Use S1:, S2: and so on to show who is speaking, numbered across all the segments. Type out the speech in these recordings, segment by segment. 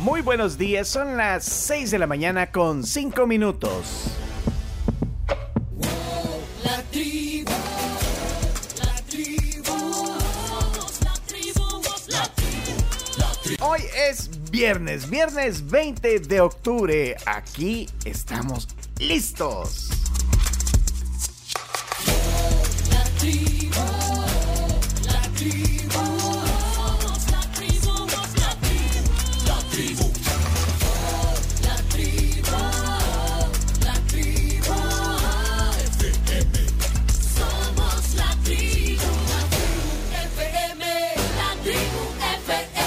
S1: Muy buenos días, son las 6 de la mañana con 5 minutos.
S2: La tribu, la tribu, somos la tribu, somos la tribu.
S1: Hoy es viernes, viernes 20 de octubre. Aquí estamos listos.
S2: La tribu, la tribu, somos la tribu, somos la tribu. La tribu, la tribu, la tribu. Somos la tribu, la tribu FM, la tribu FM.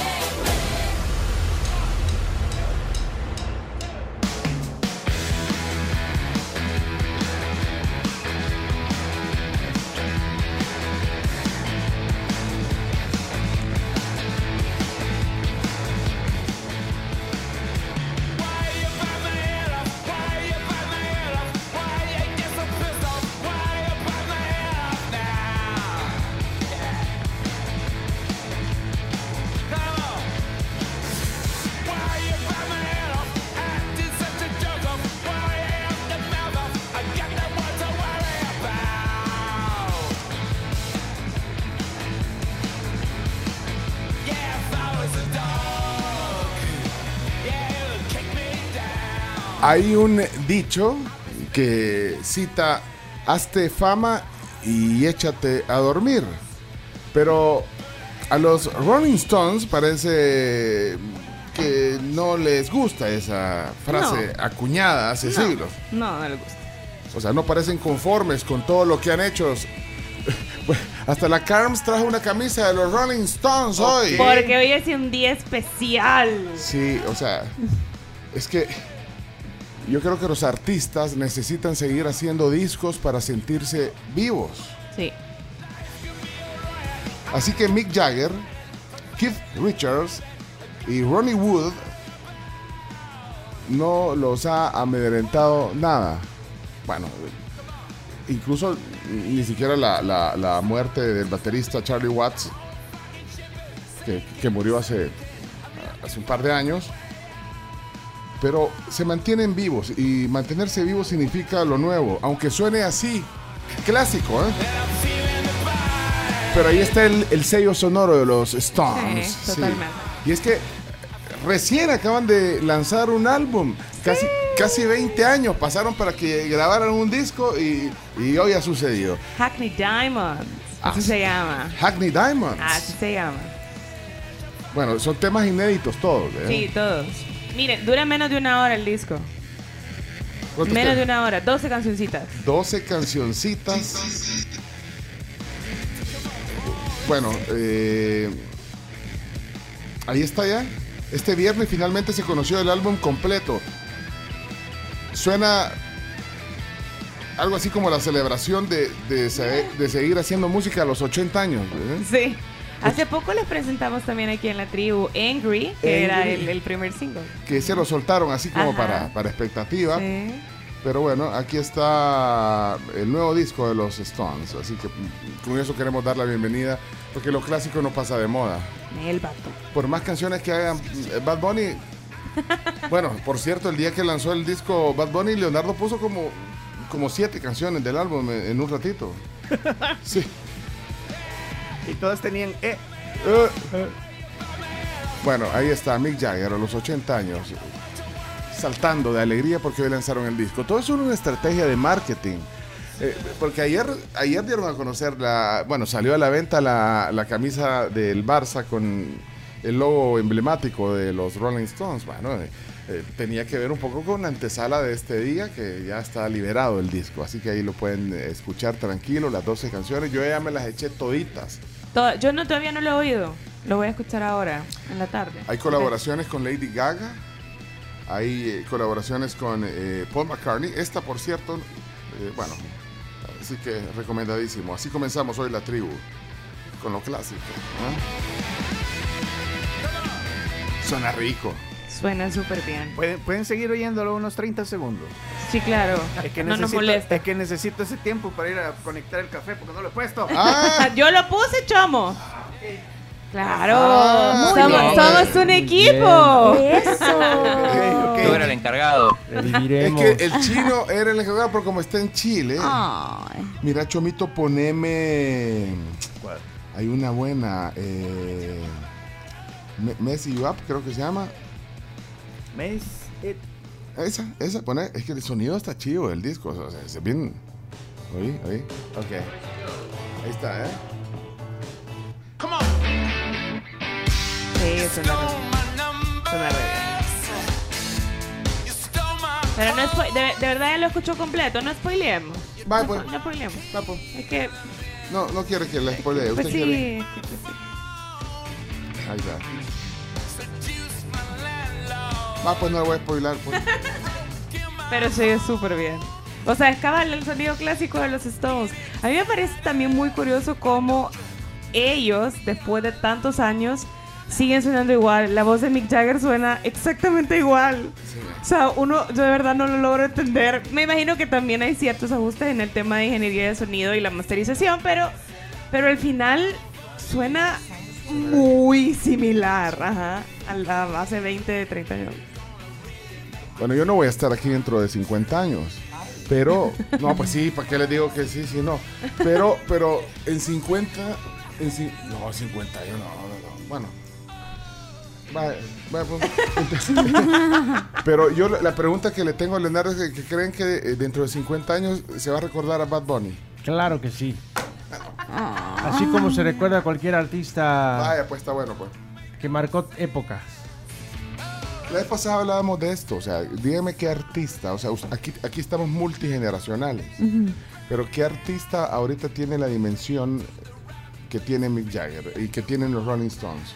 S3: Hay un dicho que cita, hazte fama y échate a dormir. Pero a los Rolling Stones parece que no les gusta esa frase acuñada hace siglos.
S4: No, no le gusta.
S3: O sea, no parecen conformes con todo lo que han hecho. Hasta la Carms trajo una camisa de los Rolling Stones hoy.
S4: Porque hoy es un día especial.
S3: Sí, o sea, es que yo creo que los artistas necesitan seguir haciendo discos para sentirse vivos.
S4: Sí.
S3: Así que Mick Jagger, Keith Richards y Ronnie Wood no los ha amedrentado nada. Bueno, incluso ni siquiera la, la- la muerte del baterista Charlie Watts, que, que murió hace, hace un par de años. Pero se mantienen vivos y mantenerse vivo significa lo nuevo, aunque suene así, clásico, ¿eh? Pero ahí está el, el sello sonoro de los Stones.
S4: Sí, totalmente.
S3: Y es que recién acaban de lanzar un álbum. Casi, casi 20 años pasaron para que grabaran un disco y, y hoy ha sucedido.
S4: Hackney Diamonds. Así
S3: Ah.
S4: se llama.
S3: Hackney Diamonds.
S4: Así se llama.
S3: Bueno, son temas inéditos todos. ¿eh?
S4: Sí, todos. Miren, dura menos de una hora el disco.
S3: ¿Cuántos
S4: Menos de
S3: temas?
S4: una hora, 12 cancioncitas.
S3: 12 cancioncitas. Bueno, eh, ahí está ya. Este viernes finalmente se conoció el álbum completo. Suena algo así como la celebración de, de se- de seguir haciendo música a los 80 años. ¿eh?
S4: Sí. Hace poco les presentamos también aquí en la tribu Angry, que era
S3: Angry.
S4: el, el primer single.
S3: Que se lo soltaron así como
S4: Ajá.
S3: para, para expectativa.
S4: Sí.
S3: Pero bueno, aquí está el nuevo disco de los Stones. Así que mm, con eso queremos dar la bienvenida. Porque lo clásico no pasa de moda.
S4: El vato.
S3: Por más canciones que hagan eh, Bad Bunny. Bueno, por cierto, el día que lanzó el disco Bad Bunny, Leonardo puso como, como siete canciones del álbum en, en un ratito. Sí.
S1: Y todas tenían E.
S3: Eh, eh. Bueno, ahí está Mick Jagger a los 80 años, eh, saltando de alegría porque hoy lanzaron el disco. Todo es una estrategia de marketing. Eh, porque ayer, ayer dieron a conocer la. Bueno, salió a la venta la, la camisa del Barça con el logo emblemático de los Rolling Stones. Bueno, eh, eh, tenía que ver un poco con la antesala de este día, que ya está liberado el disco. Así que ahí lo pueden eh, escuchar tranquilo, las 12 canciones. Yo ya me las eché toditas.
S4: Todo- yo no, todavía no lo he oído. Lo voy a escuchar ahora, en la tarde.
S3: Hay colaboraciones con Lady Gaga, hay eh, colaboraciones con eh, Paul McCartney. Esta, por cierto, eh, bueno, así que recomendadísimo. Así comenzamos hoy la tribu, con lo clásico. ¿no? Suena rico.
S4: Suena súper bien.
S1: Pueden, pueden seguir oyéndolo unos 30 segundos.
S4: Sí, claro. no nos
S1: necesito-
S4: molesta.
S1: Es que necesito ese tiempo para ir a conectar el café porque no lo he puesto.
S3: ¡Ah!
S4: Yo lo puse, chomo. Claro,
S3: Ah,
S5: muy
S4: somos,
S5: bien.
S4: somos un
S6: Muy
S4: equipo.
S5: Eso.
S3: Ok,
S7: Yo
S3: ok.
S7: era el encargado.
S3: Es
S6: Reviviremos.
S3: que el chino era el encargado, porque como está en Chile.
S5: Ay.
S3: Mira, Chomito, poneme.
S2: ¿Cuál?
S3: Hay una buena. Eh, Me- Messi You Up, creo que se llama.
S2: Mes, eh,
S3: Esa, esa, pone. Es que el sonido está chido del disco. O sea, es bien. Oí, oí. Ok. Ahí está, ¿eh?
S4: Sí, suena re- suena re bien. Pero no spo- de, de verdad ya lo escucho completo, no spoileemos.
S3: Bye,
S4: no,
S3: pues.
S4: no spoileemos.
S3: Va, pues.
S4: Es que,
S3: No, no quiere que la spoile.
S4: pues
S3: Usted quiere.
S4: sí, es que, pues sí.
S3: Ahí está. Va, pues no la voy a spoilar. Pues.
S4: Pero se oye súper bien. O sea, es cabal el sonido clásico de los Stones. A mí me parece también muy curioso cómo ellos, después de tantos años, siguen sonando igual. La voz de Mick Jagger suena exactamente igual. O sea, uno, yo de verdad no lo logro entender. Me imagino que también hay ciertos ajustes en el tema de ingeniería de sonido y la masterización, pero, pero al final suena muy similar ajá, a la hace 20, 30 años.
S3: Bueno, yo no voy a estar aquí dentro de 50 años. Pero, no, pues sí, ¿para qué les digo que sí, sí, no? Pero, pero eh, en 50, en ci- no, 50 años, no, no, no, bueno. Va- va, pues, entonces- pero yo la- la pregunta que le tengo a Leonardo es que, que creen que eh, dentro de 50 años se va a recordar a Bad Bunny.
S6: Claro que sí. Así como se recuerda a cualquier artista
S3: Vaya, pues está bueno, pues.
S6: que marcó épocas.
S3: La vez pasada hablábamos de esto, o sea, dígame qué artista, o sea, us- aquí, aquí estamos multigeneracionales, pero qué artista ahorita tiene la dimensión que tiene Mick Jagger y que tienen los Rolling Stones.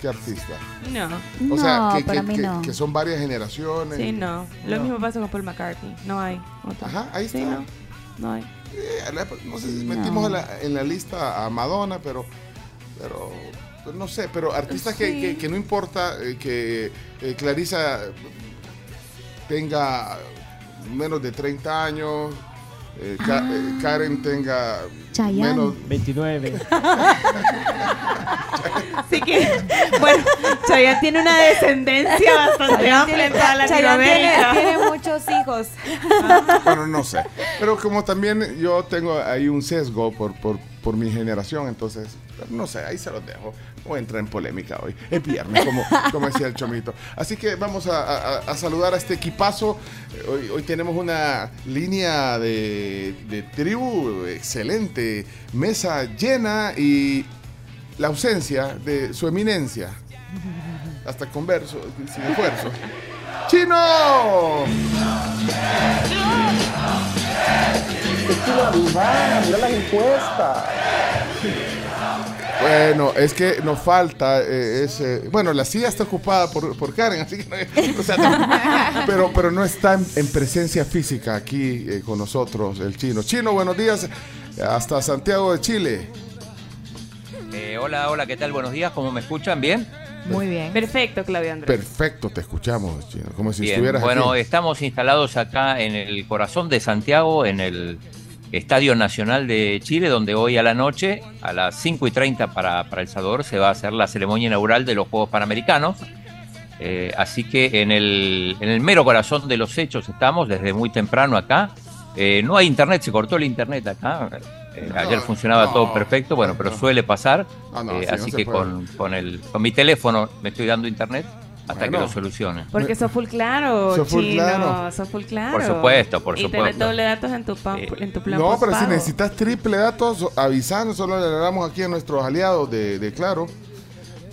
S3: ¿Qué artista?
S4: No.
S3: O
S5: No,
S3: sea, que,
S5: para
S3: que-
S5: mí
S3: que-
S5: no.
S3: que son varias generaciones.
S4: Sí, no. Lo mismo pasa con Paul McCartney. No hay otro.
S3: Ajá, ahí
S4: Sí,
S3: está.
S4: no. No hay.
S3: Eh, a la- no sé si metimos en, la, en la lista a Madonna, pero, pero pero no sé, pero artistas que-
S4: Sí.
S3: que, que no importa eh, que eh, Clarisa tenga menos de 30 años, eh, Ka- eh, Karen tenga
S5: Ah. Chayanne.
S3: menos...
S6: 29.
S4: Así que, bueno, Chayanne tiene una descendencia bastante amplia en toda
S5: Chayanne tiene,
S4: Latinoamérica.
S5: tiene muchos hijos.
S3: Bueno, no sé. Pero como también yo tengo ahí un sesgo por, por, por mi generación, entonces, pero no sé, ahí se los dejo. No entra en polémica hoy. Es viernes, como, como decía el chomito. Así que vamos a, a- a saludar a este equipazo. Eh, Hoy, hoy tenemos una línea de, de tribu excelente, mesa llena y la ausencia de su eminencia. Hasta converso, sin esfuerzo. ¡Chino! Bueno, es que nos falta eh, ese- Bueno, la silla está ocupada por, por Karen, así que no, o sea, no- pero, pero no está en, en presencia física aquí eh, con nosotros el chino. Chino, buenos días. Hasta Santiago de Chile.
S7: Eh, hola, hola, ¿qué tal? Buenos días, ¿cómo me escuchan? ¿Bien?
S5: Muy bien.
S4: Perfecto, Claudia Andrés.
S3: Perfecto, te escuchamos, chino. Como si
S7: Bien.
S3: estuvieras
S7: Bueno,
S3: aquí.
S7: estamos instalados acá en el corazón de Santiago, en el Estadio Nacional de Chile, donde hoy a la noche, a las 5 y 30 para, para El Salvador, se va a hacer la ceremonia inaugural de los Juegos Panamericanos. Eh, así que en el, en el mero corazón de los hechos estamos desde muy temprano acá. Eh, no hay internet, se cortó el internet acá. Eh,
S3: No,
S7: ayer funcionaba
S3: no,
S7: todo perfecto, bueno, pero
S3: no.
S7: suele pasar.
S3: Ah, no,
S7: Eh,
S3: sí, no
S7: así
S3: se
S7: que
S3: puede.
S7: con, con el, con mi teléfono me estoy dando internet hasta
S3: Bueno.
S7: que lo solucione.
S4: Porque sos full claro,
S3: Sos full
S4: chino.
S3: claro.
S4: Sos full claro.
S7: Por supuesto, por
S4: Y tenés
S7: supuesto.
S4: doble datos en tu, pan,
S7: Eh,
S4: en tu plan
S3: No, pero si
S4: postpago.
S3: necesitas triple datos, avisanos, solo le damos aquí a nuestros aliados de, de Claro.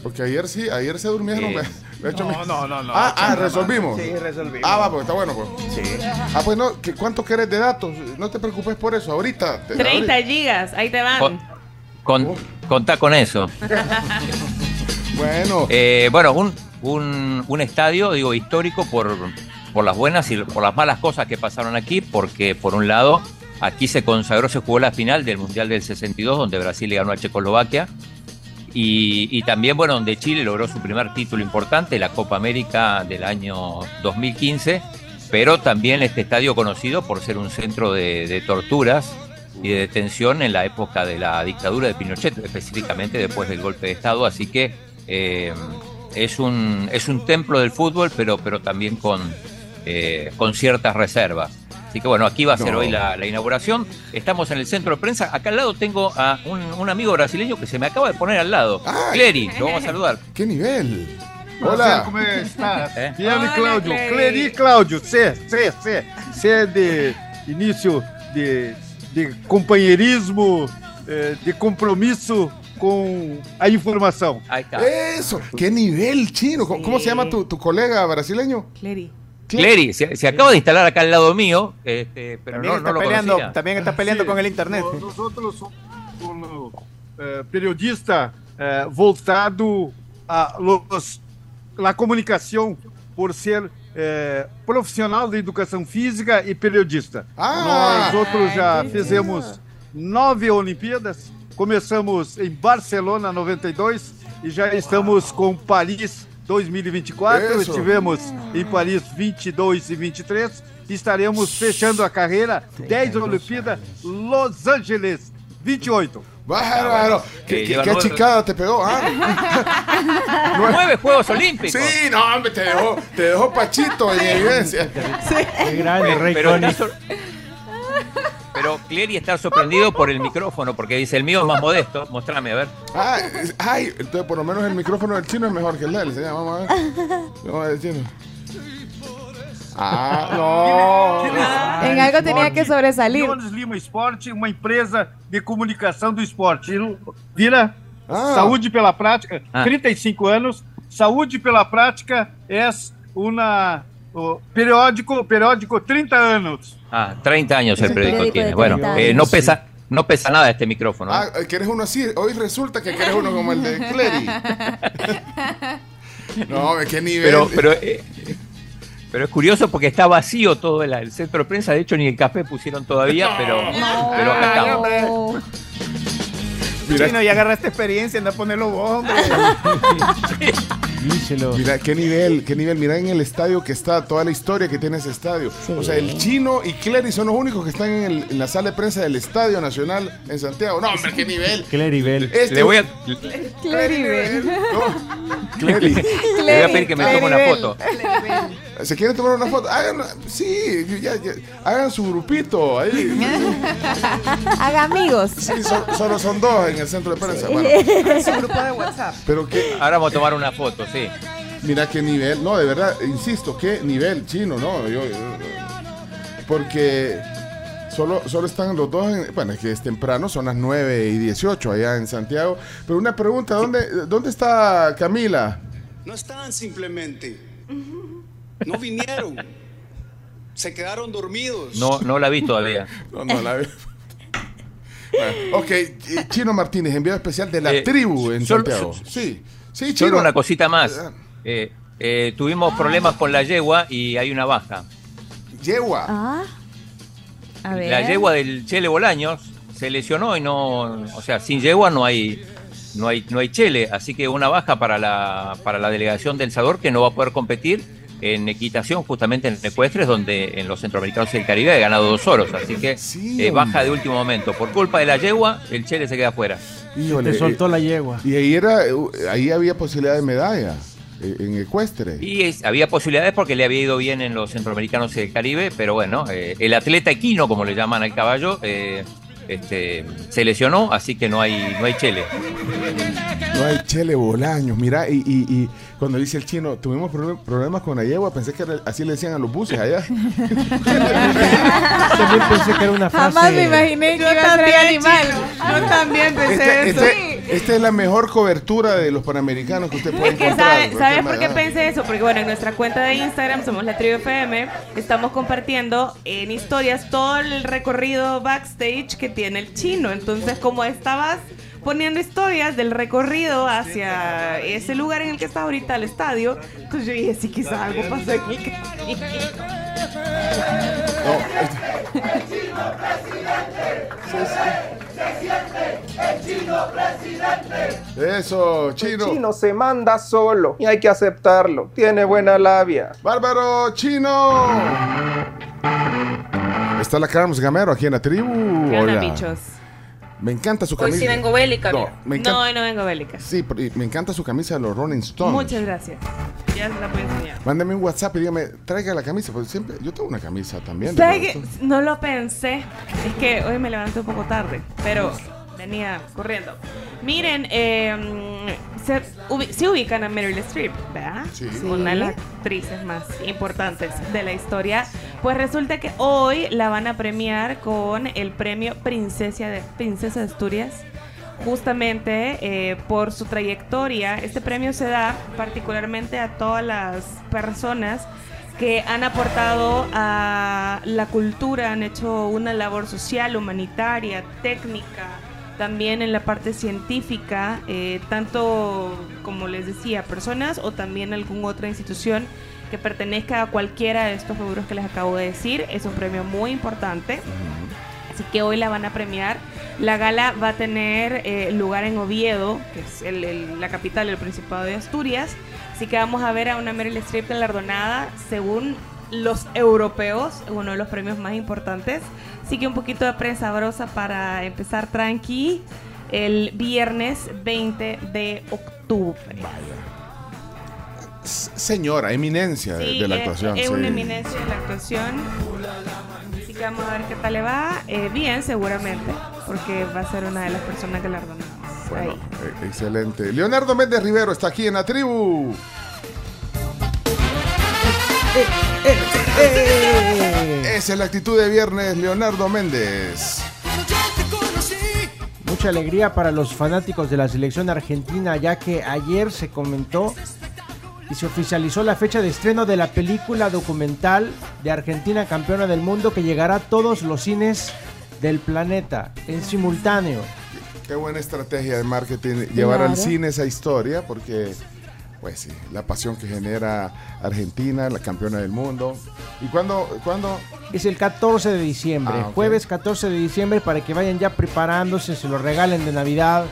S3: Porque ayer sí, ayer se durmieron.
S7: Eh,
S3: de hecho,
S2: No,
S3: me-
S2: no, no, no.
S3: Ah, ah,
S2: Chino,
S3: resolvimos.
S2: Sí, resolvimos.
S3: Ah, va, pues está bueno, pues.
S2: Sí.
S3: Ah, pues no, ¿qué- ¿cuánto querés de datos? No te preocupes por eso, ahorita. te-
S4: 30
S3: ahorita.
S4: gigas, ahí te van.
S7: Con- con- contá con eso.
S3: Bueno,
S7: Eh, bueno, un, un- un estadio, digo, histórico por, por las buenas y por las malas cosas que pasaron aquí, porque por un lado, aquí se consagró, se jugó la final del Mundial del 62, donde Brasil le ganó a Checoslovaquia. Y, y también, bueno, donde Chile logró su primer título importante, la Copa América del año 2015, pero también este estadio conocido por ser un centro de, de torturas y de detención en la época de la dictadura de Pinochet, específicamente después del golpe de Estado. Así que eh, es, un, es un templo del fútbol, pero, pero también con, eh, con ciertas reservas. Así que bueno, aquí va a ser
S3: No.
S7: hoy la, la inauguración. Estamos en el centro de prensa. Acá al lado tengo a un, un amigo brasileño que se me acaba de poner al lado.
S3: Ay.
S7: Clery, lo vamos a saludar.
S3: ¿Qué nivel?
S8: Marcelo,
S3: Hola.
S8: como é que está?
S7: É.
S8: Guilherme
S4: Olha,
S8: Cláudio.
S4: Cleide.
S8: Cleri Cláudio, C, C, C. C é de início de, de companheirismo, eh, de compromisso com a informação.
S7: Ahí está.
S3: Eso. ¿Qué nivel chino? ¿Cómo, cómo se llama tu, tu colega brasileño?
S4: Clary.
S7: Clery, se, se acaba de instalar acá al lado mío, este, pero
S1: También
S7: no,
S1: está
S7: no lo
S1: peleando,
S7: conocía.
S1: también está peleando
S8: Sim,
S1: con el internet.
S8: no- Nós outros somos um, eh, periodista eh, voltado a los, la comunicação por ser eh, profissional de educação física e periodista.
S3: Ah!
S8: Nós outros já
S4: entendi.
S8: fizemos nove Olimpíadas. Começamos em Barcelona 92 e já estamos com Paris 2024.
S3: Isso.
S8: Estivemos em Paris 22 e 23. Estaremos fechando a carreira 10 Olimpíadas Los Angeles 28.
S3: Bájaro, bájaro.
S7: Eh,
S3: ¿Qué, qué,
S7: lleva
S3: qué
S7: nueve-
S3: achicada te pegó? ah?
S7: Nueve Juegos Olímpicos.
S3: Sí, no, hombre, te dejó, te dejó Pachito en evidencia.
S9: Qué grande, Rey
S7: pero,
S9: Connie.
S7: está sor- pero Clery está sorprendido por el micrófono, porque dice, el mío es más modesto. Mostrame, a ver.
S3: Ah, es- ay, entonces por lo menos el micrófono del chino es mejor que el de él. señora, Vamos a ver. Vamos a ver, chino. Ah, no.
S5: En algo tenía que sobresalir.
S8: Jones Lima Esporte, uma empresa de comunicação do esporte. Vira
S3: Ah.
S8: Saúde pela Prática,
S7: Ah.
S8: 35 anos. Saúde pela Prática é uma o periódico, periódico 30 anos.
S7: Ah, 30 años el
S5: Es un
S7: periódico
S5: periódico
S7: tiene.
S5: de
S7: Bueno,
S5: 30
S7: eh, no
S3: años,
S7: pesa no pesa nada este micrófono. ¿eh?
S3: Ah, ¿quieres uno así? Hoy resulta que quieres uno como el de Clery. No, hombre, qué nivel.
S7: Mm. Pero, pero, eh, pero es curioso porque está vacío todo el, el centro de prensa. De hecho, ni el café pusieron todavía, pero, pero acá estamos.
S5: No.
S3: mira,
S1: Chino, ya agarraste experiencia, anda a ponerlo vos, hombre.
S9: Díselo.
S3: mira, qué nivel, qué nivel. Mira en el estadio que está, toda la historia que tiene ese estadio. O sea, el chino y Clery son los únicos que están en, el- en la sala de prensa del Estadio Nacional en Santiago. No, hombre, qué nivel.
S9: Claribel.
S3: Este-
S7: Le voy a,
S5: Claribel.
S3: No, Clery.
S7: le voy a pedir que me tome una foto.
S3: ¿Se quieren tomar una foto? Hagan, una- sí, ya- ya- hagan su grupito ahí.
S5: Haga amigos.
S3: Sí, so- solo son dos en el centro de prensa. bueno. Pero que,
S7: Ahora vamos a tomar una foto, sí.
S3: mira qué nivel. No, de verdad, insisto, qué nivel chino, ¿no? Yo- yo- yo- porque solo, solo están los dos, en- bueno, es que es temprano, son las 9 y 18 allá en Santiago. Pero una pregunta, ¿dónde, dónde está Camila?
S10: No estaban simplemente. No vinieron. Se quedaron dormidos.
S7: No, no la vi todavía.
S3: No, no la veo. Bueno, ok, eh, Chino Martínez, enviado especial de la
S7: Eh,
S3: tribu en
S7: solo-
S3: Santiago. Sí, sí, Ah. Chino.
S7: Solo una cosita más. Eh, eh, tuvimos problemas con la yegua y hay una baja.
S3: Yegua.
S5: Ah. A ver.
S7: La yegua del Chele Bolaños se lesionó y no, o sea, sin yegua no hay, no hay, no hay Chele, así que una baja para la, para la delegación del Salvador que no va a poder competir en equitación justamente en ecuestres donde en los centroamericanos y el Caribe ha ganado dos oros, así que
S3: Sí,
S7: eh, baja
S3: hombre.
S7: de último momento. Por culpa de la yegua, el Chele se queda fuera.
S3: Híjole,
S9: Te
S3: eh,
S9: soltó la yegua.
S3: y ahí era, eh, ahí había posibilidad de medalla eh, en ecuestre.
S7: Y es- había posibilidades porque le había ido bien en los centroamericanos y el Caribe, pero bueno, eh, el atleta equino, como le llaman al caballo, eh, este, se lesionó, así que no hay, no hay Chele.
S3: No hay Chele Bolaños, mira, y, y- y cuando dice el chino, tuvimos proble- problemas con la yegua, pensé que era- así le decían a los buses allá.
S9: También pensé que era una frase.
S5: Jamás me imaginé que iba a ser animal.
S4: Yo también
S3: Esta
S4: pensé eso.
S3: este- esta es la mejor cobertura de los panamericanos que usted puede
S4: Es que
S3: encontrar.
S4: sabe-
S3: Pero
S4: ¿sabes
S3: tema
S4: por qué
S3: de-
S4: pensé eso? Porque bueno, en nuestra cuenta de Instagram somos la tribu FM, estamos compartiendo en historias todo el recorrido backstage que tiene el chino. Entonces, como estabas poniendo historias del recorrido hacia ese lugar en el que está ahorita el estadio, entonces yo dije, sí, quizá algo pasó en el camino.
S3: No, este- Eso, chino.
S11: chino se manda solo y hay que aceptarlo. Tiene buena labia.
S3: Bárbaro chino. Está la Carms Gamero aquí en la tribu.
S4: ¿Qué onda,
S3: Hola.
S4: bichos?
S3: Me encanta su
S4: Hoy
S3: camisa.
S4: sí vengo bélica.
S3: No,
S4: mira.
S3: me
S4: no,
S3: encanta.
S4: hoy no vengo bélica.
S3: Sí, pero- y me encanta su camisa de los Rolling Stones.
S4: Muchas gracias. Ya se la puedo enseñar.
S3: Mándame un WhatsApp y dígame, traiga la camisa, porque siempre yo tengo una camisa también. de
S4: ¿Sabes
S3: Rolling
S4: qué?
S3: Stones.
S4: No lo pensé. Es que hoy me levanté un poco tarde, pero venía corriendo. Miren, eh, se, ubi- se ubican a Meryl Streep, ¿verdad?
S5: Sí.
S4: Una de
S5: Sí.
S4: las actrices más importantes de la historia. Pues resulta que hoy la van a premiar con el premio Princesa de, Princesa de Asturias. Justamente eh, por su trayectoria, este premio se da particularmente a todas las personas que han aportado a la cultura, han hecho una labor social, humanitaria, técnica, también en la parte científica, eh, tanto como les decía, personas o también alguna otra institución que pertenezca a cualquiera de estos rubros que les acabo de decir. Es un premio muy importante. Así que hoy la van a premiar. La gala va a tener eh, lugar en Oviedo, que es el- el- la capital del Principado de Asturias. Así que vamos a ver a una Meryl Streep galardonada, según los europeos, uno de los premios más importantes. Así que un poquito de prensa brosa para empezar tranqui el viernes 20 de octubre.
S3: S- Señora, eminencia de-
S4: Sí,
S3: de la
S4: es-
S3: actuación.
S4: Es, una
S3: sí.
S4: eminencia de la actuación. Así que vamos a ver qué tal le va. Eh, bien, seguramente, porque va a ser una de las personas que la
S3: Bueno, e- excelente. Leonardo Méndez Rivero está aquí en la tribu.
S4: Eh,
S3: Esa es la actitud de viernes, Leonardo Méndez.
S6: Mucha alegría para los fanáticos de la selección argentina, ya que ayer se comentó y se oficializó la fecha de estreno de la película documental de Argentina campeona del mundo que llegará a todos los cines del planeta en simultáneo.
S3: Qué buena estrategia de marketing llevar
S6: Claro.
S3: al cine esa historia, porque, pues sí, la pasión que genera Argentina, la campeona del mundo. ¿Y cuándo? cuándo?
S6: Es el 14 de diciembre,
S3: Ah, ok.
S6: jueves 14 de diciembre, para que vayan ya preparándose, se lo regalen de Navidad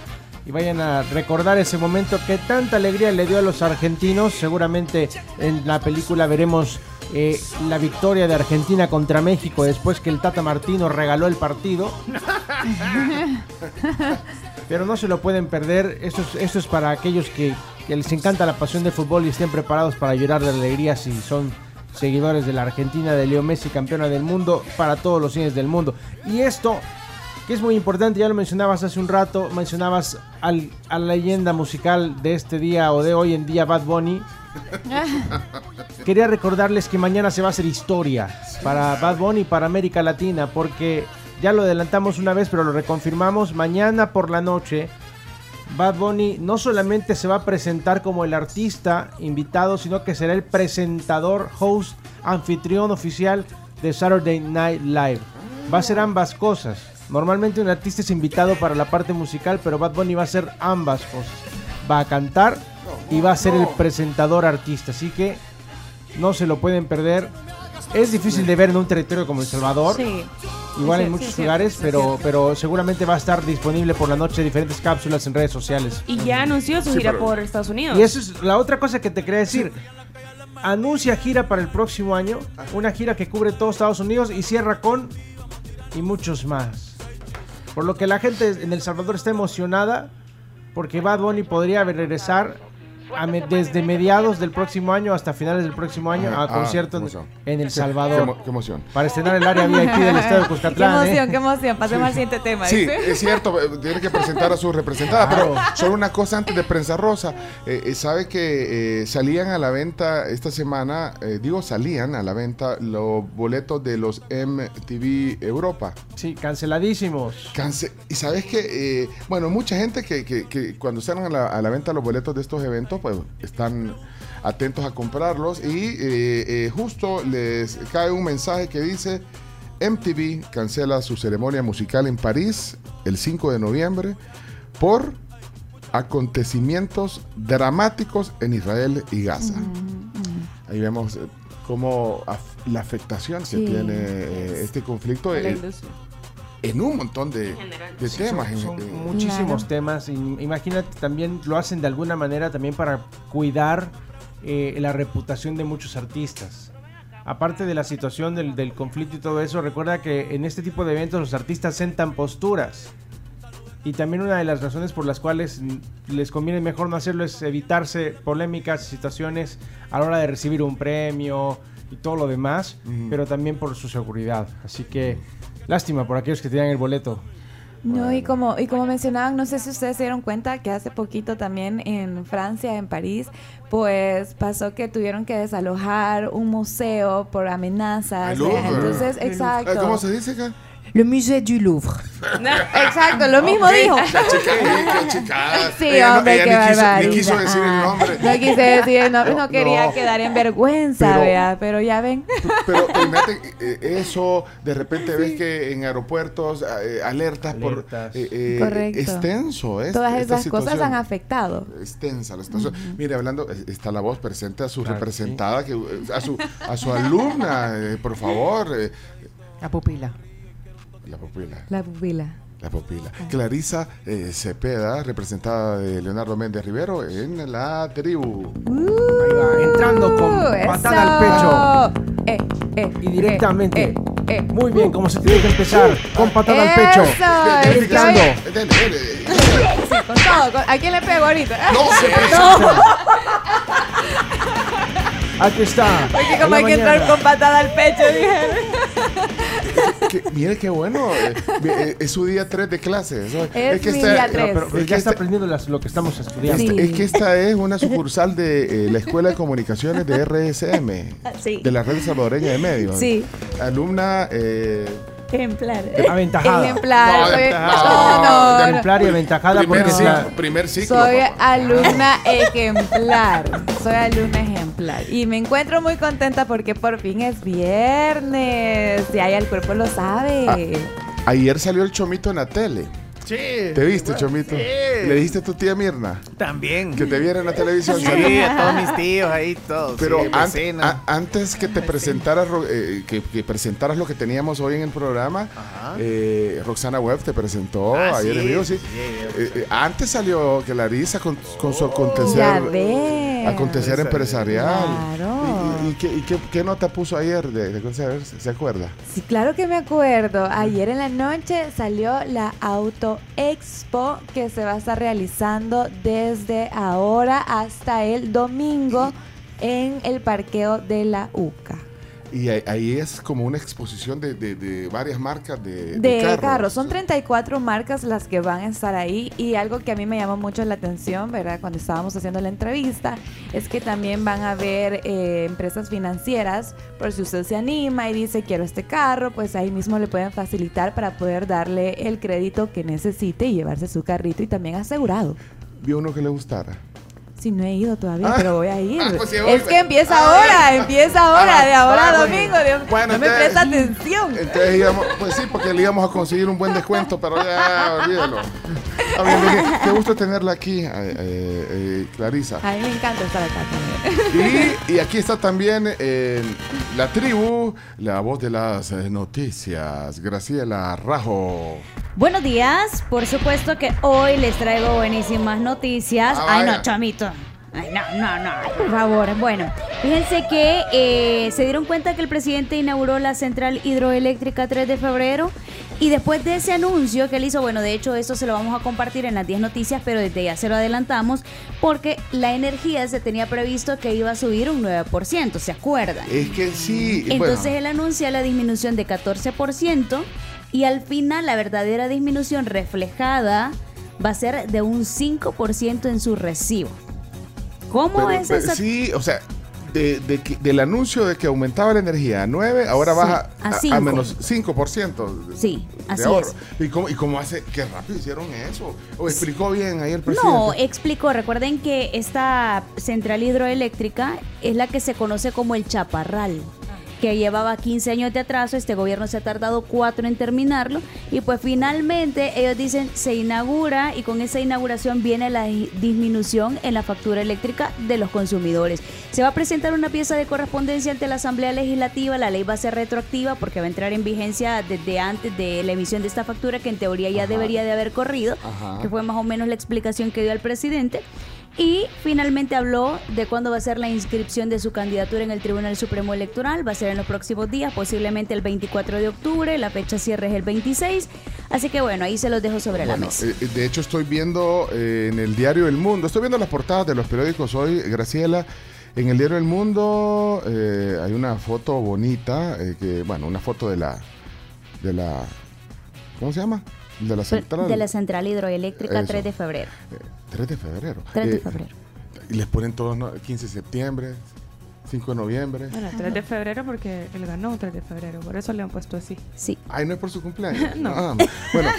S6: y vayan a recordar ese momento que tanta alegría le dio a los argentinos. Seguramente en la película veremos eh, la victoria de Argentina contra México después que el Tata Martino regaló el partido. Pero no se lo pueden perder, esto es, esto es para aquellos que, que les encanta la pasión de fútbol y estén preparados para llorar de alegría si son seguidores de la Argentina de Leo Messi, campeona del mundo, para todos los cines del mundo. Y esto, que es muy importante, ya lo mencionabas hace un rato, mencionabas al, a la leyenda musical de este día o de hoy en día, Bad Bunny. Quería recordarles que mañana se va a hacer historia para Bad Bunny y para América Latina, porque ya lo adelantamos una vez, pero lo reconfirmamos. Mañana por la noche, Bad Bunny no solamente se va a presentar como el artista invitado, sino que será el presentador, host, anfitrión oficial de Saturday Night Live. Va a ser ambas cosas. Normalmente un artista es invitado para la parte musical, pero Bad Bunny va a ser ambas cosas. Va a cantar y va a ser el presentador artista. Así que no se lo pueden perder. Es difícil de ver en un territorio como El Salvador.
S4: Sí.
S6: Igual
S4: Sí,
S6: en
S4: sí,
S6: muchos
S4: sí,
S6: lugares,
S4: sí,
S6: pero,
S4: sí.
S6: pero seguramente va a estar disponible por la noche diferentes cápsulas en redes sociales.
S4: Y ya anunció su
S6: Sí,
S4: gira
S6: pero-
S4: por Estados Unidos.
S6: Y eso es la otra cosa que te quería decir. Anuncia gira para el próximo año, una gira que cubre todo Estados Unidos y cierra con y muchos más. Por lo que la gente en El Salvador está emocionada porque Bad Bunny podría regresar a me- desde mediados del próximo año hasta finales del próximo año a
S3: Ah,
S6: concierto
S3: qué
S6: en,
S3: emoción.
S6: en El
S3: Qué,
S6: Salvador
S3: emo- qué emoción.
S6: para estrenar el área VIP del Estadio de Cuscatlán.
S5: Qué
S6: ¿eh?
S5: emoción, qué emoción. Pasemos al siguiente tema.
S3: Sí,
S5: dice.
S3: es cierto, eh, tiene que presentar a su representada, pero
S6: Claro.
S3: solo una cosa antes de Prensa Rosa. Eh, eh, sabe que eh, salían a la venta esta semana, eh, digo salían a la venta los boletos de los MTV Europa.
S6: Sí, canceladísimos.
S3: y sabes que, eh, bueno, mucha gente que, que- que cuando salen a la, a la venta los boletos de estos eventos, pues están atentos a comprarlos y eh, eh, justo les cae un mensaje que dice... MTV cancela su ceremonia musical en París el 5 de noviembre por acontecimientos dramáticos en Israel y Gaza. Ahí vemos eh, cómo af- la afectación que
S5: Sí.
S3: tiene eh, este conflicto
S5: A la
S3: en,
S5: industria.
S3: en un montón de, de
S6: Sí,
S3: temas. eh,
S6: son-
S3: en-
S6: son
S3: en-
S6: muchísimos temas. im- Imagínate, también lo hacen de alguna manera también para cuidar eh, la reputación de muchos artistas. aparte de la situación del, del conflicto y todo eso, recuerda que en este tipo de eventos los artistas sentan posturas. Y también una de las razones por las cuales mm, les conviene mejor no hacerlo es evitarse polémicas, situaciones a la hora de recibir un premio y todo lo demás,
S3: Ujú.
S6: pero también por su seguridad. Así que lástima por aquellos que tienen el boleto.
S5: No, y como, y como mencionaban, no sé si ustedes se dieron cuenta que hace poquito también en Francia, en París, pues pasó que tuvieron que desalojar un museo por amenazas.
S3: El Louvre.
S5: eh, Entonces,
S3: El
S5: exacto.
S3: Eh, ¿Cómo se dice acá?
S5: Le Musée du Louvre. Exacto, lo mismo
S3: Ok,
S5: dijo.
S3: La chica, eh, qué chica.
S5: Sí,
S3: Ella no-
S5: hombre,
S3: ella
S5: qué
S3: ni quiso-
S5: barbaridad.
S3: Ni quiso decir el nombre.
S5: No quise decir el nombre,
S3: No,
S5: no quería
S3: no.
S5: quedar en vergüenza,
S3: Pero-
S5: ¿verdad? Pero ya ven.
S3: Pero pero imagínate, eh, eso, de repente ves que en aeropuertos eh, alertas, por eh, eh,
S5: Correcto.
S3: extenso, es,
S5: Todas
S3: pues, esta
S5: esas cosas han
S3: situación.
S5: afectado.
S3: extensa la situación. Mire, hablando, eh, está la voz presente a su
S6: Claro,
S3: representada, que, eh, a, su, a su alumna, eh, por favor. eh,
S12: La pupila.
S3: la pupila,
S5: La pupila.
S3: la pupila. Clarisa eh, Cepeda, representada de Leonardo Méndez Rivero en la tribu.
S6: Ahí va, entrando con
S5: Uh,
S6: patada al pecho.
S5: eso. Eh, eh,
S6: Y directamente.
S5: eh, eh, eh.
S6: Muy bien, como se tiene que empezar. Con patada al pecho.
S5: Eso,
S6: Explicando.
S5: estoy- Sí, con todo. con- ¿A quién le pego ahorita?
S3: No sé.
S5: No,
S6: Aquí está.
S5: porque
S6: En
S5: como
S6: la
S5: hay que entrar
S6: mañana.
S5: con patada al pecho, dije.
S3: Que- mire qué bueno. eh, eh, es su día 3 de clases. ¿no?
S5: Es mi día tres.
S6: Pero, pero
S3: es
S6: ya
S3: que
S6: está
S3: esta-
S6: aprendiendo las- lo que estamos estudiando.
S5: Sí.
S3: Es que esta es una sucursal de eh, la Escuela de Comunicaciones de RSM,
S5: Sí.
S3: de la Red Salvadoreña de Medios.
S5: Sí.
S3: Alumna eh,
S5: Templar.
S6: Aventajada.
S5: Ejemplar.
S3: No,
S5: soy-
S3: aventajada.
S5: no, no, no.
S6: Ejemplar y aventajada
S3: primer,
S6: porque es la-
S3: ciclo, primer ciclo.
S5: Soy
S3: papá.
S5: alumna ejemplar. Soy alumna ejemplar. Y me encuentro muy contenta porque por fin es viernes. Y ahí el cuerpo lo sabe.
S3: Ayer salió el chomito en la tele.
S1: Sí.
S3: ¿Te viste, chomito?
S1: sí.
S3: ¿Le dijiste a tu tía Mirna
S1: También.
S3: que te viera en la televisión?
S1: Sí, a todos mis tíos ahí, todos.
S3: Pero
S1: sí,
S3: an-
S1: vecina.
S3: a- antes que te presentaras Ro- eh, que, que presentaras lo que teníamos hoy en el programa,
S1: Ajá.
S3: eh, Roxana Webb te presentó
S1: Ah,
S3: ayer
S1: sí.
S3: en vivo, sí.
S1: Sí, eh,
S3: Eh, eh, antes salió Clarisa con, con
S1: Oh,
S3: su acontecer,
S5: Ya ves.
S3: acontecer empresarial.
S5: Claro.
S3: ¿Y, y- y qué, y qué- qué nota puso ayer? De, de- a ver, ¿Se se acuerda?
S5: Sí, claro que me acuerdo. Ayer en la noche salió la Auto Expo que se va a estar realizando desde ahora hasta el domingo en el parqueo de la UCA.
S3: Y ahí, ahí es como una exposición de, de- de varias marcas de, de
S5: De
S3: carros.
S5: carros. Son 34 marcas las que van a estar ahí y algo que a mí me llamó mucho la atención, ¿verdad? Cuando estábamos haciendo la entrevista, es que también van a haber eh, empresas financieras, por si usted se anima y dice quiero este carro, pues ahí mismo le pueden facilitar para poder darle el crédito que necesite y llevarse su carrito y también asegurado.
S3: Vio uno que le gustara.
S5: Si no he ido todavía,
S3: Ah.
S5: pero voy a ir.
S3: Ah, pues sí, voy.
S5: es que empieza
S3: Ah,
S5: ahora,
S3: bueno.
S5: empieza ahora,
S3: Ah,
S5: de ahora
S3: ah,
S5: a
S3: bueno.
S5: domingo. Dios,
S3: Bueno,
S5: no me
S3: entonces-
S5: presta atención.
S3: Entonces íbamos, pues sí, porque le íbamos a conseguir un buen descuento, pero ya, olvídalo. A ver, qué, qué gusto tenerla aquí, eh, eh, eh, Clarisa.
S5: A mí me encanta estar acá también.
S3: Y, y aquí está también eh, la tribu, la voz de las eh, noticias, Graciela Rajo.
S9: Buenos días, por supuesto que hoy les traigo buenísimas noticias.
S3: Ah,
S9: Ay,
S3: vaya.
S9: no, chamito. Ay, no, no, no, ay, por favor. Bueno, fíjense que eh, se dieron cuenta que el presidente inauguró la central hidroeléctrica 3 de febrero y después de ese anuncio que él hizo, bueno, de hecho esto se lo vamos a compartir en las 10 noticias, pero desde ya se lo adelantamos porque la energía se tenía previsto que iba a subir un 9%, ¿se acuerdan?
S3: Es que sí, bueno,
S9: Entonces él anuncia la disminución de 14% y al final la verdadera disminución reflejada va a ser de un 5% en su recibo. ¿Cómo
S3: pero-
S9: es
S3: pero
S9: esa?
S3: Sí, o sea, de, de que- del anuncio de que aumentaba la energía a 9, ahora
S9: Sí,
S3: baja
S9: a
S3: a, a
S9: cinco.
S3: menos 5%. de-
S9: Sí,
S3: de
S9: así
S3: ahorro.
S9: es.
S3: ¿Y cómo, ¿Y cómo hace? ¿Qué rápido hicieron eso? ¿O explicó bien ahí el presidente?
S9: No, explicó. Recuerden que esta central hidroeléctrica es la que se conoce como el Chaparral, que llevaba 15 años de atraso. Este gobierno se ha tardado 4 en terminarlo. Y pues finalmente ellos dicen se inaugura y con esa inauguración viene la di- disminución en la factura eléctrica de los consumidores. Se va a presentar una pieza de correspondencia ante la Asamblea Legislativa. La ley va a ser retroactiva porque va a entrar en vigencia desde antes de la emisión de esta factura que en teoría ya debería de haber corrido
S3: Ajá.
S9: que fue más o menos la explicación que dio el presidente. Y finalmente habló de cuándo va a ser la inscripción de su candidatura en el Tribunal Supremo Electoral. Va a ser en los próximos días, posiblemente el 24 de octubre. La fecha cierre es el 26. Así que bueno, ahí se los dejo sobre la
S3: Bueno,
S9: mesa.
S3: eh, de hecho, estoy viendo eh, en el diario El Mundo, estoy viendo las portadas de los periódicos hoy, Graciela. En el diario El Mundo eh, hay una foto bonita, eh, que, bueno, una foto de la, de la, ¿cómo se llama? De la central.
S9: De la central hidroeléctrica
S3: Eso.
S9: 3 de febrero.
S3: 3 de febrero.
S9: 3 de
S3: Eh,
S9: febrero.
S3: Y les ponen todos ¿no? 15 de septiembre, 5 de noviembre.
S4: Bueno, 3 de febrero porque él ganó 3 de febrero, por eso le han puesto así.
S9: Sí.
S3: Ay, no es por su cumpleaños.
S4: No.
S3: Ah, bueno,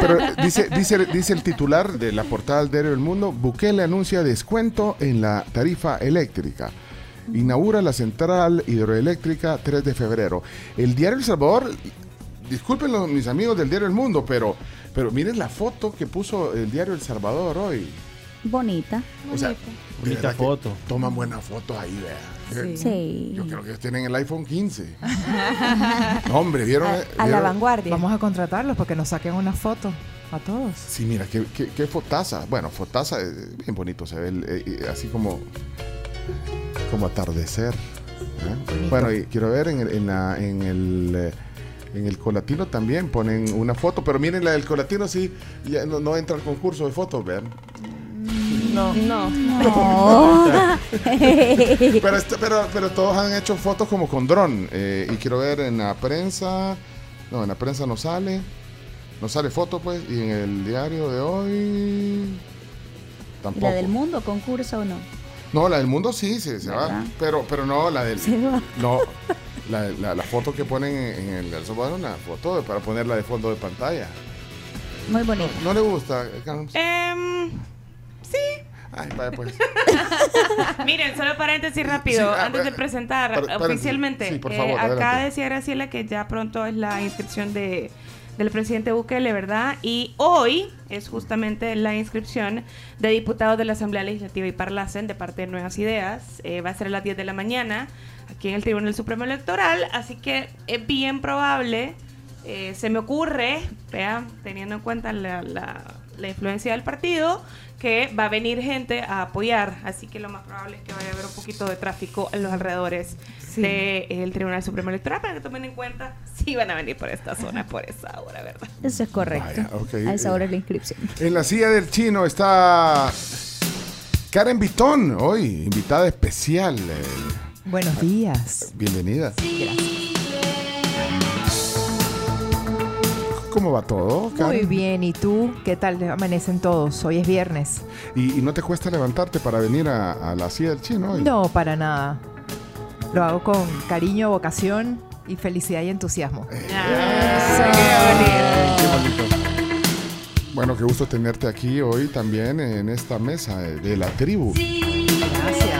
S3: pero dice, dice, dice el titular de la portada del diario El Mundo, Bukele anuncia descuento en la tarifa eléctrica. Inaugura la central hidroeléctrica 3 de febrero. El diario El Salvador, disculpen los- mis amigos del diario El Mundo, pero, pero miren la foto que puso el diario El Salvador hoy.
S9: Bonita.
S3: O sea, de
S6: Bonita
S3: verdad que
S6: foto.
S3: Toman buenas fotos ahí, vea.
S5: Sí.
S9: Sí.
S3: Yo creo que ellos tienen el iPhone 15. No, hombre, ¿vieron? eh?
S5: A la
S3: ¿Vieron?
S5: vanguardia.
S13: Vamos a contratarlos para que nos saquen una foto a todos.
S3: Sí, mira, qué, qué, qué fotaza. Bueno, fotaza, eh, bien bonito se ve, el- eh, eh, así como, como atardecer. ¿eh? Bueno, y quiero ver en el, en la- en el, eh, en el colatino también ponen una foto, pero miren la del colatino, sí, ya no, no entra al concurso de fotos, vean.
S6: No.
S4: No,
S3: Pero, este- pero, pero todos han hecho fotos como con dron. eh, y quiero ver en la prensa, no, en la prensa no sale, no sale foto, pues, y en el diario de hoy.
S9: ¿Y
S3: Tampoco.
S9: la del mundo concurso o no?
S3: No, la del mundo sí, se, se va.
S9: ¿Verdad?
S3: Pero, pero no, la del.
S9: Se va.
S3: No. La, la- la foto que ponen en el El Salvador es una foto de- para ponerla de fondo de pantalla.
S9: Muy bonita.
S3: ¿No le gusta, Carms?
S4: Em,
S3: Ay, vaya pues.
S4: Miren, solo paréntesis rápido,
S3: Sí, ah,
S4: antes de
S3: eh,
S4: presentar
S3: par- paréntesis.
S4: oficialmente. eh,
S3: Sí, por favor,
S4: acá
S3: adelante.
S4: decía Graciela que ya pronto es la inscripción de, del presidente Bukele, ¿verdad? Y hoy es justamente la inscripción de diputados de la Asamblea Legislativa y Parlacen de parte de Nuevas Ideas. Eh, va a ser a las 10 de la mañana aquí en el Tribunal Supremo Electoral, así que es bien probable, eh, se me ocurre, vea, teniendo en cuenta la, la- la influencia del partido, que va a venir gente a apoyar, así que lo más probable es que vaya a haber un poquito de tráfico en los alrededores
S5: Sí.
S4: del Tribunal Supremo Electoral, para que tomen en cuenta si van a venir por esta zona, por esa hora, ¿verdad?
S9: Eso es correcto.
S3: Vaya, ok.
S9: A esa hora es la inscripción.
S3: En la silla del chino está Karen Vitón, hoy, invitada especial. eh,
S13: Buenos días.
S3: bienvenida. ¿Cómo va todo,
S13: Muy
S3: Karen?
S13: bien, ¿y tú? ¿Qué tal amanecen todos? Hoy es viernes.
S3: ¿Y, y no te cuesta levantarte para venir a, a la silla del chino hoy?
S13: No, para nada. Lo hago con cariño, vocación y felicidad y entusiasmo.
S3: Eh. Qué bonito. Bueno, qué gusto tenerte aquí hoy también en esta mesa eh, de la tribu.
S13: Gracias.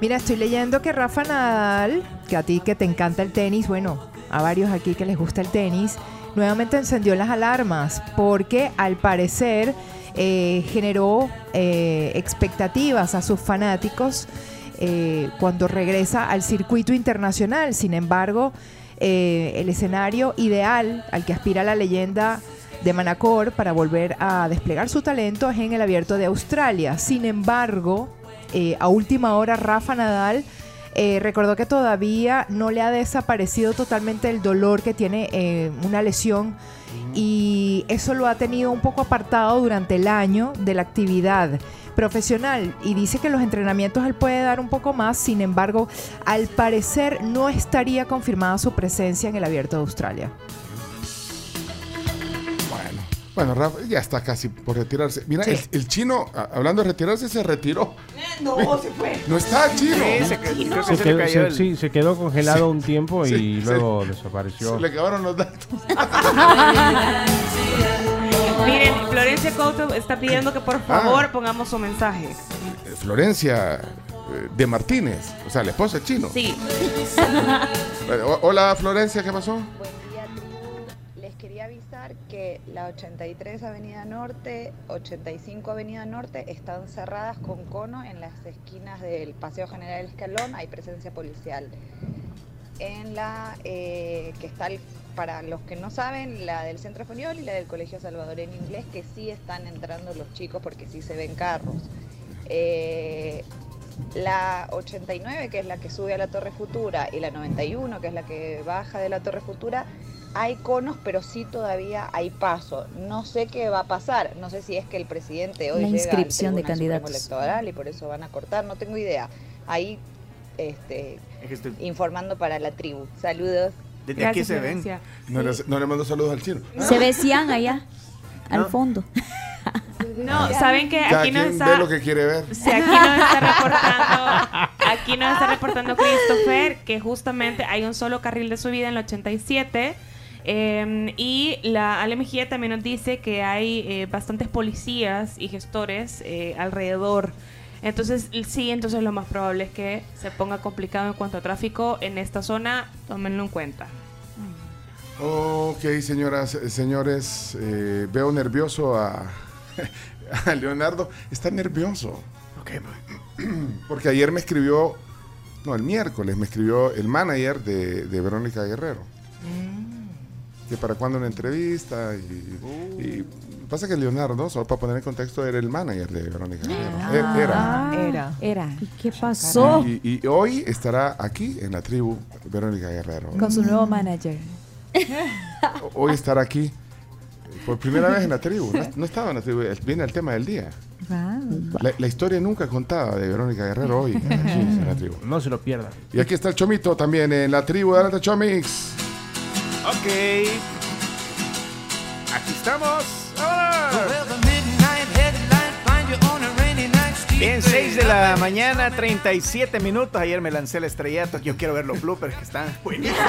S13: Mira, estoy leyendo que Rafa Nadal, que a ti que te encanta el tenis, bueno, a varios aquí que les gusta el tenis, nuevamente encendió las alarmas porque al parecer eh, generó eh, expectativas a sus fanáticos eh, cuando regresa al circuito internacional. Sin embargo, eh, el escenario ideal al que aspira la leyenda de Manacor para volver a desplegar su talento es en el abierto de Australia. Sin embargo, eh, a última hora Rafa Nadal eh, recordó que todavía no le ha desaparecido totalmente el dolor que tiene eh, una lesión y eso lo ha tenido un poco apartado durante el año de la actividad profesional y dice que los entrenamientos él puede dar un poco más, sin embargo, al parecer no estaría confirmada su presencia en el Abierto de Australia.
S3: Bueno, bueno, Rafa, ya está casi por retirarse. Mira,
S13: Sí.
S3: el, el chino, a- hablando de retirarse, se retiró.
S4: No, se fue.
S3: No está el chino.
S2: Sí, se, creo que
S6: Se
S2: se le
S6: quedó,
S2: cayó
S6: se-
S2: el-
S6: sí, se quedó congelado
S3: Sí.
S6: un tiempo y
S3: Sí,
S6: luego
S3: Se
S6: desapareció.
S3: le acabaron los datos.
S4: Miren, Florencia Couto está pidiendo que por favor pongamos su mensaje.
S3: Eh, Florencia eh, de Martínez, o sea, la esposa del chino.
S4: Sí,
S3: Eh, o- Hola, Florencia, ¿qué pasó?
S14: Buen día, tribu. Les quería avisar que la 83 Avenida Norte, 85 Avenida Norte están cerradas con cono en las esquinas del Paseo General Escalón. Hay presencia policial. En la eh, que está el
S15: para los que no saben, la del Centro Español y la del Colegio Salvadoreño Inglés, que sí están entrando los chicos porque sí se ven carros. Eh, la 89, que es la que sube a la Torre Futura, y la 91, que es la que baja de la Torre Futura, hay conos, pero sí todavía hay paso. No sé qué va a pasar. No sé si es que el presidente hoy
S9: La
S15: llega al
S9: inscripción de
S15: Tribunal Supremo
S9: candidatos.
S15: electoral y por eso van a cortar. No tengo idea. Ahí, este, informando para la tribu. Saludos.
S3: Desde aquí se ven. No, le, no le mando saludos al chino.
S2: Ah.
S9: Se ve Cian allá, al
S3: No.
S9: fondo.
S4: No, ¿saben que
S3: Cada
S4: Aquí nos
S3: quien
S4: está...
S3: ve lo que quiere ver.
S4: Sí, aquí nos está reportando, aquí nos está reportando Christopher que justamente hay un solo carril de subida en la 87. eh, y la Ale Mejía también nos dice que hay eh, bastantes policías y gestores eh, alrededor. Entonces, sí, entonces lo más probable es que se ponga complicado en cuanto a tráfico en esta zona. Tómenlo en cuenta.
S3: Ok, señoras, eh, señores, eh, veo nervioso a, a Leonardo. Está nervioso. Porque ayer me escribió, no, el miércoles me escribió el manager de, de Verónica Guerrero. Que para cuando una entrevista y, y pasa que Leonardo, solo para poner en contexto, era el manager de Verónica Guerrero.
S5: Ah.
S3: E- Era.
S5: era. Era.
S9: ¿Qué pasó?
S3: Y, y- y hoy estará aquí en la tribu Verónica Guerrero.
S5: Con su nuevo manager.
S3: Eh, Hoy estará aquí por primera vez en la tribu. No, no estaba en la tribu, viene el tema del día. La, la historia nunca contada de Verónica Guerrero hoy aquí en la tribu.
S6: No se lo pierdan.
S3: Y aquí está el Chomito también en la tribu. Adelante, Chomix.
S1: Ok. Aquí estamos. Bien, 6 de
S12: Ah,
S1: la mañana, 37 minutos. Ayer me lancé el estrellato. Yo quiero ver los bloopers que están buenísimos.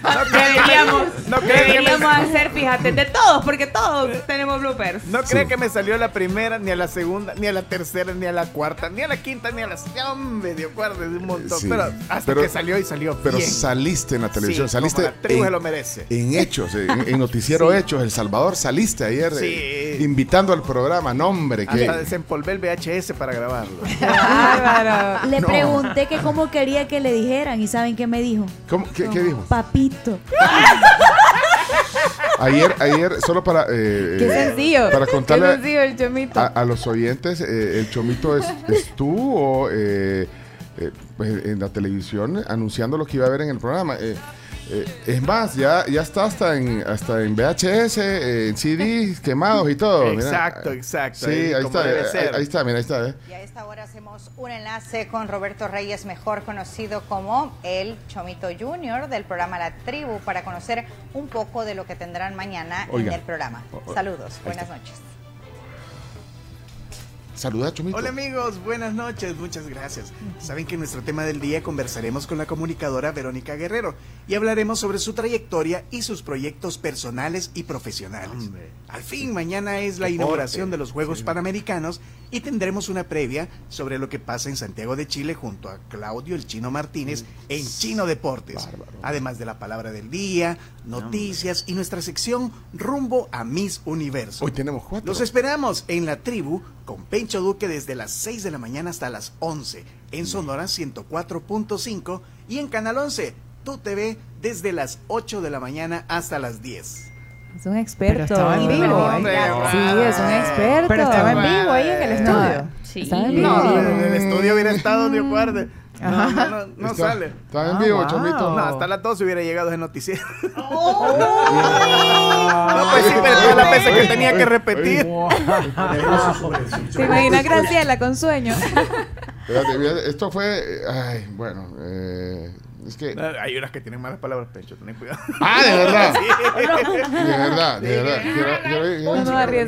S1: No cree que me-
S4: Deberíamos,
S1: no cree que me-
S4: deberíamos hacer, fíjate, de todos, porque todos tenemos bloopers.
S1: No cree que me salió la primera, ni a la segunda, ni a la tercera, ni a la cuarta, ni a la quinta, ni a la ya me dio cuerda de un montón.
S3: Sí,
S1: Pero hasta
S3: pero-
S1: que salió y salió.
S3: Pero
S1: bien.
S3: saliste en la televisión,
S1: Sí,
S3: saliste.
S1: como la tribu
S3: en,
S1: se lo merece.
S3: en hechos, en, en Noticiero Hechos, El Salvador, saliste ayer
S1: Sí.
S3: eh, invitando al programa. Nombre, que.
S1: Hasta desempolvé el VHS para grabarlo.
S9: Ah, Le
S1: No.
S9: pregunté que cómo quería que le dijeran y ¿saben qué me dijo?
S3: ¿Cómo? ¿Qué, qué dijo?
S9: Papito.
S3: Ayer, ayer, solo para. eh,
S5: Qué
S3: eh,
S5: sencillo.
S3: Para
S5: Qué
S3: contarle
S5: sencillo el chomito.
S3: a, a los oyentes, eh, el Chomito es, es tú o. eh, eh, pues, en la televisión anunciando lo que iba a ver en el programa. Eh, eh, es más, ya, ya está hasta en, hasta en VHS, eh, en CDs quemados y todo. mira.
S1: Exacto, exacto.
S3: Sí, ahí,
S1: como
S3: está,
S1: debe
S3: eh, ahí,
S1: ser.
S3: ahí está, mira, ahí está. eh.
S14: Y a esta hora hacemos un enlace con Roberto Reyes, mejor conocido como el Chomito Junior del programa La Tribu, para conocer un poco de lo que tendrán mañana
S3: Oiga.
S14: en el programa.
S3: O- o-
S14: Saludos,
S3: ahí
S14: buenas
S3: está.
S14: noches.
S3: Saluda, Chomito.
S1: Hola amigos, buenas noches, muchas gracias. Saben que en nuestro tema del día conversaremos con la comunicadora Verónica Guerrero y hablaremos sobre su trayectoria y sus proyectos personales y profesionales. Al fin, mañana es la
S16: Deporte.
S1: inauguración de los Juegos Panamericanos y tendremos una previa sobre lo que pasa en Santiago de Chile junto a Claudio el Chino
S3: Mm.
S1: Martínez en Chino Deportes. Además de la palabra del día, noticias y nuestra sección rumbo a Miss Universo.
S3: Hoy tenemos cuatro.
S1: Los esperamos en la tribu con Pencho Duque desde las 6 de la mañana hasta las 11 en
S3: Mm.
S1: Sonora 104.5 y en Canal 11, Tu TV desde las 8 de la mañana hasta las 10.
S5: Es un experto.
S1: estaba en vivo, ¿eh?
S5: Hombre,
S1: Claro.
S5: Sí, es un experto.
S1: Pero estaba en vivo
S5: ahí en el
S3: Eh,
S5: estudio. Estaba en vivo.
S1: No, en el estudio hubiera estado de acuerdo. No, no, no, no
S3: Está-
S1: sale. Ah,
S3: está en vivo,
S1: Wow.
S3: Chomito.
S1: No, hasta las 12 hubiera llegado el noticiero.
S3: No,
S1: pues sí, pero todas las veces que
S3: Oye,
S1: tenía
S3: oye,
S1: que repetir.
S5: ¿Te imaginas Graciela con sueño?
S3: Espérate, mira, esto fue. eh, Ay, bueno. eh, es que.
S1: No, Hay unas que tienen malas palabras, Pencho, ten cuidado.
S3: Ah, de verdad.
S1: Sí.
S3: De verdad, de verdad. Quiero- quiero-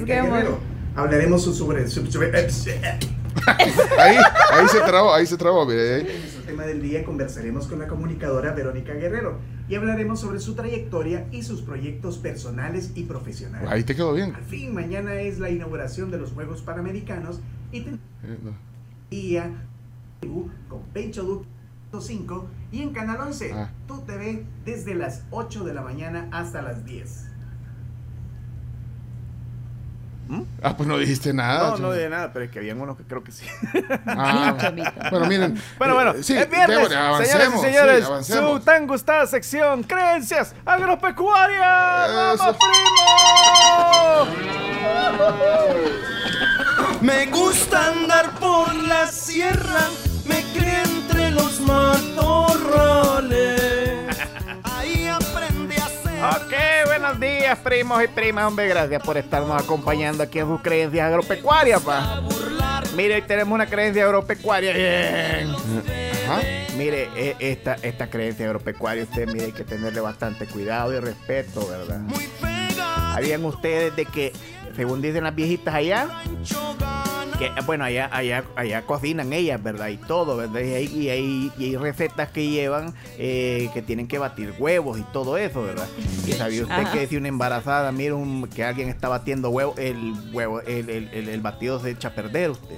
S3: quiero-
S1: Hablaremos sobre. sobre- eh, sobre-
S3: Ahí, ahí se trabó, ahí se trabó. mira, eh. ahí.
S1: el tema del día conversaremos con la comunicadora Verónica Guerrero y hablaremos sobre su trayectoria y sus proyectos personales y profesionales.
S3: Ahí te quedó bien.
S1: Al fin, mañana es la inauguración de los Juegos Panamericanos y
S3: Eh, no.
S1: día con Pencho Duque 5 y en Canal 11,
S3: Ah.
S1: Tu TV desde las 8 de la mañana hasta las 10.
S3: Ah, pues no dijiste nada.
S1: ¿Mm? No, no de nada, pero es que habían unos que creo que sí.
S3: Ah, bueno, miren.
S1: Bueno, bueno,
S3: eh, sí,
S1: es viernes. señoras
S3: Débora,
S1: y
S3: avancemos, sí,
S1: señores,
S3: avancemos.
S1: su tan gustada sección, creencias agropecuarias. ¡Vamos,
S2: Me gusta andar por la sierra, me crié entre los matorrales. Ahí aprendí a
S1: Ok, buenos días, primos y primas. Hombre, gracias por estarnos acompañando aquí en sus creencias agropecuarias, pa. Mire, hoy tenemos una creencia agropecuaria. Bien. Mire, e- esta, esta creencia agropecuaria, usted mire, hay que tenerle bastante cuidado y respeto, ¿verdad? Habían ustedes de que, según dicen las viejitas allá, que, eh, bueno, allá, allá, allá cocinan ellas, ¿verdad? Y todo, ¿verdad? Y hay, y hay, y hay recetas que llevan eh, que tienen que batir huevos y todo eso, ¿verdad? Y sabía usted
S16: Ajá.
S1: que si una embarazada mira un, que alguien está batiendo huevo, el huevo, el, el- el- el batido se echa a perder usted.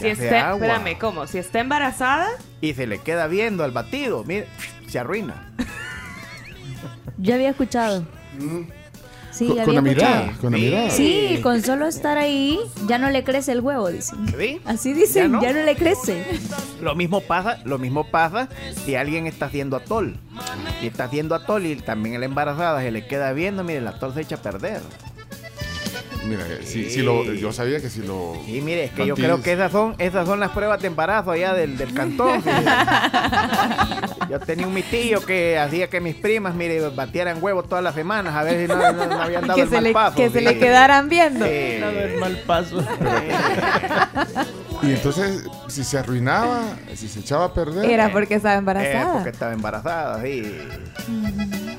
S4: Si
S1: hace
S4: está,
S1: agua.
S4: espérame, ¿cómo? Si está embarazada,
S1: Y se le queda viendo al batido, mire, se arruina.
S9: Yo había escuchado.
S3: Mm.
S9: Sí,
S1: Con-
S9: ya
S1: con la
S9: había escuchado.
S1: mirada, con la mirada.
S9: Sí, con solo estar ahí ya no le crece el huevo, dicen. Así
S1: ¿Ya
S9: dicen,
S1: no?
S9: ya no le crece.
S1: Lo mismo pasa, lo mismo pasa si alguien está haciendo atol. Y está haciendo atol y también la embarazada se le queda viendo, mire, el atol se echa a perder.
S3: Mira, eh, si, si lo, yo sabía que si lo.
S1: Sí, mire, Es que yo creo que esas son, esas son las pruebas de embarazo allá del, del cantón. fíjate. yo tenía un mitillo que hacía que mis primas, mire, batieran huevos todas las semanas a ver si no, no- no habían dado
S5: Que
S1: el
S5: se,
S1: mal
S5: le,
S1: paso.
S5: que se
S1: sí.
S5: le quedaran viendo.
S1: Sí.
S6: mal paso.
S3: Y entonces, si se arruinaba, si se echaba a perder.
S5: Era porque estaba
S1: Eh,
S5: embarazada.
S1: porque estaba embarazada, sí.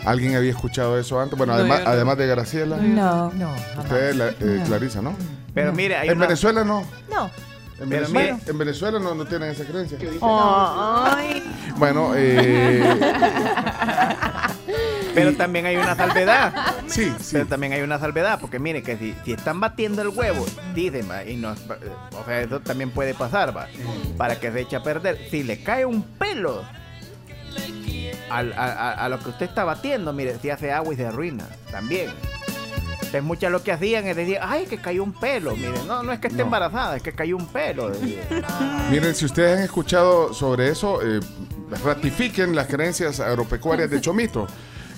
S3: ¿Alguien había escuchado eso antes? Bueno,
S1: No,
S3: además,
S1: yo no.
S3: además de Graciela.
S5: No.
S12: No.
S3: Usted, la- eh, Clarisa, ¿no?
S1: Pero mire, hay
S3: En
S1: una-
S3: Venezuela no.
S12: No.
S3: En
S1: Pero
S3: Venezuela, en Venezuela no, no tienen esa creencia.
S12: Oh.
S2: Ay.
S3: Bueno, eh,
S1: Pero también hay una salvedad. Sí, sí. Pero también hay una salvedad, porque mire que si, si están batiendo el huevo, dicen, va, y no, eh, o sea, eso también puede pasar, va, para que se eche a perder. Si le cae un pelo al- a, a- a lo que usted está batiendo, mire, si hace agua y se arruina, también. Entonces muchas lo que hacían es decir, ay, que cayó un pelo, mire, no, no es que esté embarazada, es que cayó un pelo. decía.
S3: miren, si ustedes han escuchado sobre eso, eh, ratifiquen las creencias agropecuarias de Chomito.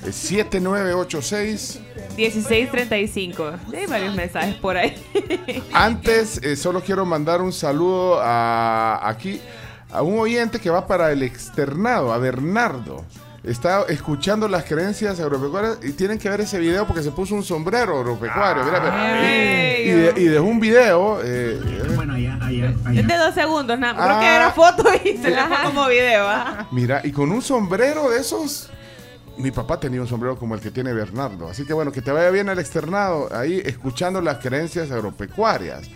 S3: Eh, 7986.
S4: 1635. Sí, Hay varios mensajes por ahí.
S3: Antes, eh, solo quiero mandar un saludo a aquí a un oyente que va para el externado, a Bernardo. Está escuchando las creencias agropecuarias y tienen que ver ese video porque se puso un sombrero agropecuario. mira, mira. y, de- y dejó un video. eh, bueno,
S4: Es de dos segundos, nada. más. Creo
S3: Ah.
S4: que era foto y se la fue como video. ¿ah?
S3: Mira, y con un sombrero de esos. Mi papá tenía un sombrero como el que tiene Bernardo. Así que bueno, que te vaya bien al externado, ahí escuchando las creencias agropecuarias.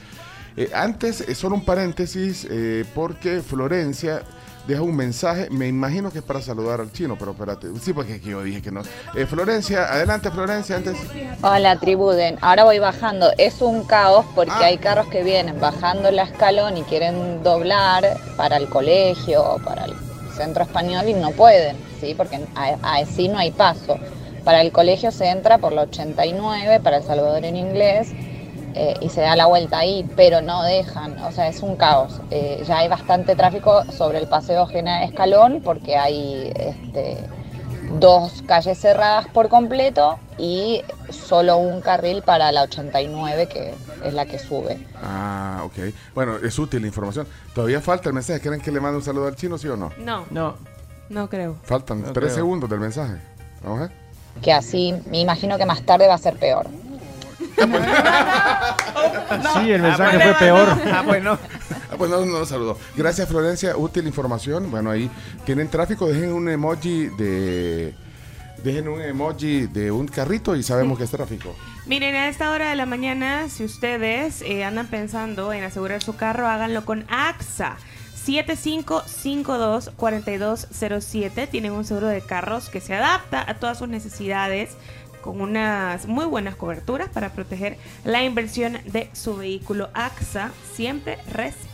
S3: Eh, antes, eh, solo un paréntesis, eh, porque Florencia deja un mensaje, me imagino que es para saludar al chino, pero espérate, sí, porque es que yo dije que no. Eh, Florencia, adelante Florencia, antes.
S17: Hola Tribuden, ahora voy bajando. Es un caos porque hay carros que vienen bajando el escalón y quieren doblar para el colegio o para el centro español y no pueden, ¿sí? porque a- así no hay paso. Para el colegio se entra por la 89, para El Salvador en inglés, eh, y se da la vuelta ahí, pero no dejan, o sea, es un caos. Eh, ya hay bastante tráfico sobre el paseo Gena Escalón porque hay este, dos calles cerradas por completo y solo un carril para la 89 que es la que sube.
S3: Ah, ok. Bueno, es útil la información. Todavía falta el mensaje, ¿quieren que le mande un saludo al chino, sí o no?
S4: No.
S6: No.
S4: No creo.
S3: Faltan
S6: No
S3: tres
S6: creo.
S3: segundos del mensaje. Vamos a ver.
S17: Que así me imagino que más tarde va a ser peor.
S6: Sí, el mensaje fue peor.
S1: Ah, bueno.
S3: Ah, pues no, no lo saludó. Gracias, Florencia. Útil información. Bueno, ahí tienen tráfico. Dejen un emoji de. Dejen un emoji de un carrito y sabemos que es tráfico.
S4: Miren, a esta hora de la mañana, si ustedes eh, andan pensando en asegurar su carro, háganlo con AXA. 7552-4207. Tienen un seguro de carros que se adapta a todas sus necesidades con unas muy buenas coberturas para proteger la inversión de su vehículo. AXA siempre responde.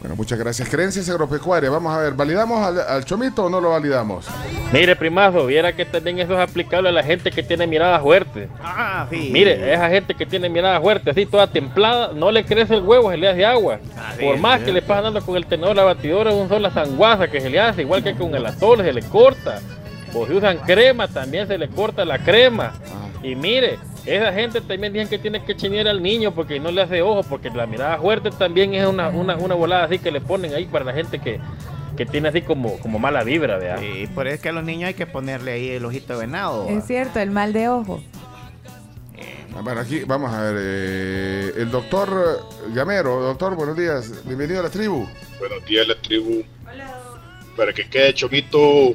S3: Bueno, muchas gracias. Creencias agropecuarias. Vamos a ver, ¿validamos al, al chomito o no lo validamos?
S16: Mire, primazo, viera que también eso es aplicable a la gente que tiene mirada fuerte.
S2: Ah, sí.
S16: Mire, esa gente que tiene mirada fuerte, así toda templada, no le crece el huevo, se le hace agua.
S1: Ah,
S2: Así
S16: Por
S2: es,
S16: más
S2: sí.
S16: que le pasa andando con el tenedor, la batidora, un sola sanguaza que se le hace, igual que con el atole, se le corta. O si usan crema, también se le corta la crema.
S1: Ah.
S16: Y mire, esa gente también dicen que tiene que chinear al niño porque no le hace ojo, porque la mirada fuerte también es una, una, una volada así que le ponen ahí para la gente que, que tiene así como, como mala vibra, ¿verdad?
S1: Y por eso es que a los niños hay que ponerle ahí el ojito de venado.
S5: Es cierto, el mal de ojo.
S3: Ah, Bueno, aquí vamos a ver. eh, el doctor Gamero, doctor, buenos días. Bienvenido a la tribu.
S18: Buenos días, la tribu. Para que quede chomito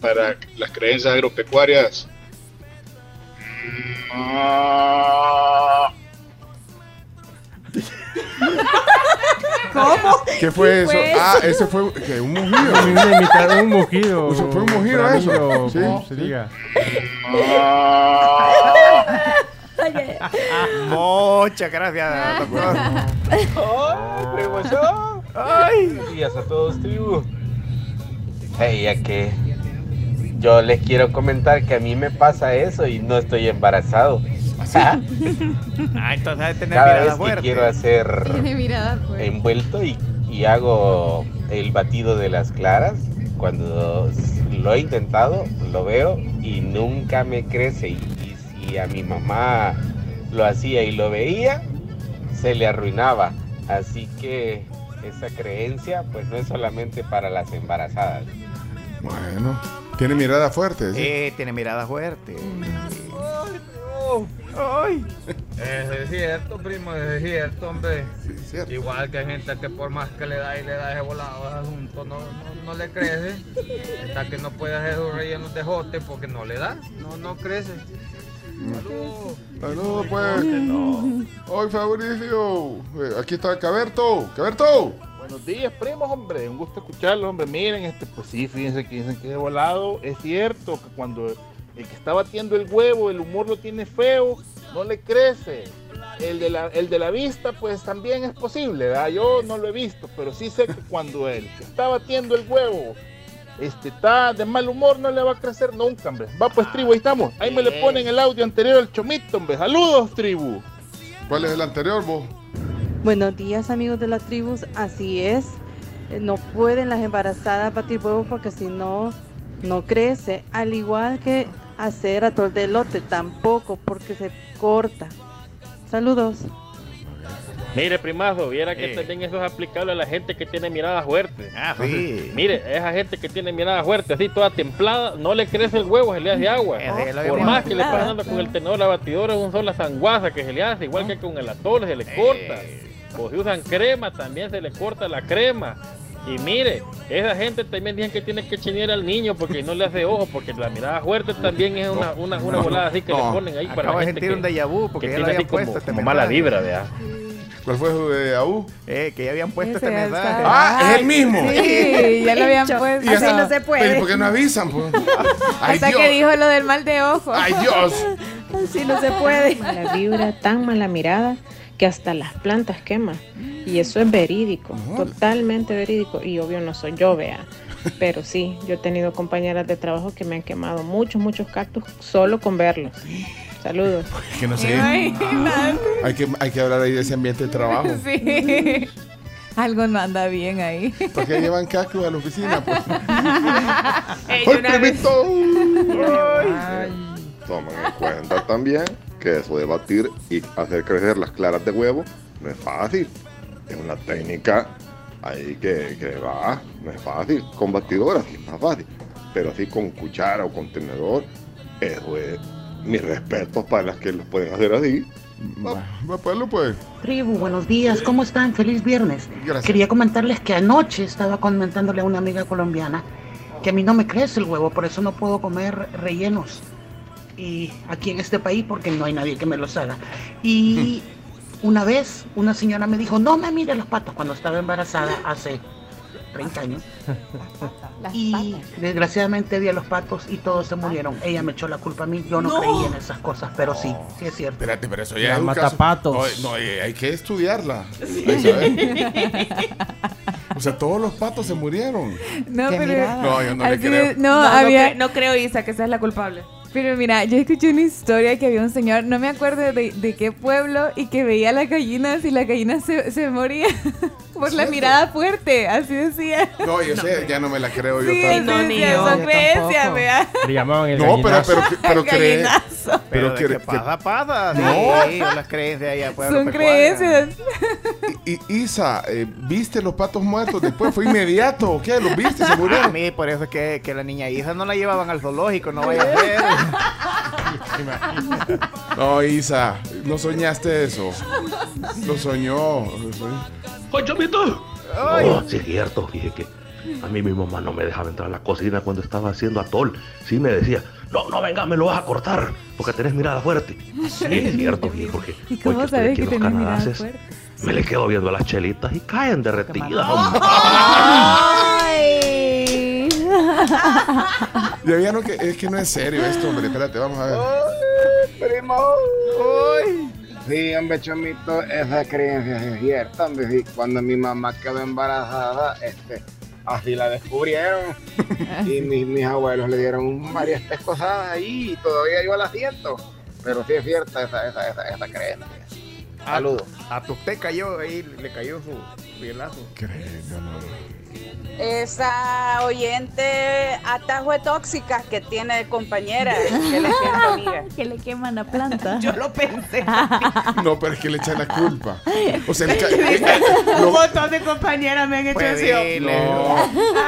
S18: para las creencias agropecuarias.
S2: ¿Cómo?
S3: ¿Qué fue eso? Ah, ese fue ¿qué? un mugido.
S19: Una imita- un mugido.
S3: Eso fue un mugido
S19: para
S3: eso.
S19: mí,
S3: Sí,
S19: como
S3: sí.
S19: se diga.
S1: Muchas gracias, doctor.
S10: ¡Ay! Buenos días a todos, tribu. Hey, ya que yo les quiero comentar que a mí me pasa eso y no estoy embarazado.
S1: Ah, entonces ha de tener
S10: Cada
S1: mirada
S10: vez que
S1: fuerte.
S10: quiero hacer
S20: Tiene mirada fuerte.
S10: envuelto y, y hago el batido de las claras, cuando lo he intentado, lo veo y nunca me crece. Y, y si a mi mamá lo hacía y lo veía, se le arruinaba. Así que esa creencia pues no es solamente para las embarazadas.
S3: Bueno, tiene mirada fuerte. sí.
S1: Eh, tiene mirada fuerte.
S8: Eso es cierto, primo, eso es cierto, hombre. Igual que hay gente que por más que le da y le da ese volado ese asunto, no, no, no le crece. Hasta que no puede hacer un relleno de jote porque no le da, no, no crece. Saludos.
S3: Saludos, pues. Hoy, Fabricio. Eh, Aquí está Caberto. Caberto.
S21: Buenos días, primos, hombre. Un gusto escucharlo, hombre. Miren, este, pues sí, fíjense que dicen que de volado. Es cierto que cuando el que está batiendo el huevo, el humor lo tiene feo, no le crece. El de la, el de la vista, pues también es posible, ¿verdad? Yo no lo he visto, pero sí sé que cuando el que está batiendo el huevo este, está de mal humor, no le va a crecer nunca, hombre. Va, pues, tribu, ahí estamos. Ahí me
S5: Eh.
S21: le ponen el audio anterior al chomito, hombre. Saludos, tribu.
S3: ¿Cuál es el anterior, vos?
S22: Buenos días amigos de las tribus, así es. Eh, No pueden las embarazadas batir huevos porque si no, no crece. Al igual que hacer atol de lote, tampoco porque se corta. Saludos.
S16: Mire, primazo, viera que también eso es aplicable a la gente que tiene mirada fuerte.
S1: Ah, sí.
S16: Mire, esa gente que tiene mirada fuerte, así toda templada, no le crece el huevo, se le hace agua.
S1: Eh, que lo
S16: Por
S1: habíamos
S16: más que le pasa
S1: hablado,
S16: andando con el tenedor, la batidora, un sola sanguaza que se le hace, igual que con el atole, se le corta. O si usan crema, también se le corta la crema. Y mire, esa gente también dicen que tiene que chinear al niño porque no le hace ojo, porque la mirada fuerte también es una, una, una
S1: No,
S16: volada así que
S1: no.
S16: le ponen ahí para
S1: Acabo
S16: la
S1: de
S16: gente
S1: sentir un
S16: que-
S1: déjà vu porque
S16: que
S1: ya lo
S16: tiene así
S1: habían
S16: como,
S1: puesto este
S16: como mala
S1: mensaje.
S16: vibra, ¿verdad?
S3: ¿Cuál fue su de AU?
S1: Eh, que ya habían puesto este
S3: Ese ya
S1: mensaje.
S3: estaba. Ah, es el mismo.
S5: Sí, ya lo habían
S3: Dicho.
S5: puesto.
S3: Y hasta- Pero, ¿y por qué no avisan? pues? Ay,
S5: Hasta
S3: Dios.
S5: que dijo lo del mal de ojo.
S3: Ay, Dios.
S5: Así no se puede.
S4: Mala vibra, tan mala mirada que hasta las plantas quema. Y eso es verídico, totalmente verídico. Y obvio no soy yo, vea. Pero sí, yo he tenido compañeras de trabajo que me han quemado muchos, muchos cactus solo con verlos. Saludos.
S3: Que no sé. Hay que, hay que hablar ahí de ese ambiente de trabajo.
S5: Sí. Algo no anda bien ahí.
S3: ¿Por qué llevan cactus a la oficina? Pues?
S5: Ey,
S3: ¡Ay,
S5: una vez-
S3: primito!
S23: Tomen en cuenta también que eso de batir y hacer crecer las claras de huevo no es fácil. Es una técnica ahí que, que va, no es fácil. Con batidoras sí es más fácil, pero así con cuchara o con tenedor, eso es mis respetos para las que los pueden hacer así.
S3: Va pa' lo, pues.
S24: Tribu, buenos días, ¿cómo están? Feliz viernes.
S3: Gracias.
S24: Quería comentarles que anoche estaba comentándole a una amiga colombiana que a mí no me crece el huevo, por eso no puedo comer rellenos y aquí en este país porque no hay nadie que me los haga. Y una vez una señora me dijo, no me mire los patos cuando estaba embarazada hace 30 años. y desgraciadamente vi a los patos y todos se murieron. Ella me echó la culpa a mí. Yo no,
S3: No.
S24: creía en esas cosas, pero sí, sí es cierto.
S3: Espérate, pero eso ya
S6: La
S3: es un
S6: mata
S3: caso-
S6: patos.
S3: No, no, eh, hay que estudiarla. Hay que ver. o sea, todos los patos se murieron.
S5: No,
S3: Qué
S5: pero.
S3: mirada. No, yo no le
S5: Así
S3: creo.
S5: es, No,
S4: No, no
S5: había.
S4: cre- no creo, Isa, que seas la culpable.
S5: Pero mira, yo escuché una historia que había un señor, no me acuerdo de, de qué pueblo, y que veía las gallinas y las gallinas se, se morían por la
S3: ¿Cierto?
S5: mirada fuerte, así decía.
S3: No, yo sé, ya no me la creo yo
S5: Sí,
S3: tanto.
S5: sí, sí, son creencias, vea.
S6: Le llamaban el
S3: No, pero,
S6: gallinazo.
S3: pero, pero cree.
S5: Gallinazo.
S3: Pero
S1: Pero
S3: que,
S1: de que pasa, pasa.
S3: No.
S1: Sí, las creencias allá. pues,
S5: Son
S1: agropecuarias.
S5: creencias.
S3: I- I- Isa, eh, ¿viste los patos muertos después? ¿Fue inmediato o qué? ¿Los viste? ¿Se
S1: A
S3: murieron?
S1: mí, por eso es que, que la niña Isa no la llevaban al zoológico, no vaya a ser.
S3: No, Isa, no soñaste eso. Lo soñó. lo soñó.
S18: No, Oh, sí es cierto, fíjate que a mí mi mamá no me dejaba entrar a la cocina cuando estaba haciendo atol. Sí me decía, no, no vengas, me lo vas a cortar, porque tenés mirada fuerte. Sí es cierto, fíjate, porque
S5: ¿Y
S18: hoy que
S5: cómo
S18: estoy
S5: sabes
S18: aquí
S5: que
S18: en los
S5: tenés mirada
S18: canadaces,
S5: fuerte?
S18: me le quedo viendo a las chelitas y caen derretidas. hombre.
S5: ¡Ay!
S3: Ya vieron que es que no es serio esto, hombre. Espérate, vamos a ver.
S25: Primo. Uy. Sí, hombre, chomito, esa creencia sí es cierta, hombre. sí. Cuando mi mamá quedó embarazada, este, así la descubrieron. y mis, mis abuelos le dieron varias pescosadas ahí y todavía yo la siento. Pero sí es cierta esa, esa, esa, esa creencia. Saludos.
S1: A tu usted cayó ahí, le cayó su bielazo.
S9: Esa oyente atajo de tóxicas que tiene compañera. que le siento, amiga.
S26: que le queman la planta.
S9: Yo lo pensé.
S3: No, pero es que le echan la culpa. O sea, el ca-
S4: Un montón de compañeras me han hecho
S3: Pues
S4: así.
S3: No.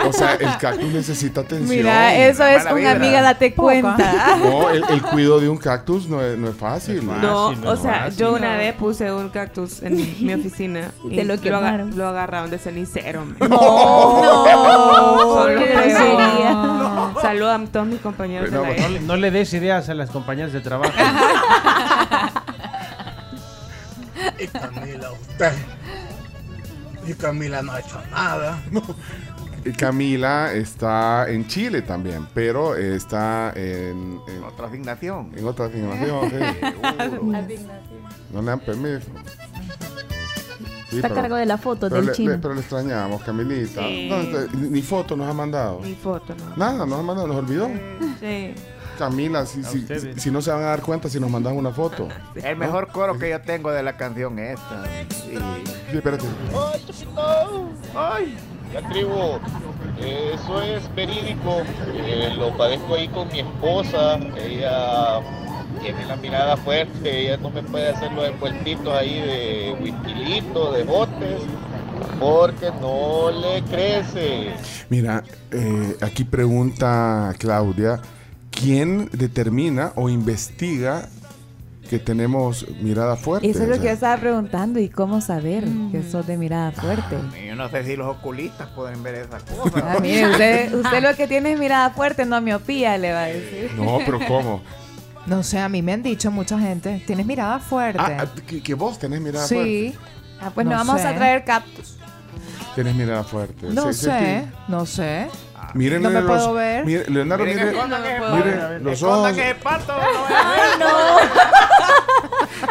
S3: O sea, el cactus necesita atención.
S4: eh.
S5: Mira, eso es
S3: Mala
S5: una
S3: vibra.
S5: amiga, date cuenta.
S3: No, el, el cuido de un cactus no es, no es fácil.
S4: No, o sea, yo una vez puse un cactus en mi oficina
S5: Y
S4: y
S5: te lo
S4: lo, aga-
S5: quemaron.
S4: lo agarraron de cenicero. hombre.
S5: No.
S4: Son los
S5: Qué
S4: peores.
S5: grosería.
S4: Saluda a todos mis compañeros de
S6: No, pues,
S4: la
S3: pues,
S6: no le- no le des ideas a las compañeras de trabajo.
S25: Y Camila, usted. Y Camila no ha hecho nada.
S3: Y Camila está en Chile también, pero eh, está en,
S1: otra asignación.
S3: En otra asignación, sí. No le han permiso. Sí,
S26: Está a cargo de la foto
S3: pero
S26: del
S3: le-
S26: chino.
S3: le- pero le extrañamos, Camilita.
S26: Sí.
S3: No, no, ni- ni foto nos ha mandado.
S4: Ni foto, no.
S3: Nada, nos ha mandado, nos olvidó.
S4: Sí.
S3: Camila, si, si- si no se van a dar cuenta, si nos mandan una foto.
S1: El mejor coro que yo tengo de la canción esta. Sí.
S3: Sí, espérate.
S27: ¡Ay!
S10: La tribu, eh, eso es verídico. Eh, lo padezco ahí con mi esposa. Ella tiene la mirada fuerte. Ella no me puede hacer los envueltitos ahí de whiskilitos, de botes, porque no le crece.
S3: Mira, eh, aquí pregunta Claudia, ¿quién determina o investiga que tenemos mirada fuerte?
S5: Eso es
S3: O
S5: lo
S3: sea,
S5: que yo estaba preguntando, ¿y cómo saber que sos de mirada fuerte?
S1: Yo no sé si los oculistas pueden ver esas cosas.
S5: Ah, mire, usted, usted lo que tiene es mirada fuerte, no miopía, le va a decir.
S3: No, pero ¿cómo?
S13: No sé, a mí me han dicho mucha gente, tienes mirada fuerte.
S3: Ah, ah, que, que vos tenés mirada
S13: sí.
S5: Ah, pues nos vamos a traer cactus.
S3: fuerte. Tenés mirada fuerte.
S13: No
S3: Sí, sí,
S13: sé,
S3: sí.
S13: no sé.
S3: Mírenle
S13: no me
S3: los-
S13: puedo ver.
S3: mire- Leonardo,
S13: Miren,
S3: mire,
S13: esconda que-
S3: mire los ojos.
S1: que es pato.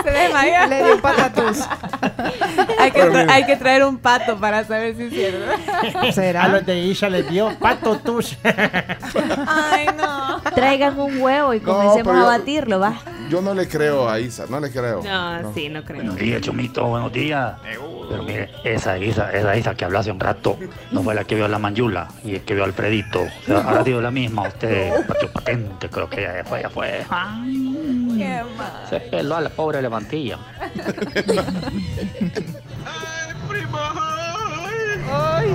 S5: Se desmaya.
S13: Le dio patatús.
S5: eh, hay, que
S6: Pero
S5: tra-
S6: mira.
S5: hay que traer un pato para saber si es cierto.
S6: A los de Isha les dio pato tush.
S5: Ay, no.
S26: Traigan un huevo y
S3: No,
S26: comencemos
S3: pero yo-
S26: a batirlo, va.
S3: Yo no le creo a Isa, no le creo.
S4: No, sí, no creo.
S18: Buenos días, Chomito, buenos días. Pero mire, esa Isa, esa Isa que habló hace un rato, no fue la que vio a la Manjula y el que vio a Alfredito. O sea, Ahora digo la misma, usted, patio patente, creo que ya fue, ya fue.
S5: Qué mal.
S18: Se peló a la pobre levantilla.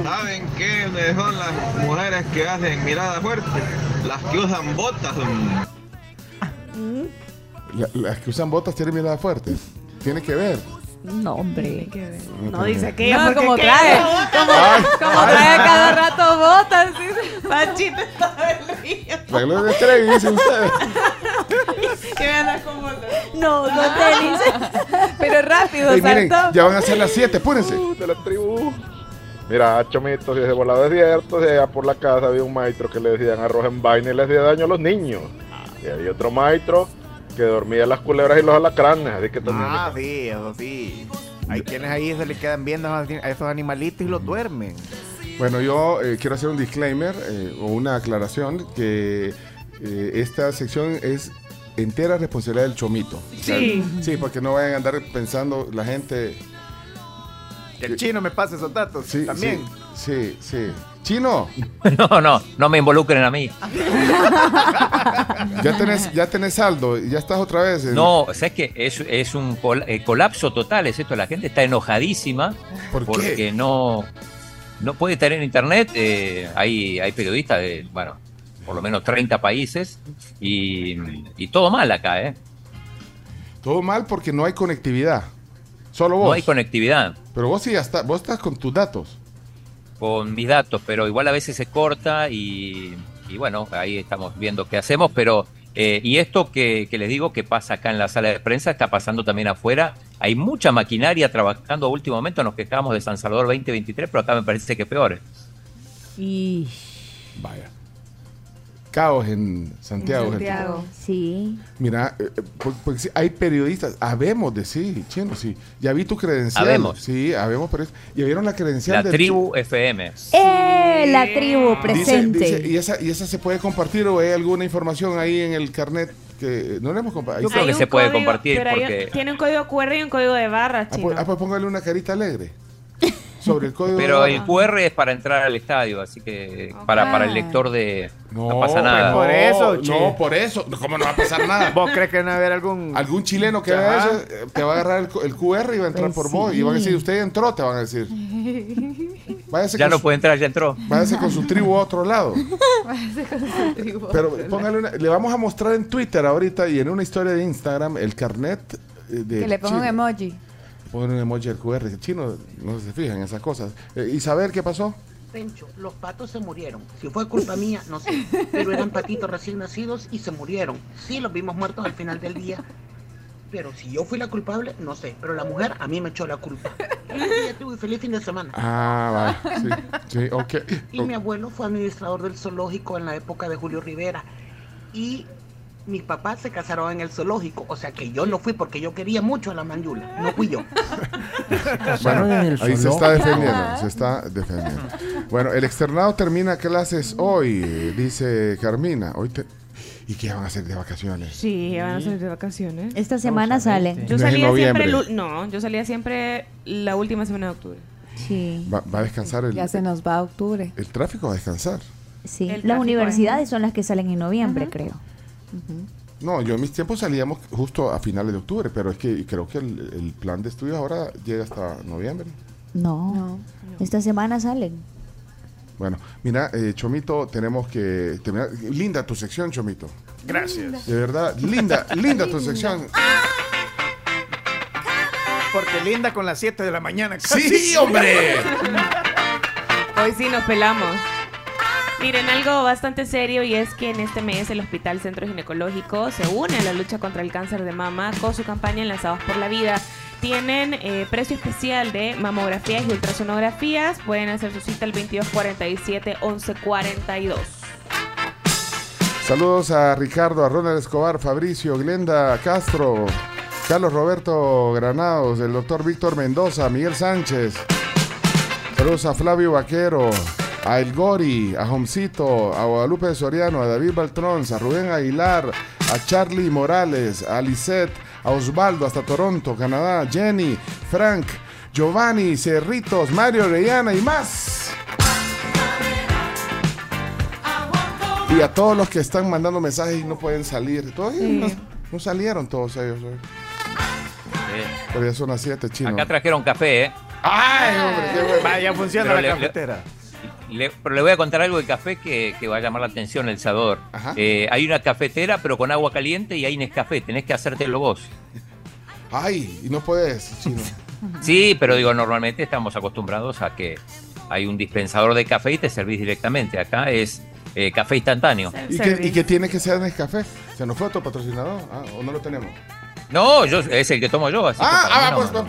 S2: ¿Saben qué son las mujeres que hacen mirada fuerte? Las que usan botas.
S4: Mm.
S3: La- las que usan botas tienen mirada fuerte. Tiene que ver.
S26: No, hombre.
S3: No dice
S26: que
S5: No, como trae, como, como trae cada rato botas. ¿sí?
S4: Panchito estaba el río.
S3: La Gloria Trevi, dicen ustedes.
S4: Que me andas con botas.
S26: No, no tenis.
S5: Pero rápido,
S3: Ey, miren,
S5: saltó.
S3: ya van a ser las 7, apúrense.
S27: De la tribu.
S1: Mira, Chomito, si ese volado es cierto, si allá por la casa había un maestro que le decían arroz en vaina y le hacía daño a los niños. Y había otro maestro que dormía las culebras y los alacranes, así que también...
S28: Ah,
S3: pues.
S28: sí, eso sí. Hay quienes ahí se le quedan viendo a a esos animalitos y los duermen.
S3: Bueno, yo eh, quiero hacer un disclaimer eh, o una aclaración que eh, esta sección es entera responsabilidad del chomito.
S28: Sí.
S3: Sí, porque no vayan a andar pensando la gente.
S28: Que el chino me pase esos datos
S3: Sí,
S28: también.
S3: Sí, sí. sí. Chino,
S7: No, no, no me involucren a mí.
S3: Ah, ya tenés, ya tenés saldo, ya estás otra vez. en-
S7: No, sabes que es, es un col- eh, colapso total, es esto. La gente está enojadísima porque no, no puede estar en internet. eh, hay, hay periodistas de, bueno, por lo menos 30 países y, y todo mal acá, ¿eh?
S3: Todo mal porque no hay conectividad. Solo vos.
S7: No hay conectividad.
S3: Pero vos sí ya está- vos estás con tus datos.
S7: con mis datos, pero igual a veces se corta y, y bueno, ahí estamos viendo qué hacemos, pero eh, y esto que, que les digo que pasa acá en la sala de prensa está pasando también afuera. Hay mucha maquinaria trabajando a último momento, nos quejamos de San Salvador 2023, pero acá me parece que peor.
S3: Y vaya. Caos en Santiago. gente.
S9: Sí.
S3: Mira, eh, eh, por- porque sí, hay periodistas, habemos de sí, chino, sí. Ya vi tu credencial.
S7: Habemos.
S3: Sí, habemos, pero es- ya vieron la credencial
S7: La
S3: del
S7: tribu FM.
S9: ¡Eh! La tribu
S3: Dice-
S9: presente.
S3: dice- ¿y, esa, ¿Y esa se puede compartir o hay alguna información ahí en el carnet que no le hemos
S7: Yo
S3: compartido?
S7: creo Hay que un se puede código, compartir
S4: Pero hay un- tiene un código QR y un código de barras,
S3: Ah,
S4: chino.
S3: pues, ah, pues póngale una carita alegre. Sobre el código.
S7: Pero
S3: de
S7: el QR es para entrar al estadio, así que para, para el lector de no, pasa nada.
S3: pues
S28: Por eso, che.
S3: no, por eso. ¿Cómo no va a pasar nada?
S28: ¿Vos crees que no va a haber algún...
S3: Algún chileno que
S28: Ajá.
S3: vea eso eh, te va a agarrar el, cu- el QR y va a entrar
S28: Pues
S3: por vos.
S28: sí.
S3: Y van a decir, usted entró, te van a decir. Váyase
S7: Ya
S3: con
S7: no
S3: su-
S7: puede entrar, ya entró.
S3: Váyase con su tribu a otro lado. Pero póngale una- le vamos a mostrar en Twitter ahorita y en una historia de Instagram el carnet eh, de
S5: Que le ponga un
S3: Chile.
S5: emoji.
S3: Ponen un emoji al QR. El chino no se fijan en esas cosas. Eh, Isabel, ¿qué pasó?
S24: Pencho, los patos se murieron. Si fue culpa mía, no sé. Pero eran patitos recién nacidos y se murieron. Sí, los vimos muertos al final del día. Pero si yo fui la culpable, no sé. Pero la mujer a mí me echó la culpa. Y ya tuve feliz fin de semana.
S3: Ah, va. Sí, sí, ok.
S24: Y mi abuelo fue administrador del zoológico en la época de Julio Rivera. Y mis papás se casaron en el zoológico. O sea que yo no fui porque yo quería mucho a la mandula. No fui yo.
S3: Bueno,
S6: en el
S3: ahí se
S6: zoológico.
S3: está defendiendo, se está defendiendo. Bueno, el externado termina clases hoy, dice Carmina. Hoy te- ¿Y qué van a hacer de vacaciones?
S4: Sí, ya van a salir de vacaciones.
S9: Esta semana sale.
S4: Yo
S3: No es en
S4: salía siempre el
S3: noviembre.
S4: ul- no, yo salía siempre la última semana de octubre.
S9: Sí.
S3: Va, va a descansar el,
S5: Ya se nos va octubre.
S3: el tráfico, va a descansar.
S9: Sí.
S5: El
S9: Las
S5: tráfico,
S9: universidades son las que salen en noviembre, creo.
S3: No, yo en mis tiempos salíamos justo a finales de octubre, pero es que creo que el, el plan de estudios ahora llega hasta noviembre.
S9: No. Esta semana salen.
S3: Bueno, mira, eh, Chomito, tenemos que terminar. Linda tu sección, Chomito.
S28: Gracias.
S3: De verdad, linda, linda tu sección.
S28: Porque linda con las 7 de la mañana.
S3: Sí, hombre.
S4: Hoy sí nos pelamos. Miren, algo bastante serio y es que en este mes el Hospital Centro Ginecológico se une a la lucha contra el cáncer de mama con su campaña Enlazados por la Vida. Tienen eh, precio especial de mamografías y ultrasonografías. Pueden hacer su cita al 2247-1142.
S3: Saludos a Ricardo, a Ronald Escobar, Fabricio, Glenda Castro, Carlos Roberto Granados, el doctor Víctor Mendoza, Miguel Sánchez. Saludos a Flavio Vaquero, a El Gori, a Jomcito, a Guadalupe Soriano, a David Baltrons, a Rubén Aguilar, a Charlie Morales, a Lisette, a Osvaldo hasta Toronto, Canadá, Jenny, Frank, Giovanni, Cerritos, Mario Orellana y más. Y a todos los que están mandando mensajes y no pueden salir. Todavía
S7: Sí.
S3: no, no salieron todos ellos. hoy. Pero ya son las 7, chino.
S7: Acá trajeron café, ¿eh?
S3: ¡Ay, hombre! Qué bueno.
S28: Vaya, funciona
S7: Pero
S28: la
S7: le-
S28: cafetera.
S7: Le- pero le voy a contar algo del café que, que va a llamar la atención el sabor. Eh, hay una cafetera, pero con agua caliente y hay Nescafé. Tenés que hacértelo vos.
S3: Ay, y no puedes, chino.
S7: Sí, pero digo, normalmente estamos acostumbrados a que hay un dispensador de café y te servís directamente. Acá es eh, café instantáneo.
S3: ¿Y, que, y que tiene que ser Nescafé. Se nos fue otro patrocinador. Ah, o no lo tenemos.
S7: No, yo, es el que tomo yo. Así que
S3: Ah,
S7: para mí no-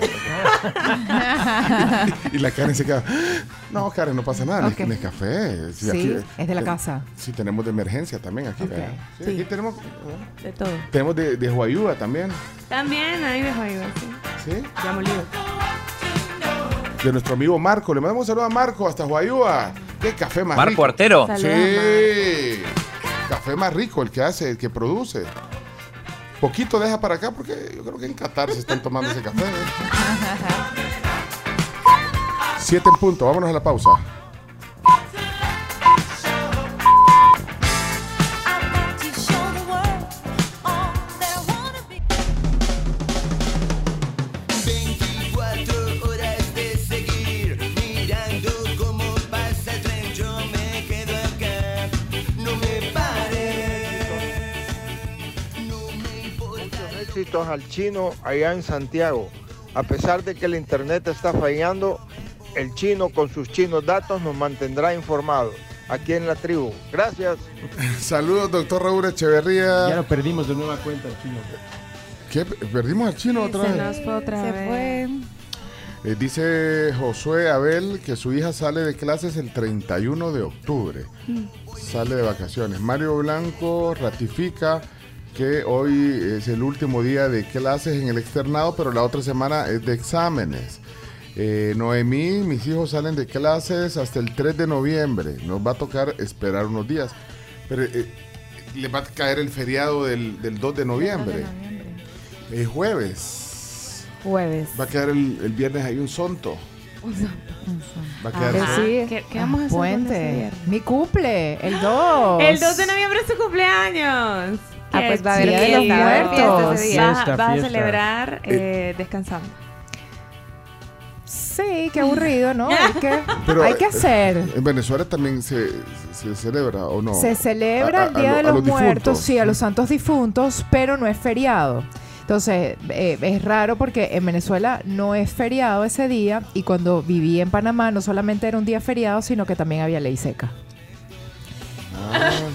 S6: Ah,
S3: Y la Karen se queda. "Ah, No, Karen, no pasa nada.
S12: Ok.
S3: Ni, ni café.
S12: Sí, es de la casa.
S3: Sí, tenemos de emergencia también aquí. vea. Sí, aquí tenemos.
S4: De todo.
S3: Tenemos de, de Huayuda también.
S4: También ahí dejo ahí.
S3: ¿Sí?
S4: Ya molido.
S3: De nuestro amigo Marco. Le mandamos un saludo a Marco hasta Huayuda. Qué café más
S7: Marco
S3: rico.
S7: Artero.
S3: Sí. Café más rico, el que hace, el que produce. Poquito deja para acá porque yo creo que en Qatar se están tomando ese café. ¿eh? Siete en punto, vámonos a la pausa.
S2: horas de seguir mirando cómo pasa el tren. Yo me quedo acá, no me pare.
S29: Muchos éxitos al chino allá en Santiago. A pesar de que el internet está fallando, el chino con sus chinos datos nos mantendrá informados aquí en la tribu. Gracias.
S3: Saludos, doctor Raúl Echeverría.
S6: Ya lo perdimos de nueva cuenta, el chino.
S3: ¿Qué? ¿Perdimos al chino otra vez?
S4: se fue.
S3: Eh, dice Josué Abel que su hija sale de clases el 31 de octubre. Sale de vacaciones. Mario Blanco ratifica que hoy es el último día de clases en el externado, pero la otra semana es de exámenes. Eh, Noemí, mis hijos salen de clases hasta el 3 de noviembre. Nos va a tocar esperar unos días. Pero eh, le va a caer el feriado del, del 2 de noviembre. Es jueves.
S5: Jueves.
S3: Va a quedar el, el viernes ahí un sonto. Va a quedar
S12: Ah, sí.
S4: ¿Qué- qué vamos a hacer con ese
S12: Puente.
S4: viernes?
S12: Mi cumple, el 2.
S4: El 2 de noviembre es tu cumpleaños.
S12: Ah,
S4: Qué
S12: pues va a haber
S4: chido.
S12: Día de los
S4: Va a haber
S12: Muertos.
S4: fiesta ese día.
S12: Fiesta,
S4: Vas a
S12: fiesta.
S4: celebrar eh, descansando.
S12: Sí, qué aburrido, ¿no? Hay que,
S3: Pero,
S12: hay que
S3: eh,
S12: hacer.
S3: En Venezuela también se, se celebra o no.
S12: Se celebra
S3: A- a-
S12: el
S3: a
S12: Día
S3: lo-
S12: de
S3: a
S12: los,
S3: difuntos. Mm.
S12: Muertos, sí, a los santos difuntos, pero no es feriado. Entonces, eh, es raro porque en Venezuela no es feriado ese día y cuando viví en Panamá no solamente era un día feriado, sino que también había ley seca.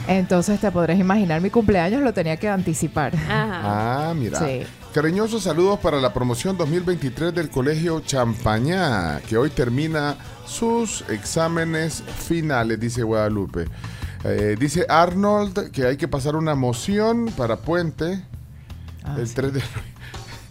S12: Entonces, te podrás imaginar, mi cumpleaños lo tenía que anticipar.
S3: Ah, mira.
S12: Sí.
S3: Cariñosos saludos para la promoción 2023 del Colegio Champañá, que hoy termina sus exámenes finales, dice Guadalupe. Eh, dice Arnold que hay que pasar una moción para Puente el 3 de
S12: Ah,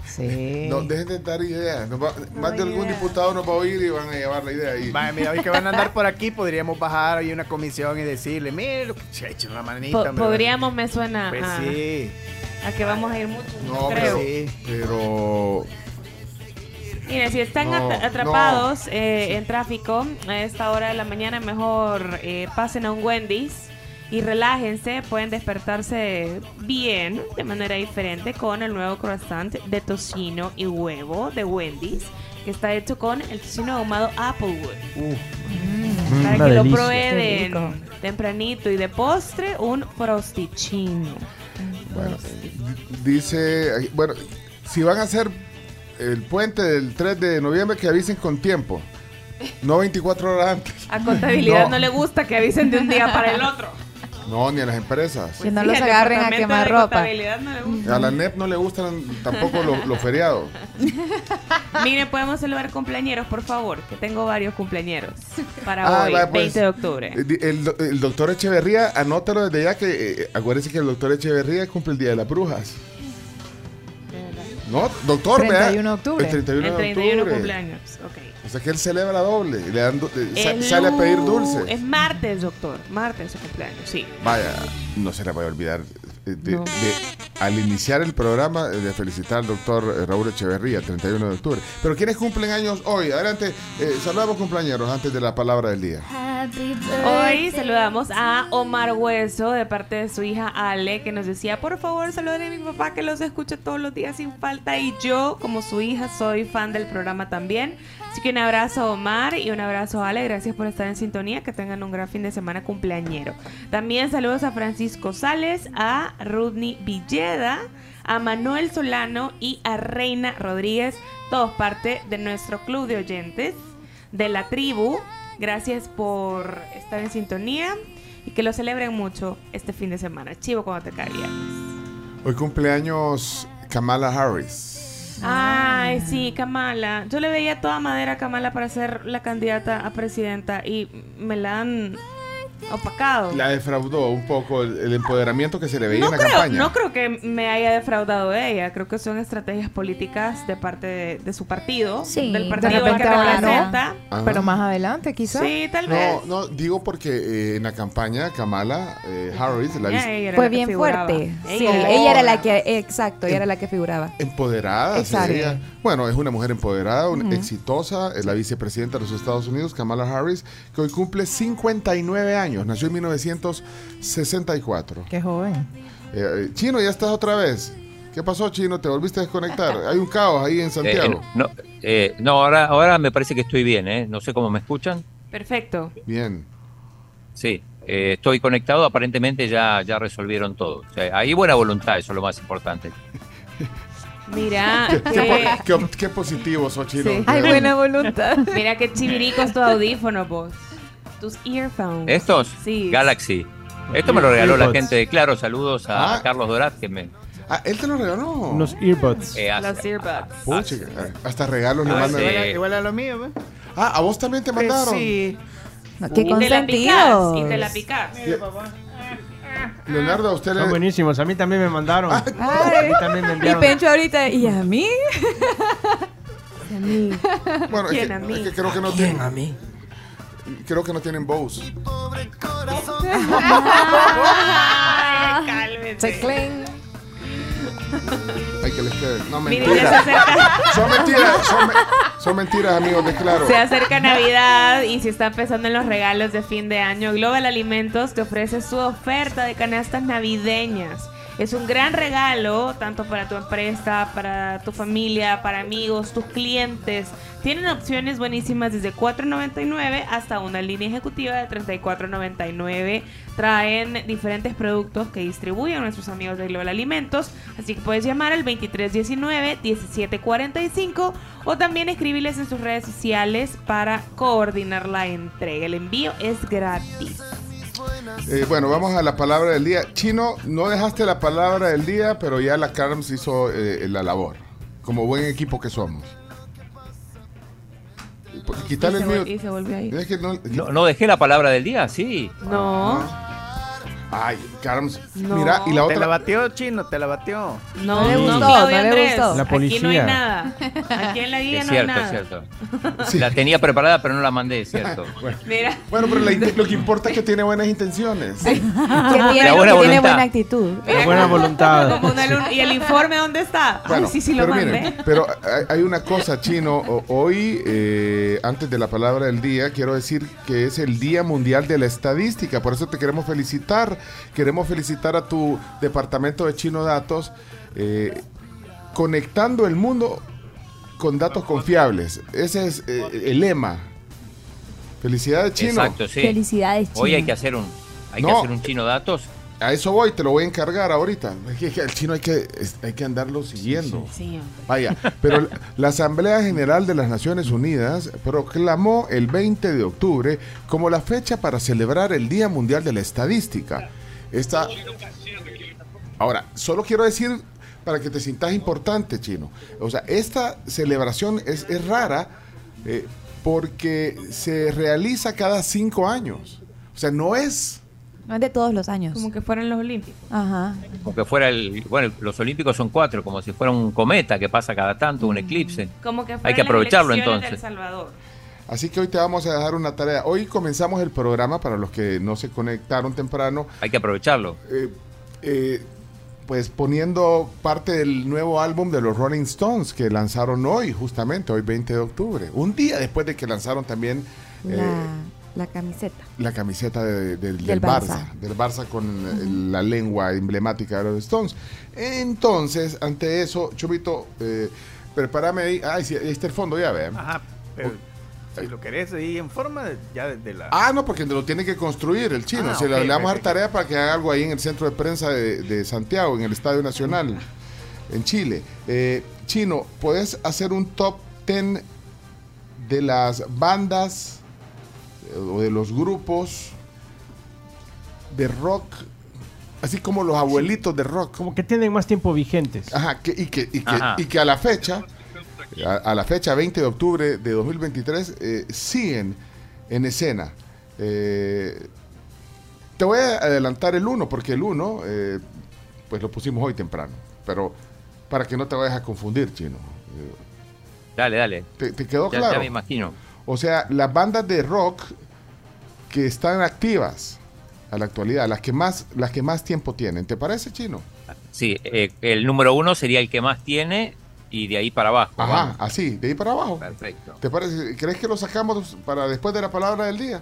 S12: Sí.
S3: No, dejen de dar ideas. Nos va- más de algún diputado nos va a oír y van a llevar la idea ahí.
S28: Vaya, mira, hoy que van a andar por aquí, podríamos bajar ahí una comisión y decirle, mire lo que se ha hecho una manita.
S4: Po-
S28: hombre".
S4: podríamos, me suena
S28: Pues
S4: a,
S28: sí.
S4: a que vamos a ir mucho.
S3: No,
S4: creo.
S3: pero, E, pero
S4: Mira, si están
S3: No,
S4: at- atrapados eh, en tráfico a esta hora de la mañana, mejor eh, pasen a un Wendy's y relájense. Pueden despertarse bien, de manera diferente, con el nuevo croissant de tocino y huevo de Wendy's, que está hecho con el tocino ahumado Applewood.
S3: Uh.
S6: Mm,
S4: Para
S6: una
S4: que lo
S6: delicia. Qué rico.
S4: prueben tempranito y de postre un prostichino.
S3: Bueno, dice, bueno, si van a hacer el puente del 3 de noviembre, que avisen con tiempo. No 24 horas antes.
S4: A contabilidad no.
S3: No.
S4: le gusta que avisen de un día para el otro.
S3: No, ni a las empresas.
S5: Que no
S4: Sí,
S5: los
S4: el
S5: agarren a
S4: departamento
S5: quemar
S4: de
S5: ropa.
S4: contabilidad no le gusta.
S3: A la NEP no le gustan tampoco los, los feriados.
S4: Mire, podemos saludar cumpleañeros, por favor, que tengo varios cumpleañeros para
S3: Ah,
S4: hoy,
S3: va, pues,
S4: 20 de octubre.
S3: eh, di- El, do- el doctor Echeverría, anótalo desde ya que eh, acuérdese que el doctor Echeverría cumple el Día de las Brujas. No, doctor, vea,
S12: 31 de octubre.
S3: ¿eh? El 31
S4: El
S3: de
S4: 31
S3: octubre.
S4: cumpleaños, ok.
S3: O sea que él celebra doble. y Le dan do- eh, sa-
S4: Es
S3: sale a pedir
S4: lu-
S3: dulces.
S4: Es martes, doctor, martes su cumpleaños, sí.
S3: Vaya, no se la voy a olvidar. eh, de-
S4: No.
S3: de- al iniciar el programa, eh, de felicitar al doctor eh, Raúl Echeverría, el 31 de octubre. Pero ¿quiénes cumplen años hoy? Adelante, eh, saludamos cumpleaños antes de la palabra del día.
S4: Hoy saludamos a Omar Hueso de parte de su hija Ale, que nos decía, por favor, saluden a mi papá que los escucha todos los días sin falta. Y yo, como su hija, soy fan del programa también. Así que un abrazo a Omar y un abrazo a Ale. Gracias por estar en sintonía. Que tengan un gran fin de semana cumpleañero. También saludos a Francisco Sales, a Rudney Villeda, a Manuel Solano y a Reina Rodríguez, todos parte de nuestro club de oyentes de la tribu. Gracias por estar en sintonía y que lo celebren mucho este fin de semana. Chivo cuando te cae viernes.
S3: Hoy cumpleaños Kamala Harris.
S4: Ay, sí, Kamala. Yo le veía toda madera a Kamala para ser la candidata a presidenta y me la han opacado.
S3: La defraudó un poco el, el empoderamiento que se le veía
S4: No
S3: en la
S4: creo,
S3: campaña.
S4: no creo que me haya defraudado ella. Creo que son estrategias políticas de parte de, de su partido, del partido al que representa.
S3: Ajá.
S12: pero más adelante quizás.
S4: Sí, tal
S3: No, no, digo porque eh, en la campaña Kamala eh, Harris la vis-
S5: Fue bien fuerte. Sí, ella era la que, exacto, ella era la que figuraba.
S3: empoderada. se
S5: Exacto.
S3: veía. Bueno, es una mujer empoderada, una
S5: Ujú.
S3: exitosa, es la vicepresidenta de los Estados Unidos, Kamala Harris, que hoy cumple 59 años, nació en 1964.
S12: Qué joven.
S3: Eh, eh, Chino, ya estás otra vez. ¿Qué pasó, Chino? ¿Te volviste a desconectar? Hay un caos ahí en
S7: Eh,
S3: Santiago.
S7: eh, no, eh, no, ahora, ahora me parece que estoy bien, ¿eh? No sé cómo me escuchan.
S4: Perfecto.
S3: Bien.
S7: Sí, eh, estoy conectado, aparentemente ya, ya resolvieron todo. O sea, hay buena voluntad, eso es lo más importante. Eh,
S4: Mira,
S3: ¿Qué,
S4: que-
S3: qué po- qué- qué positivo sos, Chino.
S4: Sí.
S3: De verdad.
S4: voluntad. Mira qué chiviricos tus audífonos, vos. Tus earphones.
S7: ¿Estos?
S4: Sí.
S7: Galaxy. Esto me lo regaló la
S6: Earpods.
S7: gente de Claro. Saludos a Carlos Dorat, que me...
S3: Ah, él te lo regaló.
S6: Unos earbuds.
S7: eh, hace-
S4: Los earbuds.
S3: Pucha, hasta regalos le
S7: Ah,
S3: mandan.
S7: sí.
S28: Igual, a, igual a lo mío, ¿ve?
S3: Ah, a vos también te mandaron.
S28: Sí.
S5: qué
S3: Uh.
S5: consentidos.
S4: Y te la picás.
S3: Leonardo, a usted
S6: Son buenísimos. A mí también me mandaron. A mí también me
S5: Y
S6: enviaron.
S5: Pencho ahorita, ¿y a mí? ¿Y a mí?
S3: Bueno, es que, es que creo que no tienen. Creo que no tienen Bose.
S4: Ay, cálmese.
S3: Ay, que les quede. No,
S4: Miren,
S3: mentiras.
S4: ya se acerca.
S3: Son mentiras, son, me- son mentiras, amigos de Claro.
S4: Se acerca Navidad y si está pensando en los regalos de fin de año, Global Alimentos te ofrece su oferta de canastas navideñas. Es un gran regalo, tanto para tu empresa, para tu familia, para amigos, tus clientes. Tienen opciones buenísimas desde $4.99 hasta una línea ejecutiva de $34.99. Traen diferentes productos que distribuyen nuestros amigos de Global Alimentos. Así que puedes llamar al 2319-1745 o también escribirles en sus redes sociales para coordinar la entrega. El envío es gratis.
S3: Eh, bueno, vamos a la palabra del día. Chino, no dejaste la palabra del día, pero ya la Carms hizo eh, la labor. Como buen equipo que somos. Quitarle
S4: Y
S3: pues,
S4: se vol-
S3: el mío. Ah.
S4: y se volvió ahí.
S3: Es que no,
S7: No, no dejé la palabra del día, sí.
S4: No.
S3: Ay, Carms.
S4: No.
S3: Mira, y
S28: Te la
S3: la otra.
S28: batió, chino, te la batió.
S4: No,
S7: le
S4: no,
S7: gustó,
S4: Claudio
S7: no le
S4: Andrés.
S7: gustó. La
S4: Pues, Aquí no hay
S7: policía.
S4: nada. Aquí en la guía
S7: Es
S4: no hay
S7: cierto,
S4: nada.
S7: es cierto. La tenía preparada, pero no la mandé, es cierto.
S4: Mira.
S3: Bueno, pero la inte- lo que importa es que tiene buenas intenciones.
S5: Que tiene,
S3: La
S5: que
S3: buena
S5: tiene
S3: voluntad.
S5: buena actitud.
S3: La buena voluntad.
S4: Como una luna- ¿Y el informe dónde está?
S3: Bueno,
S4: Ay, sí, sí lo
S3: pero
S4: mandé.
S3: miren, pero hay- hay una cosa, Chino. O- Hoy, eh, antes de la palabra del día, quiero decir que es el Día Mundial de la Estadística. Por eso te queremos felicitar. Queremos felicitar a tu departamento de Chino Datos, eh, conectando el mundo con datos confiables. Ese es eh, el lema. Felicidades, Chino.
S7: Exacto, sí. Hoy hay que hacer un, hay que
S3: No.
S7: hacer un chino datos.
S3: A eso voy, te lo voy a encargar ahorita. Es que- que Al chino hay que, es- hay que andarlo siguiendo. Vaya, pero la Asamblea General de las Naciones Unidas proclamó el 20 de octubre como la fecha para celebrar el Día Mundial de la Estadística. Esta, ahora, solo quiero decir para que te sintas importante, chino. O sea, esta celebración es, es rara eh, porque se realiza cada cinco años. O sea, no es...
S5: No es de todos los años. Como
S4: que fueron los olímpicos.
S5: Ajá.
S7: Como que fuera el. Bueno, los olímpicos son cuatro, como si fuera un cometa que pasa cada tanto,
S4: Mm.
S7: un eclipse.
S4: Como que fueron
S7: Hay que
S4: las
S7: aprovecharlo
S4: elecciones de El
S7: entonces.
S4: Salvador.
S3: Así que hoy te vamos a dejar una tarea. Hoy comenzamos el programa para los que no se conectaron temprano,
S7: Hay que aprovecharlo.
S3: eh, eh, pues poniendo parte del nuevo álbum de los Rolling Stones que lanzaron hoy, justamente hoy 20 de octubre, un día después de que lanzaron también eh,
S5: La, la camiseta.
S3: la camiseta de- de- del,
S5: Del
S3: Barça.
S5: Barça.
S3: del Barça con eh, la lengua emblemática de los Stones. Entonces, ante eso, Chubito, eh, prepárame ahí. Ay, sí, ahí está el fondo, ya vean.
S28: Ajá, pero si lo querés ahí en forma, de- ya desde la.
S3: Ah, no, porque lo tiene que construir el chino.
S28: Ah,
S3: Se le-
S28: ok,
S3: le vamos a dar
S28: perfecto.
S3: tarea para que haga algo ahí en el centro de prensa de, de Santiago, en el Estadio Nacional, en Chile. Eh, chino, ¿puedes hacer un top 10 de las bandas eh, o de los grupos de rock así como los abuelitos de rock.
S6: Como que tienen más tiempo vigentes.
S3: Ajá, que- y, que, y, que,
S6: Ajá.
S3: y que a la fecha, a, a la fecha 20 de octubre de 2023, eh, siguen en escena. Eh, te voy a adelantar el 1, porque el 1, eh, pues lo pusimos hoy temprano. Pero para que no te vayas a confundir, chino. Eh,
S7: Dale, dale.
S3: ¿Te, te quedó
S7: Ya-
S3: claro?
S7: Ya me imagino.
S3: O sea, las bandas de rock que están activas a la actualidad, las que más, las que más tiempo tienen. ¿Te parece, Chino?
S7: Sí, eh, el número uno sería el que más tiene y de ahí para abajo.
S3: Ajá, así, de ahí para abajo.
S7: Perfecto.
S3: ¿Te parece? ¿Crees que lo sacamos para después de la palabra del día?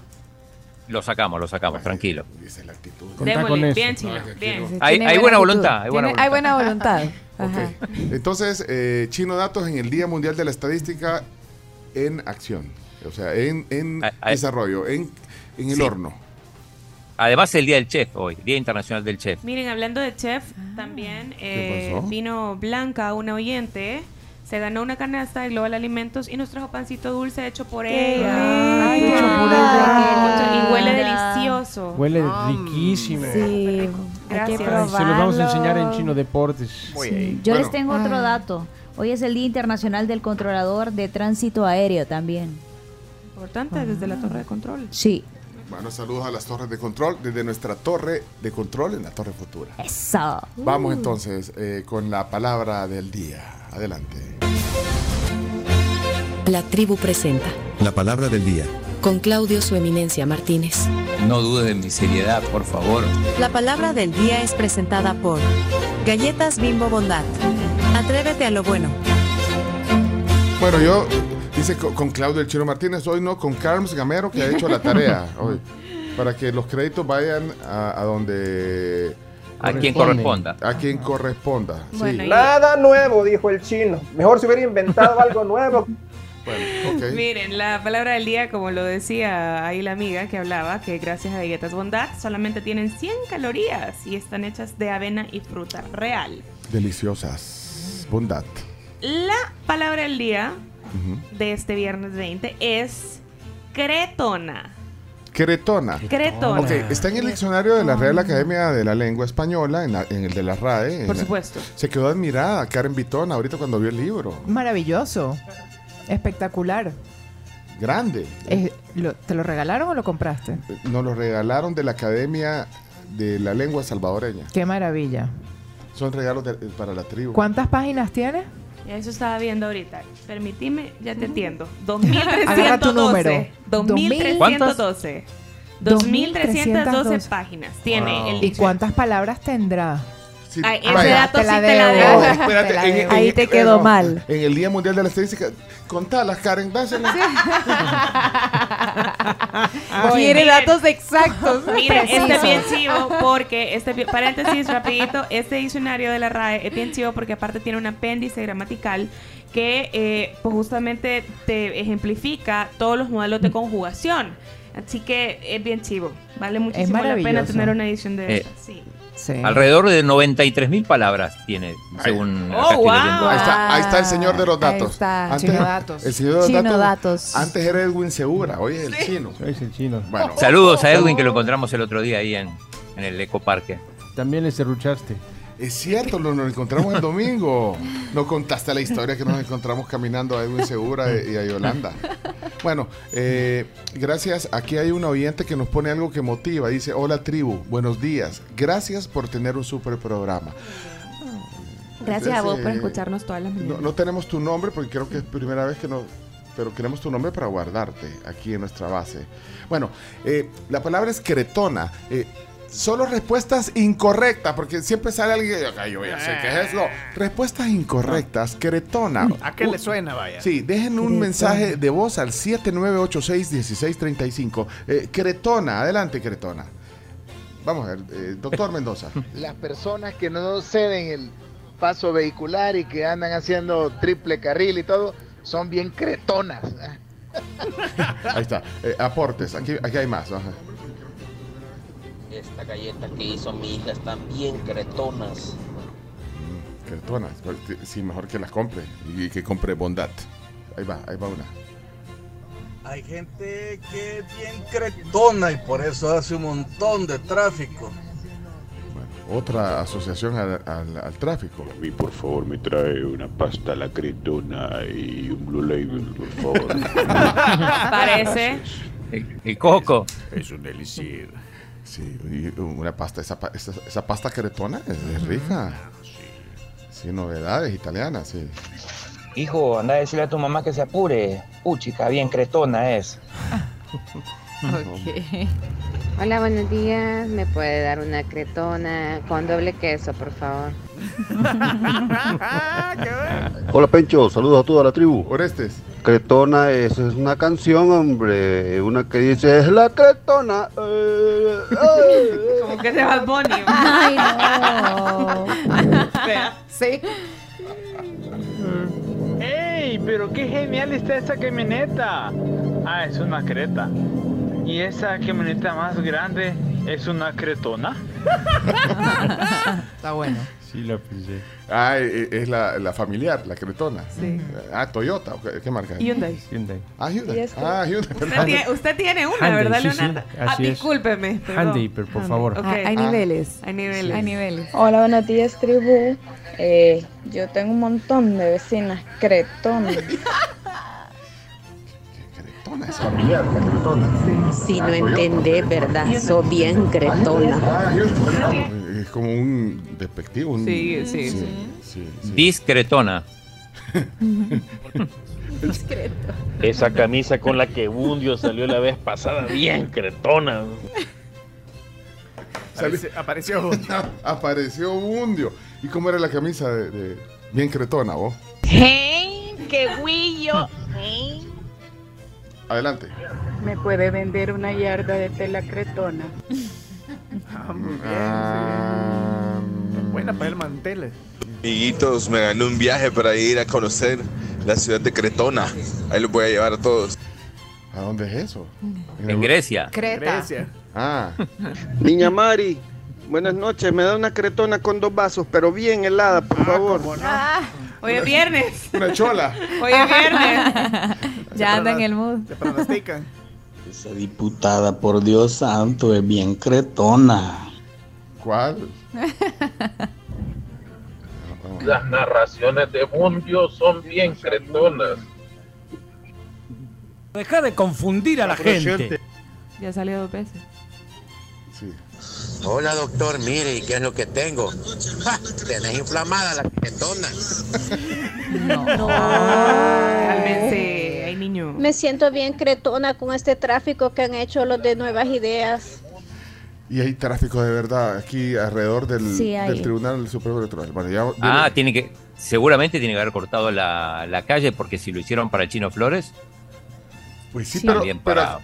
S7: Lo sacamos, lo sacamos, tranquilo.
S3: Esa es la actitud.
S4: Démosle, bien, chino, bien.
S7: Hay, hay buena voluntad, hay buena
S5: Tiene- hay buena voluntad.
S3: Entonces, eh, Chino Datos en el Día Mundial de la Estadística en acción. O sea, en, en desarrollo, en, en el
S7: Sí.
S3: horno.
S7: Además, el Día del Chef hoy, Día Internacional del Chef.
S4: Miren, hablando de chef, también eh,
S7: pasó?
S4: vino Blanca, una oyente. Se ganó una canasta de Global Alimentos y nos trajo pancito dulce hecho por ella.
S6: Ay, hecho por
S4: ella. Y huele
S6: linda.
S4: delicioso.
S6: Huele riquísimo.
S9: Sí,
S4: Gracias.
S6: Se los vamos a enseñar en Chino Deportes.
S9: Sí, Yo les tengo
S4: Ah.
S9: otro dato. Hoy es el Día Internacional del Controlador de Tránsito Aéreo también.
S4: Importante desde la torre de control.
S9: Ah. Sí.
S3: Bueno, saludos a las torres de control, desde nuestra torre de control en la Torre Futura.
S9: Eso.
S3: Vamos entonces eh, con la palabra del día. Adelante.
S15: La tribu presenta
S14: La palabra del día.
S15: con Claudio Su Eminencia Martínez.
S7: No dudes de mi seriedad, por favor.
S15: La palabra del día es presentada por Galletas Bimbo Bondad. Atrévete a lo bueno.
S3: Bueno, yo, dice co- con Claudio el Chino Martínez, hoy no, con Carms Gamero que ha hecho la tarea hoy. Para que los créditos vayan a, a donde.
S7: A quien corresponda.
S3: A quien corresponda. sí.
S17: Nada nuevo, dijo el chino. Mejor se hubiera inventado algo nuevo.
S4: Miren, la palabra del día, como lo decía ahí la amiga que hablaba, que gracias a Galletas Bondad solamente tienen 100 calorías y están hechas de avena y fruta real.
S3: Deliciosas. Bondad.
S4: La palabra del día
S3: Ujú.
S4: de este viernes 20 es cretona.
S3: Cretona.
S4: Cretona.
S3: Ok, está en el diccionario
S12: Ah.
S3: de la Real Academia de la Lengua Española, en, la- en el de la RAE. en
S12: Por
S3: la-
S12: supuesto.
S3: se quedó admirada Karen Vitón ahorita cuando vio el libro.
S12: Maravilloso. Espectacular.
S3: Grande.
S12: Eh, lo- ¿Te lo regalaron o lo compraste?
S3: Nos lo regalaron de la Academia de la Lengua Salvadoreña.
S12: Qué maravilla.
S3: Son regalos de- para la tribu.
S12: ¿Cuántas páginas tiene?
S4: Eso estaba viendo ahorita. Permitime, ya te entiendo.
S12: Agarra tu número.
S4: 2312. 2312. 2312
S12: 2312.
S4: páginas tiene el
S12: ¿Y
S4: diccionario.
S12: cuántas palabras tendrá?
S4: Ay, ese
S3: Ah, Vaya.
S4: dato
S12: Te la
S4: sí te la
S12: debo.
S4: debo.
S3: No, espérate,
S12: Te la
S3: en-
S12: debo.
S3: en-
S12: Ahí te quedó
S3: no,
S12: mal.
S3: En el Día Mundial de la Estadística, contalas, Karen, dáselas.
S5: Quiere datos exactos.
S4: Mira, este es
S5: Precisos.
S4: bien chivo porque, este, bi- paréntesis rapidito, este diccionario de la RAE es bien chivo porque aparte tiene un apéndice gramatical que eh, pues justamente te ejemplifica todos los modelos de conjugación. Así que es bien chivo. Vale muchísimo la pena
S7: maravilloso.
S4: tener una edición de
S7: Eh,
S4: esa. Sí.
S7: Alrededor de 93 mil palabras tiene, según
S4: Oh,
S7: acá estoy leyendo.
S3: Ahí está, ahí está el señor de los
S5: Oh, Ahí
S3: datos.
S5: está.
S3: Antes-
S5: Chino datos.
S3: El señor de los
S5: Chino
S3: datos,
S5: datos.
S3: Antes era Edwin Segura, hoy es el chino.
S6: Es el chino.
S3: Bueno.
S7: Saludos a Edwin que lo encontramos el otro día ahí en, en el ecoparque.
S6: También le serruchaste.
S3: Es cierto, lo- nos encontramos el domingo. Nos contaste la historia que nos encontramos caminando a Edwin Segura e- y y a Yolanda. Bueno, eh, gracias. Aquí hay un oyente que nos pone algo que motiva. Dice, hola tribu, buenos días. Gracias por tener un super programa.
S5: Gracias a vos por
S3: Entonces, eh,
S5: escucharnos todas las
S3: No,
S5: mañanas.
S3: no tenemos tu nombre porque creo que es primera vez que no... Pero queremos tu nombre para guardarte aquí en nuestra base. Bueno, eh, la palabra es cretona. Eh, solo respuestas incorrectas, porque siempre sale alguien... "Ay, yo ya sé qué es eso. Respuestas incorrectas, cretona.
S28: Eh. Mm, ¿A qué le suena, vaya?
S3: uh, Sí, dejen un
S28: Cretona.
S3: mensaje de voz al 7986-1635. Eh, cretona, adelante, Cretona. Vamos a ver, eh, doctor Mendoza.
S13: las personas que no ceden el paso vehicular y que andan haciendo triple carril y todo, son bien cretonas. ¿eh?
S3: Ahí está. Eh, aportes, aquí, aquí hay más. ajá.
S30: Estas galletas que hizo mi hija están bien cretonas.
S3: Cretonas. Sí, mejor que las compre. Y que compre bondad. Ahí va, ahí va una.
S31: Hay gente que es bien cretona y por eso hace un montón de tráfico.
S3: otra asociación al, al- al tráfico.
S32: A mí, por favor, me trae una pasta lacritona y un Blue Label, por favor.
S4: Parece.
S7: El, coco.
S3: Es un elixir. Sí, y una pasta, esa, pa- esa, esa pasta cretona es,
S32: Mm.
S3: es rica. Sí, novedades italianas, sí.
S33: Hijo, anda a decirle a tu mamá que se apure. Puchica, bien cretona es.
S14: Hola, buenos días. ¿Me puede dar una cretona con doble queso, por favor?
S15: Hola Pencho, saludos a toda la tribu.
S3: Orestes.
S15: Cretona es, es una canción, hombre. Una que dice, es la cretona. eh, eh".
S4: Como que se va Bonnie.
S34: Ay,
S4: no.
S2: sí.
S5: Mm.
S18: ¡Ey! Pero qué genial está esa camioneta. Ah, es una creta. ¿Y esa camioneta más grande es una cretona?
S3: Está bueno. Sí, la pillé. Ah, e- e- es la, la familiar, la cretona.
S4: Sí.
S3: Ah, Toyota, ¿o ¿qué, qué marca? es?
S4: Hyundai.
S6: Hyundai.
S3: Ah,
S4: Y
S3: Hyundai.
S4: es
S3: Ah,
S4: que-
S3: Hyundai.
S4: Usted tiene, usted tiene una,
S6: Hyundai,
S4: ¿verdad,
S6: sí, sí,
S4: Leonardo? ah,
S6: así es.
S4: discúlpeme. perdón.
S6: Hyundai, pero por favor.
S4: Ok.
S6: Ah,
S2: hay niveles.
S4: Hay niveles.
S2: Hay niveles.
S5: Hola, buenos días, tribu. Eh, yo tengo un montón de vecinas cretonas.
S3: Es familiar, la cretona.
S5: Si no entendés, ¿verdad? Sos bien
S3: Ah,
S5: cretona.
S3: Hyundai. Es como un despectivo. un-
S5: Sí, sí, sí.
S3: sí.
S7: Discretona.
S16: Esa camisa con la que Bundio salió la vez pasada, bien cretona.
S3: apareció. apareció Bundio. ¿Y cómo era la camisa de, de- bien cretona, vos?
S5: Hey, qué guillo.
S3: Adelante.
S5: ¿Me puede vender una yarda de tela cretona?
S3: Ah,
S1: Buena para el eh. manteles.
S35: Amiguitos, me gané un viaje para ir a conocer la ciudad de Cretona. Ahí los voy a llevar a todos.
S3: ¿A dónde es eso?
S7: En Grecia.
S5: Creta.
S3: Ah.
S10: Niña Mari, buenas noches. Me da una cretona con dos vasos, pero bien helada, por favor.
S4: Hoy es viernes.
S3: Ah, Una chola.
S4: Hoy es viernes.
S2: Ya anda en el mood.
S22: Esa diputada, por Dios santo, es bien cretona.
S3: ¿Cuál?
S16: Las narraciones de Bundio son bien cretonas.
S36: Deja de confundir a la gente.
S4: Ya salió dos veces.
S37: Hola doctor, mire, ¿y ¿qué es lo que tengo? ¡Ja! Tenés inflamada la cretona.
S4: Cálmense. Ay, niño.
S9: Me siento bien cretona con este tráfico que han hecho los de Nuevas Ideas.
S3: Y hay tráfico de verdad aquí alrededor del,
S9: Sí, hay.
S3: del Tribunal Supremo Electoral. Bueno, ya,
S7: Ah, tiene que. Seguramente tiene que haber cortado la, la calle porque si lo hicieron para el Chino Flores.
S3: Pues sí,
S7: pero,
S3: pero-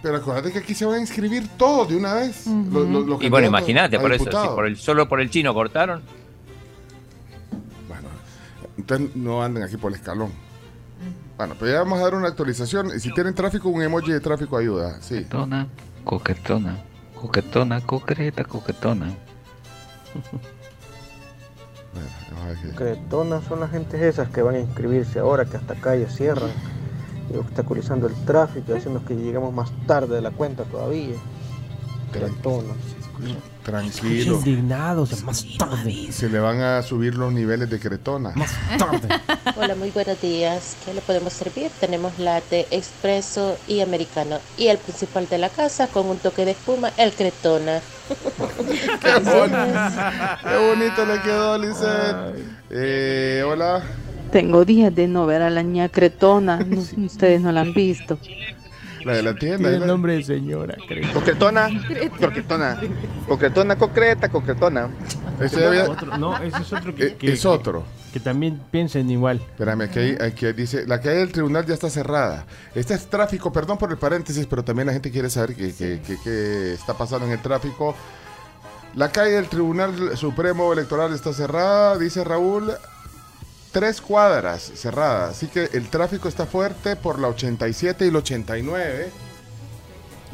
S3: pero acuérdate que aquí se van a inscribir todos de una vez. Lo- lo- los
S7: y bueno,
S3: candidatos
S7: imagínate,
S3: a
S7: por eso,
S3: diputados.
S7: si por el, solo por el chino cortaron.
S3: Entonces no anden aquí por el escalón. Bueno, pero ya vamos a dar una actualización. Y si tienen tráfico, un emoji de tráfico ayuda. Sí.
S10: Coquetona, coquetona, coqueta, coquetona. Cretonas son las gentes esas que van a inscribirse ahora que hasta calles cierran y obstaculizando el tráfico, haciendo que lleguemos más tarde de la cuenta todavía. Cretonas.
S3: Tranquilo.
S6: Indignados, más tarde.
S3: Se le van a subir los niveles de cretona.
S22: Hola, muy buenos días. ¿Qué le podemos servir? Tenemos latte, expreso y americano. Y el principal de la casa con un toque de espuma, el cretona.
S3: Qué bonito, qué bonito le quedó, Lisette. Eh, hola.
S9: Tengo días de no ver a la niña cretona. No- Ustedes no la han visto.
S3: La de la tienda.
S6: Tiene el nombre de señora, creo.
S10: Coquetona, coquetona, coquetona, concreta, coquetona.
S6: Este
S3: Ese había-
S6: Otro- no, ese es otro
S3: Este Eh,
S6: que, que-
S3: es otro.
S6: Que también piensen igual.
S3: Espérame, aquí, hay- aquí dice, la calle del tribunal ya está cerrada. Este es tráfico, perdón por el paréntesis, pero también la gente quiere saber qué, qué- qué- qué está pasando en el tráfico. La calle del Tribunal Supremo Electoral está cerrada, dice Raúl. Tres cuadras cerradas, así que el tráfico está fuerte por la 87 y la 89.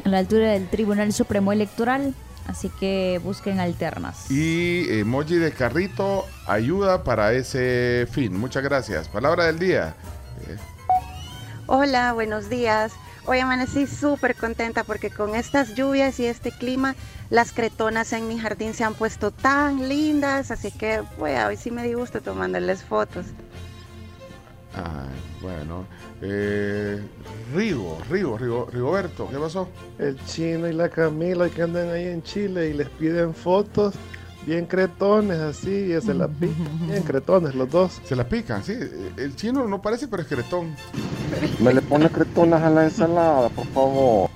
S38: A la altura del Tribunal Supremo Electoral, así que busquen alternas.
S3: Y eh, emoji de carrito ayuda para ese fin. Muchas gracias. Palabra del día. Eh,
S9: Hola, buenos días.
S1: Hoy amanecí súper contenta porque con estas lluvias y este clima, las cretonas en mi jardín se han puesto tan lindas, así que bueno, hoy sí me di gusto tomándoles fotos.
S3: Ay, bueno. Eh, Rigo, Rigo, Rigo, Rigoberto, ¿qué pasó?
S18: El chino y la Camila que andan ahí en Chile y les piden fotos. Bien cretones, así, y se la pican. Bien cretones los dos.
S3: Se la pican, sí. El chino no parece, pero es cretón.
S8: Me le pone cretonas a la ensalada, por favor.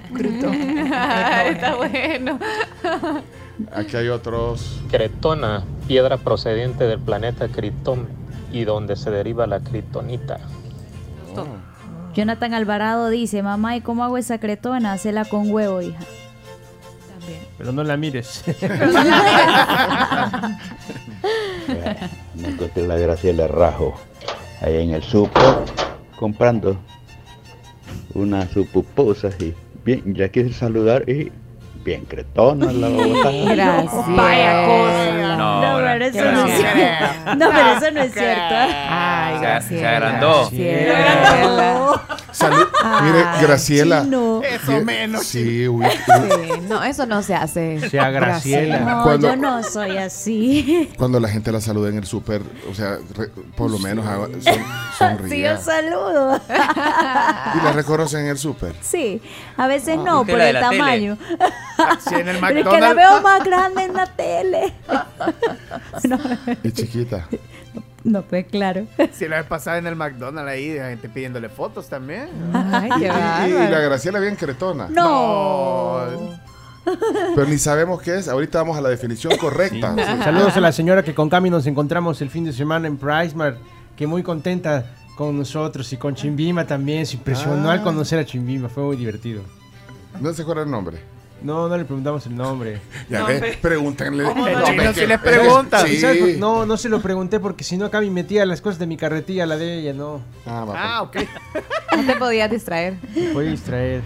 S4: Está bueno.
S3: Aquí hay otros.
S12: Cretona, piedra procedente del planeta Krypton y donde se deriva la kryptonita.
S3: Oh.
S9: Jonathan Alvarado dice, mamá, ¿y cómo hago esa cretona? Hacela con huevo, hija.
S6: Pero no la mires.
S15: Me encontré la Graciela Rajo allá en el super comprando unas supupusas y bien, ya quise saludar y bien cretona la bogotana.
S9: Gracias. Vaya cosa. No, pero eso no es cierto. No, pero eso no es cierto. Ay,
S7: Se, se agrandó.
S3: Salud. Mire, Graciela.
S5: chino.
S3: Eso menos. Sí, uy,
S5: Sí, no, eso no se hace.
S3: Sea Graciela.
S9: No,
S3: Cuando-
S9: yo no soy así.
S3: Cuando la gente la saluda en el súper, o sea, re- por lo menos haga- son-
S9: Sí, yo
S3: sonría.
S9: saludo.
S3: y la reconocen en el súper.
S9: Sí, a veces
S3: Ah,
S9: no,
S3: es que
S9: por
S3: la de
S9: el
S3: la
S9: tamaño.
S3: Sí, en el
S9: Pero es que la veo más grande en la tele.
S3: Y chiquita.
S9: No, pues claro.
S28: Si la vez pasada en el McDonald's ahí,
S1: eh,
S28: la gente pidiéndole fotos también.
S9: Ay,
S3: Y, y- y la Graciela bien cretona.
S28: No.
S3: Pero ni sabemos qué es. Ahorita vamos a la definición correcta.
S6: Saludos a la señora que con Cami nos encontramos el fin de semana en Pricemart, que muy contenta con nosotros y con Chimbima también. Se impresionó
S3: Ah.
S6: al conocer a Chimbima, fue muy divertido.
S3: ¿No se acuerda el nombre?
S6: No, no le preguntamos el nombre.
S3: Ya ve, pregúntenle.
S6: El
S3: No,
S6: chino
S3: ve
S6: sí
S3: que-
S6: les pregunta.
S3: Sí.
S6: ¿Sabes por- No, no se lo pregunté porque si no acá me metía las cosas de mi carretilla, la de ella, no.
S3: Ah, pues.
S8: ok.
S5: No te podías distraer.
S6: Voy a distraer.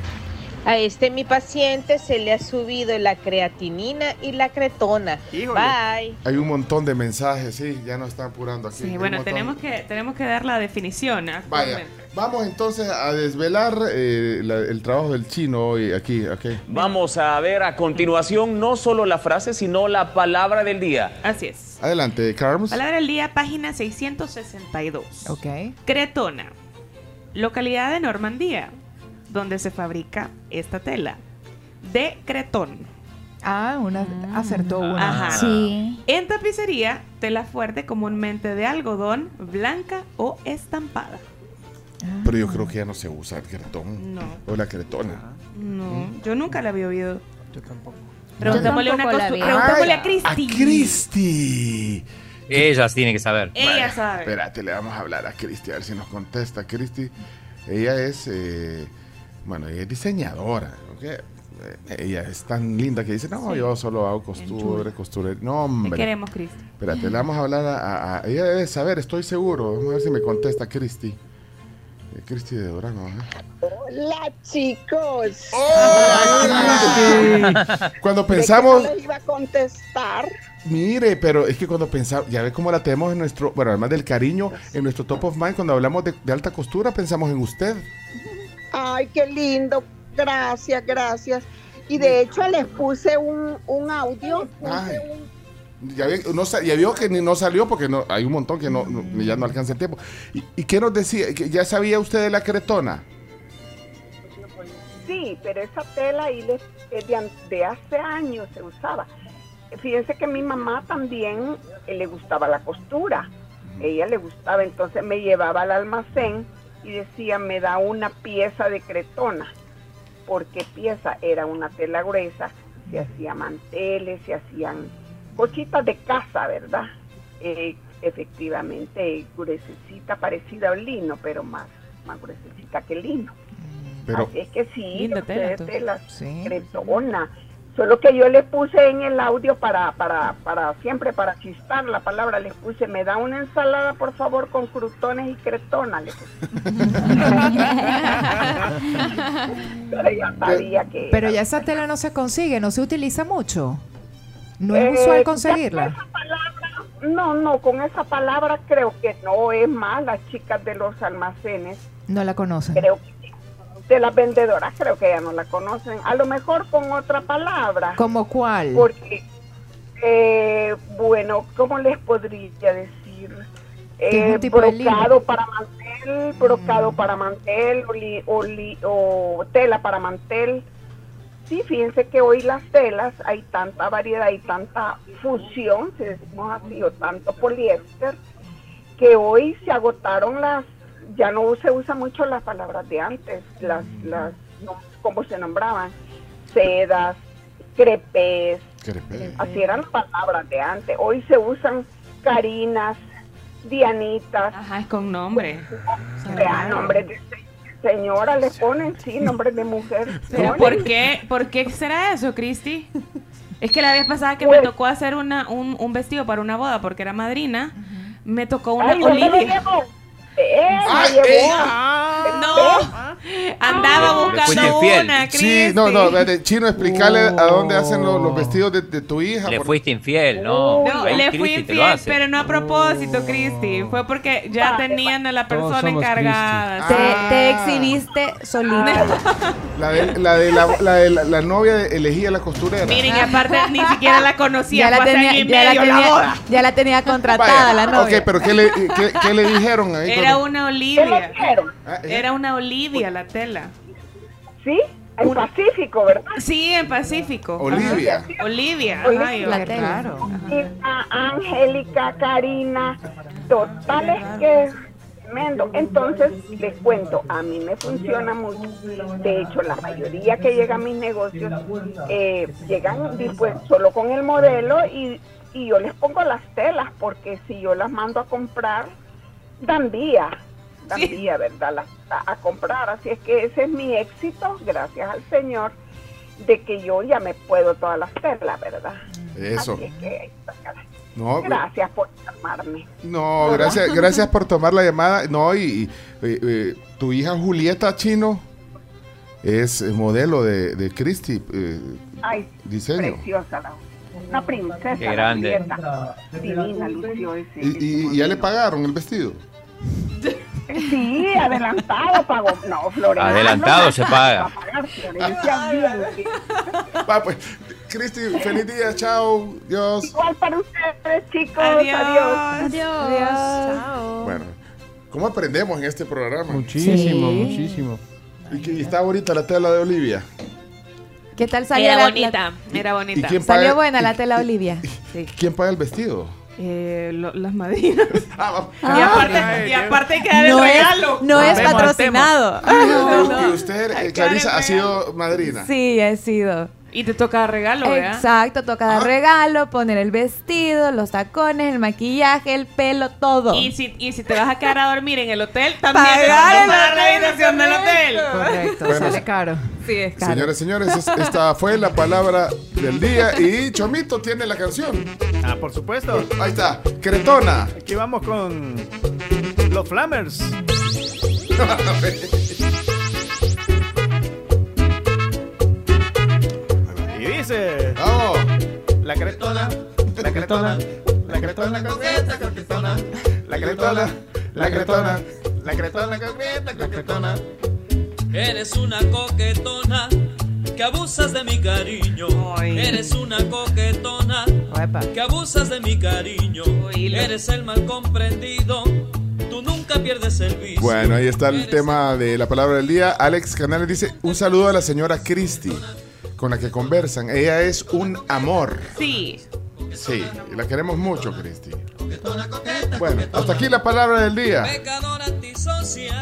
S1: A este mi paciente se le ha subido la creatinina y la cretona. Bye.
S3: Hay un montón de mensajes, sí, ya nos está apurando aquí. Hay
S4: Sí,
S3: un
S4: bueno,
S3: montón.
S4: tenemos que, tenemos que dar la definición. ¿ah?
S3: Vaya, vamos entonces a desvelar eh, la- el trabajo del chino hoy aquí, ok.
S15: Vamos a ver a continuación no solo la frase, sino la palabra del día.
S4: Así es.
S3: Adelante, Carms.
S4: Palabra del día, página 662.
S5: Ok.
S4: Cretona, localidad de Normandía, donde se fabrica esta tela. De Cretón.
S5: Ah, una acertó una.
S4: Ajá.
S9: Ah.
S4: En tapicería, tela fuerte comúnmente de algodón, blanca o estampada.
S3: Pero yo creo que ya no se usa el cretón.
S4: No. Ah.
S3: O la cretona.
S4: No, yo nunca la había oído. Yo tampoco.
S9: Yo
S4: Preguntémosle, una
S9: tampoco la
S4: costu-
S9: vi.
S4: preguntémosle
S9: Ay,
S4: a Cristi.
S3: A Cristi.
S7: Ellas tienen que saber.
S4: Ella sabe.
S3: Este. Espérate, le vamos a hablar a Cristi, a ver si nos contesta. Cristi, ella es, eh, bueno, ella es diseñadora. ¿ok? Eh, Ella es tan linda que dice, no,
S4: Sí.
S3: yo solo hago
S4: chula.
S3: costura, costura. No,
S4: Te
S3: hombre.
S4: queremos, Cristi.
S3: Espérate, le vamos a hablar a, a- a- Ella debe saber, estoy seguro. Vamos a ver si me contesta Cristi. Eh, Cristi de Durango. ¿eh?
S17: Hola chicos.
S3: Cuando pensamos...
S17: ¿De qué no les iba a contestar.
S3: Mire, pero es que cuando pensamos, ya ves cómo la tenemos en nuestro, bueno, además del cariño, en nuestro top of mind, cuando hablamos de, de alta costura, pensamos en usted.
S17: Ay, qué lindo. Gracias, gracias. Y de hecho les puse un, un audio. puse
S3: Ay.
S17: un-
S3: Ya, ve- no, sa- ya vio que ni, no salió porque no, hay un montón que no, no- ya no alcanza el tiempo. ¿Y, y qué nos decía? ¿Que ¿Ya sabía usted de la cretona?
S17: Sí, pero esa tela ahí les- es de, an- de hace años se usaba. Fíjense que mi mamá también eh, le gustaba la costura. Ella le gustaba, entonces me llevaba al almacén y decía, me da una pieza de cretona. Porque pieza era una tela gruesa, se hacían manteles, se hacían cositas de casa, ¿verdad? Eh, efectivamente, gruesecita, parecida al lino, pero más, más gruesecita que el lino.
S3: Pero
S17: Así es que sí,
S5: Linda tela,
S17: ustedes
S5: entonces.
S17: telas cretona. Solo que yo le puse en el audio para, para, para siempre, para chistar la palabra, les puse, me da una ensalada, por favor, con crutones y cretona. le puse. Pero ya sabía que...
S13: Pero ya esa tela no se consigue, no se utiliza mucho. No
S17: Eh,
S13: es usual
S17: ya
S13: conseguirla.
S17: No, no, con esa palabra creo que no es más las chicas de los almacenes.
S13: No la conocen.
S17: Creo de las vendedoras, creo que ya no la conocen. A lo mejor con otra palabra.
S13: ¿Como cuál?
S17: Porque, eh, bueno, ¿cómo les podría decir?
S13: Que es
S17: Eh,
S13: un tipo de lino.
S17: brocado para mantel, brocado para mantel, o, li- o li- o tela para mantel. Sí, fíjense que hoy las telas hay tanta variedad y tanta fusión, si decimos así, o tanto poliéster, que hoy se agotaron las, ya no se usa mucho las palabras de antes, las, las, no, como se nombraban, sedas, crepes, así eran las palabras de antes. Hoy se usan carinas, dianitas,
S4: Ajá, es con nombre.
S17: vean, nombres de se- señora le ponen, sí, nombres de mujer.
S4: Pero
S17: ponen.
S4: ¿por qué, ¿por qué será eso, Cristi? Es que la vez pasada que me tocó hacer una, un, un vestido para una boda porque era madrina, me tocó una
S17: Ay, ¿dónde lo
S4: Olivia.
S17: llevo? Eh,
S4: Ah,
S17: la llevó.
S4: eh,
S17: Ah,
S4: Andaba buscando una,
S3: Sí,
S4: Cristi.
S3: no, no, espérate, Chino, explícale a dónde hacen lo- los vestidos de, de tu hija.
S7: Uh. Le
S3: por-
S7: fuiste infiel, no.
S4: No,
S7: Ahí
S4: le
S7: Cristi
S4: fui
S7: te lo
S4: infiel,
S7: hace.
S4: pero no a propósito, Cristi. Fue porque ya tenían a la
S7: Todos
S4: persona
S7: somos
S4: encargada.
S3: Cristi.
S4: Sí.
S3: Ah.
S5: Te exhibiste solita.
S3: La de la, de la, la de la- la novia de- elegía la costurera.
S4: Miren, y aparte ni siquiera la conocía.
S5: Ya la
S4: fue hace
S5: tenía,
S4: año y
S5: ya la
S4: medio la boda.
S5: tenía, ya la tenía contratada la novia.
S3: Ok, pero ¿qué le, qué, qué le dijeron ahí?
S4: Era
S3: cuando-
S4: una Olivia.
S3: Ah, eh.
S4: Era una Olivia la tela.
S17: ¿Sí? En Pacífico, ¿verdad?
S4: Sí, en Pacífico.
S3: Olivia.
S4: Ajá. Olivia.
S17: Olivia.
S4: Ay, oh,
S17: La
S4: qué
S17: tela.
S4: raro.
S17: Irma, Angélica, Karina, totales que es tremendo. Entonces, les cuento, a mí me funciona mucho. De hecho, la mayoría que llega a mis negocios eh, llegan pues, solo con el modelo y, y yo les pongo las telas, porque si yo las mando a comprar, dan día, dan día, ¿verdad? Las- a- a comprar. Así es que ese es mi éxito, gracias al Señor, de que yo ya me puedo todas las telas, ¿verdad?
S3: Eso.
S17: Así es que,
S3: No, pues.
S17: gracias por llamarme.
S3: No,
S17: ¿Verdad?
S3: gracias, gracias por tomar la llamada. No, y, y, eh, eh, tu hija Julieta Chino es eh, modelo de, de Christie. eh,
S17: Ay,
S3: Diseño.
S17: preciosa la una princesa.
S3: Qué
S17: la
S3: grande.
S17: Julieta. Divina, lució ese.
S3: y, y- y ya le pagaron el vestido.
S17: Sí, adelantado pagó. No, Florencia.
S7: Adelantado
S17: no,
S7: se paga.
S17: va a pagar, Florencia, bien, bien.
S3: Va, pues, Christie, feliz día, chao, Dios.
S17: Igual para ustedes, chicos.
S4: Adiós.
S17: Adiós.
S4: Adiós. Chao.
S3: Bueno, ¿cómo aprendemos en este programa?
S6: Muchísimo, Sí. muchísimo.
S3: Y, que- y está bonita la tela de Olivia.
S5: ¿Qué tal salió
S4: Era
S5: la-
S4: bonita, era bonita.
S3: ¿Y quién
S5: Salió
S3: paga-
S5: buena la tela Olivia.
S3: ¿Quién paga el vestido?
S4: Eh, lo- las madrinas. y
S3: Ah.
S4: aparte,
S3: Ay,
S4: y aparte hay que dar
S5: No
S4: el
S5: es-
S4: regalo.
S5: no es Cortemos, patrocinado. cortemos.
S3: Y-
S5: No.
S3: Y Ah, usted, eh, Clarisa, ha sido madrina.
S5: Sí, he sido.
S4: Y te toca dar regalo, ¿verdad?
S5: Exacto, toca dar regalo, poner el vestido, los tacones, el maquillaje, el pelo, todo.
S4: Y si, y si te vas a quedar a dormir en el hotel, también te
S5: Pagar
S4: vas a
S5: el
S4: pagar Ah, la
S5: hotel,
S4: habitación del hotel.
S13: Correcto,
S3: Bueno,
S13: sale caro.
S4: Sí, es
S5: caro.
S3: Señores, señores, es- esta fue la palabra del día y Chomito tiene la canción.
S2: Ah, por supuesto.
S3: Ahí está, Cretona.
S2: Aquí vamos con los Flamers. y dice.
S3: Vamos.
S2: La cretona, la cretona, la cretona concreta, concretona, la cretona, la cretona, la cretona concreta, concretona.
S39: Eres una coquetona que abusas de mi cariño. Eres una coquetona que abusas de mi cariño. Eres el mal comprendido. Tú nunca pierdes el vicio.
S3: Bueno, ahí está el tema de la palabra del día. Alex Canales dice, un saludo a la señora Christie, con la que conversan. Ella es un amor.
S4: Sí.
S3: Sí, y la queremos mucho, Christie. Bueno, hasta aquí la palabra del día.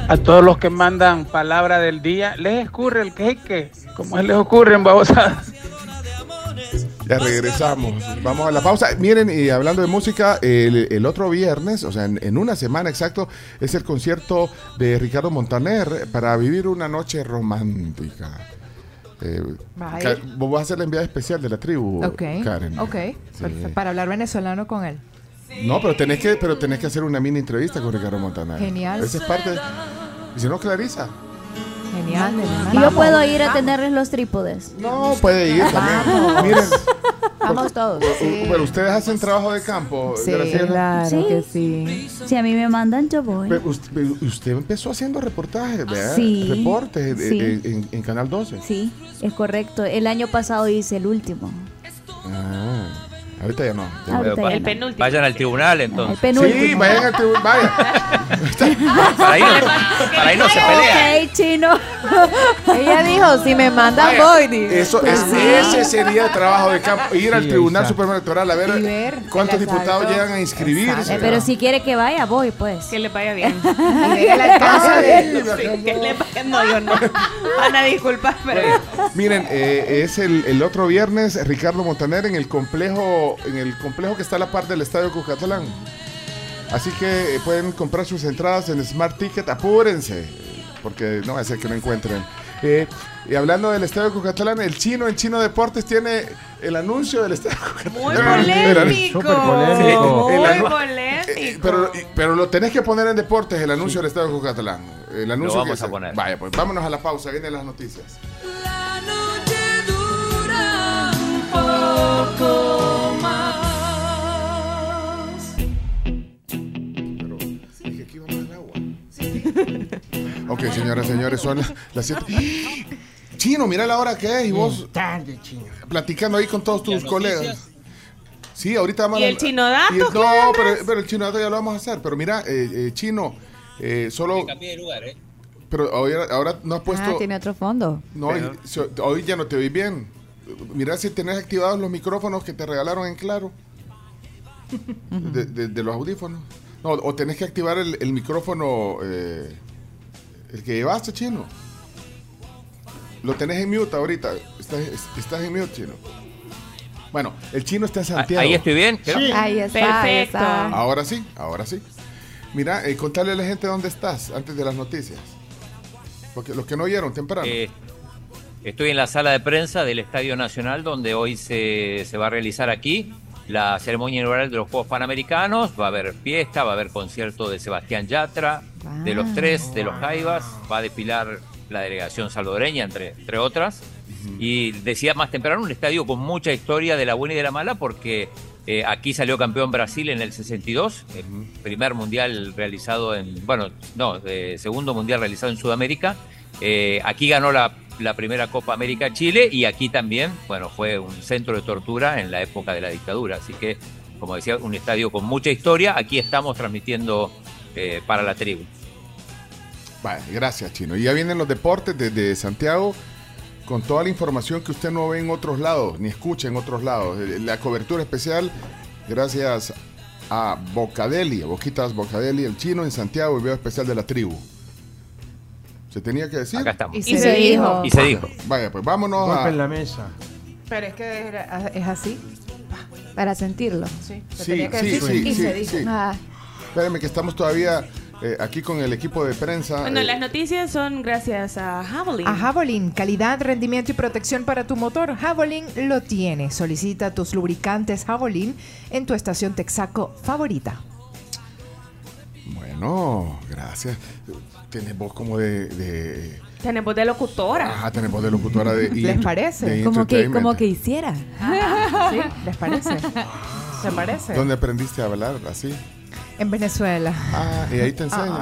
S14: A todos los que mandan palabra del día, les escurre el queque, como les ocurre en babosadas.
S3: Ya regresamos. Vamos a la pausa. Miren, y hablando de música, el, el otro viernes, o sea, en, en una semana exacto, es el concierto de Ricardo Montaner para vivir una noche romántica. Eh,
S13: Vaya.
S3: Ca- vos vas a ser la enviada especial de la tribu,
S13: Ok,
S3: Karen. Eh,
S13: ok, perfecto, para hablar venezolano con él.
S3: No, pero tenés que, pero tenés que hacer una mini entrevista con Ricardo Montaner.
S13: Genial.
S3: Esa es parte. de- Y si no, Clarisa.
S13: Genial.
S9: Y yo puedo ir a tenerles los trípodes.
S3: No, puede ir también. Ah, Miren,
S5: Vamos todos.
S3: U- Pero ustedes hacen trabajo de campo.
S5: Sí,
S3: Graciela.
S5: claro
S9: Sí.
S5: que sí.
S9: Si a mí me mandan, yo voy.
S3: Pero us- pero usted, empezó haciendo reportajes, ¿verdad?
S9: Ah, Sí,
S3: Reportes eh,
S9: sí.
S3: eh, en, en Canal 12.
S9: Sí, es correcto. El año pasado hice el último.
S3: Ah, ahorita ya no. ya
S9: Ahorita
S3: no.
S9: ya El no.
S7: penúltimo. Vayan al tribunal entonces.
S3: Sí, vayan al tribunal. Vaya.
S7: Para ahí no, para ahí no se pelea.
S9: Ok, chino.
S5: Ella dijo, si me mandan,
S3: Vaya,
S5: voy. dijo.
S3: Eso,
S9: Pues
S3: es- ese sería el trabajo de campo. Ir al
S6: Sí,
S3: Tribunal
S6: exacto.
S3: Supremo Electoral a ver, cuántos
S9: el
S3: diputados
S9: asalto.
S3: llegan a inscribirse.
S9: Eh, Pero si quiere que vaya, voy pues.
S4: Que le vaya bien.
S9: el
S3: Ah,
S9: alcance
S3: de-
S4: que le vaya No, yo no. Van a disculpar, pero.
S3: Miren, eh, es el, el otro viernes Ricardo Montaner en el complejo en el complejo que está a la par del Estadio Cucatlán. Así que eh, pueden comprar sus entradas en Smart Ticket, apúrense, porque no va a ser que no encuentren. Eh, y hablando del Estadio Cucatlán, el chino en Chino Deportes tiene el anuncio del Estadio Cucatlán.
S4: Muy polémico.
S3: Súper polémico.
S4: Muy
S3: El anu-
S4: polémico.
S3: Pero, pero lo tenés que poner en Deportes, el anuncio del Estadio Cucatlán. El anuncio
S7: vamos
S3: que
S7: a
S3: se-
S7: poner.
S3: Vaya, pues vámonos a la pausa, vienen las noticias.
S39: poco más.
S3: Ok, señoras, señores, son las- las 7. Chino, mira la hora que es y vos
S6: Tarde, chino.
S3: platicando ahí con todos tus colegas. Sí, ahorita vamos
S4: ¿Y el chino dato,
S3: y el-
S4: qué
S3: No,
S4: andas?
S3: pero, pero el chino dato ya lo vamos a hacer. Pero mira, eh, eh, chino, eh, solo. Pero ahora, ahora no has puesto.
S5: Ah, tiene otro fondo.
S3: No, y- so- hoy ya no te vi bien. Mira si tenés activados los micrófonos que te regalaron en claro. De, de- de los audífonos. No, o tenés que activar el, el micrófono, eh, el que llevaste, chino. Lo tenés en mute ahorita. Estás, estás en mute, chino. Bueno, el chino está en Santiago.
S7: Ah, Ahí estoy bien. creo.
S5: Ahí está. ahí
S4: Perfecto.
S5: está.
S3: Ahora sí, ahora sí. Mira, eh, contale a la gente dónde estás antes de las noticias. Porque los que no oyeron temprano.
S7: Eh, estoy en la sala de prensa del Estadio Nacional, donde hoy se, se va a realizar aquí la ceremonia inaugural de los Juegos Panamericanos. Va a haber fiesta, va a haber concierto de Sebastián Yatra, de los tres, de los Jaivas. Va a desfilar la delegación salvadoreña, entre, entre otras. Y decía más temprano, un estadio con mucha historia de la buena y de la mala, porque eh, aquí salió campeón Brasil en el 62, el primer mundial realizado en, bueno, no, eh, segundo mundial realizado en Sudamérica. Eh, aquí ganó la, la primera Copa América Chile y aquí también, bueno, fue un centro de tortura en la época de la dictadura. Así que, como decía, un estadio con mucha historia. Aquí estamos transmitiendo eh, para la tribu.
S3: Vale, gracias, Chino. Y ya vienen los deportes desde Santiago con toda la información que usted no ve en otros lados, ni escucha en otros lados. Eh, La cobertura especial, gracias a Bocadeli, a Boquitas Bocadeli, el chino en Santiago, el video especial de la tribu. ¿Se tenía que decir? Acá
S7: estamos.
S5: Y se Y se dijo. dijo.
S7: Y se dijo.
S3: Vaya, pues vámonos
S6: Golpe
S3: a...
S6: en la mesa.
S13: Pero es que es así.
S5: Para sentirlo.
S13: Sí,
S3: Sí, sí, sí, sí, sí.
S5: Ah.
S13: Ah.
S3: Espérame que estamos todavía eh, aquí con el equipo de prensa.
S4: Bueno,
S3: eh,
S4: las noticias son gracias a Javelin.
S13: A Javelin, calidad, rendimiento y protección para tu motor. Javelin lo tiene. Solicita tus lubricantes Javelin en tu estación Texaco favorita.
S3: Bueno, gracias. Tenés voz como de- de
S4: Tenemos de locutora.
S3: Ajá, tenemos de locutora de. y-
S13: ¿Les parece?
S3: de
S5: Como que,
S3: entertainment.
S5: como que hiciera.
S13: ¿Sí? ¿Les parece? ¿Se parece?
S3: ¿Dónde aprendiste a hablar así?
S13: En Venezuela.
S3: Ah, y ahí te enseñan.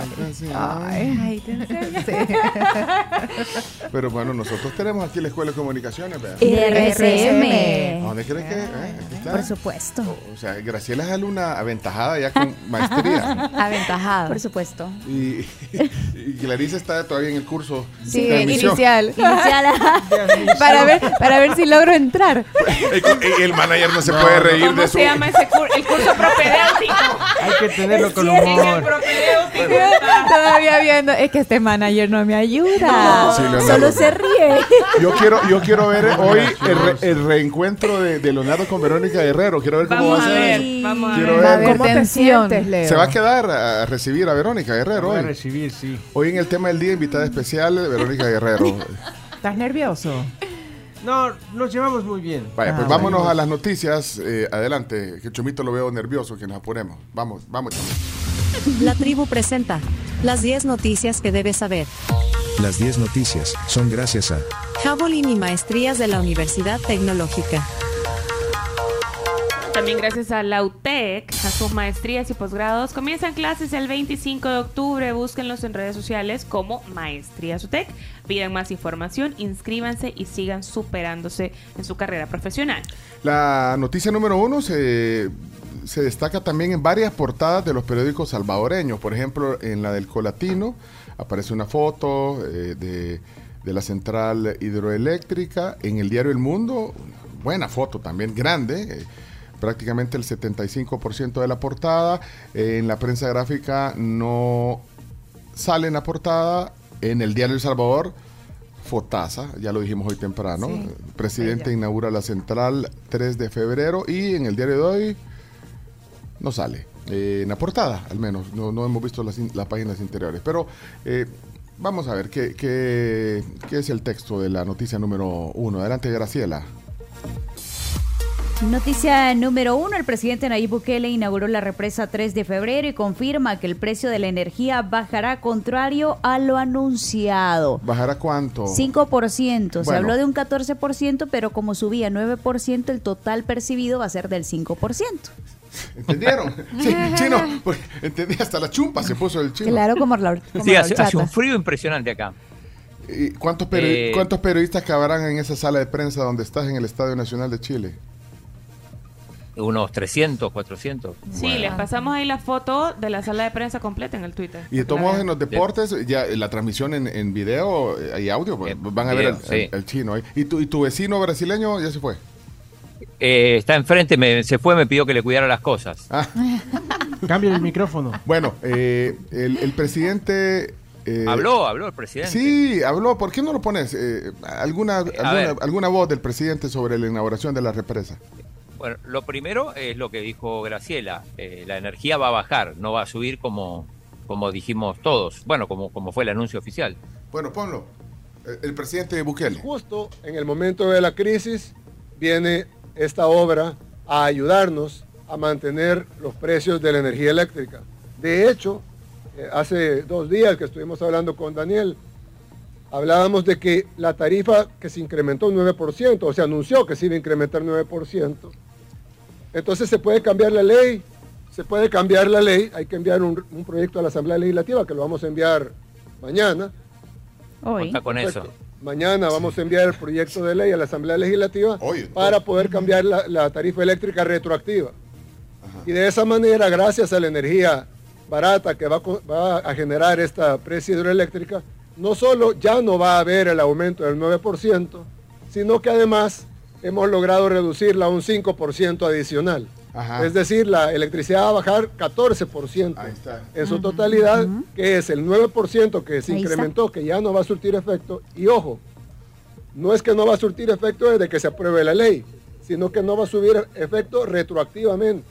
S13: Ay,
S3: te enseñan.
S13: ay.
S3: Pero bueno, nosotros tenemos aquí la Escuela de Comunicaciones, ¿verdad?
S9: RCM.
S3: ¿A ¿Dónde crees que eh, aquí está?
S9: Por supuesto.
S3: O sea, Graciela es alumna aventajada ya con maestría.
S5: Aventajado.
S9: Por supuesto.
S3: Y, y Clarice está todavía en el curso
S5: Sí,
S3: de admisión.
S5: inicial.
S9: Inicial.
S5: para, ver, para ver si logro entrar.
S3: El, el- el manager no se puede reír de
S4: ¿Cómo
S3: su.
S4: se llama ese curso? El curso propedéutico.
S6: Hay que tenerlo con
S4: El
S6: humor.
S4: propedéutico.
S5: Todavía viendo, es que este manager no me ayuda.
S3: Sí, Leonardo.
S5: Solo se ríe.
S3: Yo quiero, yo quiero ver hoy el, re- el reencuentro de, de Leonardo con Verónica Guerrero. Quiero ver cómo
S4: Vamos
S3: va
S4: a
S3: a ser.
S4: ver, vamos a
S3: Quiero
S4: ver.
S3: ver.
S13: A ver, ¿Cómo
S5: Tensión.
S13: te sientes, Leo?
S3: Se va a quedar a recibir a Verónica Guerrero
S6: Voy a
S3: hoy.
S6: recibir, sí.
S3: Hoy en el tema del día, invitada especial, Verónica Guerrero.
S13: ¿Estás nervioso?
S6: No, nos llevamos muy bien.
S3: Vaya,
S13: Ah,
S3: pues
S13: bueno.
S3: vámonos a las noticias. Eh, adelante, que Chomito lo veo nervioso, que nos apuremos. Vamos, vamos.
S16: La tribu presenta las 10 noticias que debes saber.
S30: Las 10 noticias son gracias a
S16: Javelin y maestrías de la Universidad Tecnológica.
S4: También gracias a la UTEC, a sus maestrías y posgrados. Comienzan clases el 25 de octubre. Búsquenlos en redes sociales como Maestrías UTEC. Pidan más información, inscríbanse y sigan superándose en su carrera profesional.
S3: La noticia número uno se, se destaca también en varias portadas de los periódicos salvadoreños. Por ejemplo, en la del Colatino aparece una foto eh, de, de la central hidroeléctrica. En el diario El Mundo, una buena foto también, grande. eh, prácticamente el 75% de la portada. Eh, en la prensa gráfica no sale en la portada. En el diario El Salvador, Fotaza, ya lo dijimos hoy temprano.
S31: Sí,
S3: El Presidente inaugura la central 3 de febrero y en el diario de hoy no sale. Eh, en la portada, al menos. No, no hemos visto las, in- las páginas interiores. Pero eh, vamos a ver qué, qué- qué es el texto de la noticia número uno. Adelante, Graciela.
S9: Noticia número uno, el presidente Nayib Bukele inauguró la represa 3 de febrero y confirma que el precio de la energía bajará contrario a lo anunciado.
S3: ¿Bajará cuánto?
S9: 5%, se
S3: Oh. Bueno.
S9: habló de un 14%, pero como subía 9%, el total percibido va a ser del 5%.
S3: ¿Entendieron? Sí, chino. pues, entendí, hasta la chumpa se puso el chino.
S5: Claro, como la, como
S7: Sí,
S5: la
S7: hace, hace
S5: horchata.
S7: un frío impresionante acá.
S3: ¿Y cuántos, peri-
S7: Eh,
S3: cuántos periodistas cabrán en esa sala de prensa donde estás en el Estadio Nacional de Chile?
S7: Unos 300, 400.
S4: Sí, les pasamos ahí la foto de la sala de prensa completa en el Twitter.
S3: Y de todos modos en los deportes, ya eh, la transmisión en, en video eh, y audio, pues, van a
S7: video,
S3: ver al,
S7: sí.
S3: al- al chino ahí. ¿Y tu, ¿Y tu vecino brasileño ya se fue?
S7: Eh, está enfrente, me- se fue, me pidió que le cuidara las cosas.
S3: Ah, Cambia el micrófono. Bueno, eh, el, el presidente... eh,
S7: habló, habló el presidente.
S3: Sí, habló. ¿Por qué no lo pones? Eh, alguna, alguna,
S7: ver.
S3: alguna voz del presidente sobre la inauguración de la represa.
S7: Bueno, lo primero es lo que dijo Graciela, eh, la energía va a bajar, no va a subir como, como dijimos todos, bueno, como, como fue el anuncio oficial.
S3: Bueno, ponlo. El, el presidente Bukele.
S40: Justo en el momento de la crisis viene esta obra a ayudarnos a mantener los precios de la energía eléctrica. De hecho, eh, hace dos días que estuvimos hablando con Daniel, hablábamos de que la tarifa que se incrementó un 9%, o se anunció que se iba a incrementar 9%, entonces se puede cambiar la ley, se puede cambiar la ley, hay que enviar un, un proyecto a la Asamblea Legislativa que lo vamos a enviar mañana.
S7: Está con eso.
S40: Mañana vamos a enviar el proyecto de ley a la Asamblea Legislativa para poder cambiar la, la tarifa eléctrica retroactiva. Y de esa manera, gracias a la energía barata que va, a co- va a generar esta presa hidroeléctrica, no solo ya no va a haber el aumento del 9%, sino que además hemos logrado reducirla a un 5% adicional. Es decir, la electricidad va a bajar 14% en su totalidad, que es el 9% que se
S29: Ahí está.
S40: incrementó, que ya no va a surtir efecto. Y ojo, no es que no va a surtir efecto desde que se apruebe la ley, sino que no va a subir efecto retroactivamente.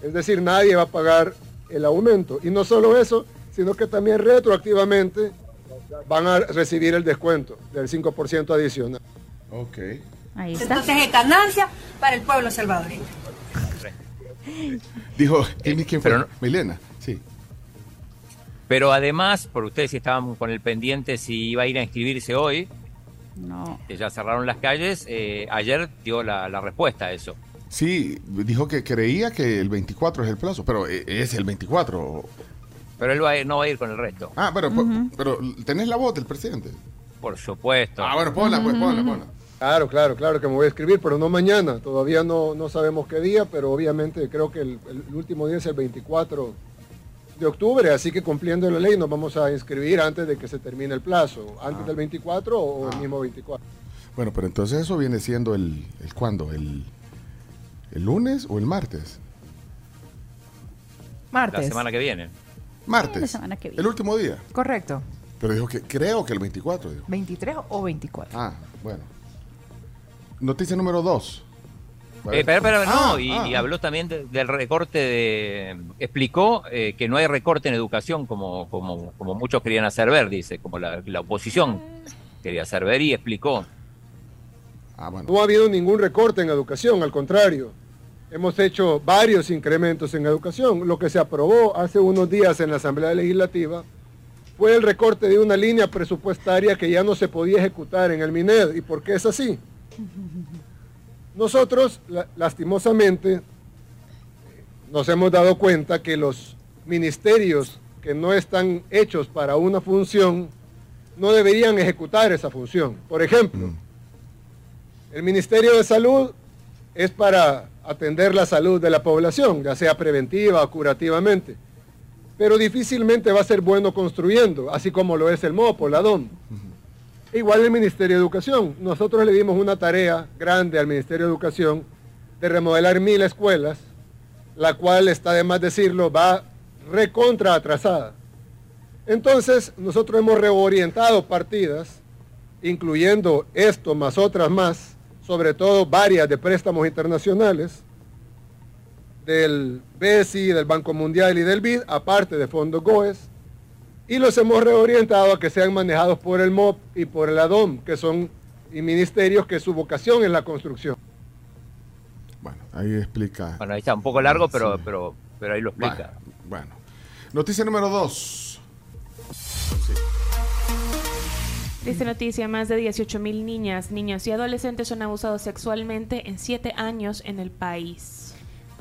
S40: Es decir, nadie va a pagar el aumento. Y no solo eso, sino que también retroactivamente van a recibir el descuento del 5% adicional.
S3: Ok.
S41: Entonces es ganancia para el pueblo salvadoreño.
S3: Dijo,
S7: Eh,
S3: ¿quién, quién fue? Milena, sí.
S7: Pero además, por ustedes si estaban con el pendiente si iba a ir a inscribirse hoy, que ya cerraron las calles, eh, ayer dio la, la respuesta a eso.
S3: Sí, dijo que creía que el 24 es el plazo, pero eh, es el 24.
S7: Pero él va a ir- no va a ir con el resto.
S3: Ah, bueno, po- pero tenés la voz del presidente.
S7: Por supuesto.
S3: Ah, bueno, ponla, pues, ponla, ponla.
S40: Claro, claro, claro que me voy a escribir, pero no mañana. Todavía no, no sabemos qué día, pero obviamente creo que el, el último día es el 24 de octubre, así que cumpliendo la ley nos vamos a inscribir antes de que se termine el plazo, antes del 24 o el mismo 24.
S3: Bueno, pero entonces eso viene siendo el, el cuándo, el, el lunes o el martes.
S7: La semana que viene.
S3: Martes.
S13: La semana que viene.
S3: El último día.
S13: Correcto.
S3: Pero dijo que creo que el 24. dijo.
S13: 23 o 24.
S3: Ah, bueno. Noticia número 2.
S7: Eh, pero, pero no,
S3: Ah,
S7: y,
S3: ah.
S7: y habló también de- del recorte de... Explicó eh, que no hay recorte en educación como, como, como muchos querían hacer ver, dice, como la, la oposición quería hacer ver y explicó.
S3: Ah,
S40: No ha habido ningún recorte en educación, al contrario. Hemos hecho varios incrementos en educación. Lo que se aprobó hace unos días en la Asamblea Legislativa fue el recorte de una línea presupuestaria que ya no se podía ejecutar en el MINED. ¿Y por qué es así? Nosotros, la- lastimosamente, nos hemos dado cuenta que los ministerios que no están hechos para una función no deberían ejecutar esa función. Por ejemplo, el Ministerio de Salud es para atender la salud de la población, ya sea preventiva o curativamente. Pero difícilmente va a ser bueno construyendo, así como lo es el MOPO, la DOM. Igual el Ministerio de Educación. Nosotros le dimos una tarea grande al Ministerio de Educación de remodelar mil escuelas, la cual, está de más decirlo, va recontra atrasada. Entonces, nosotros hemos reorientado partidas, incluyendo esto más otras más, sobre todo varias de préstamos internacionales, del BESI, del Banco Mundial y del BID, aparte de fondos E GOES, y los hemos reorientado a que sean manejados por el MOP y por el ADOM, que son y ministerios que su vocación es la construcción.
S3: Ahí explica.
S7: Bueno, ahí está, un poco largo, pero,
S3: Sí.
S7: pero, pero ahí lo explica.
S3: Bueno. Noticia número 2.
S4: Dice noticia, más de 18.000 niñas, niños y adolescentes son abusados sexualmente en 7 años en el país.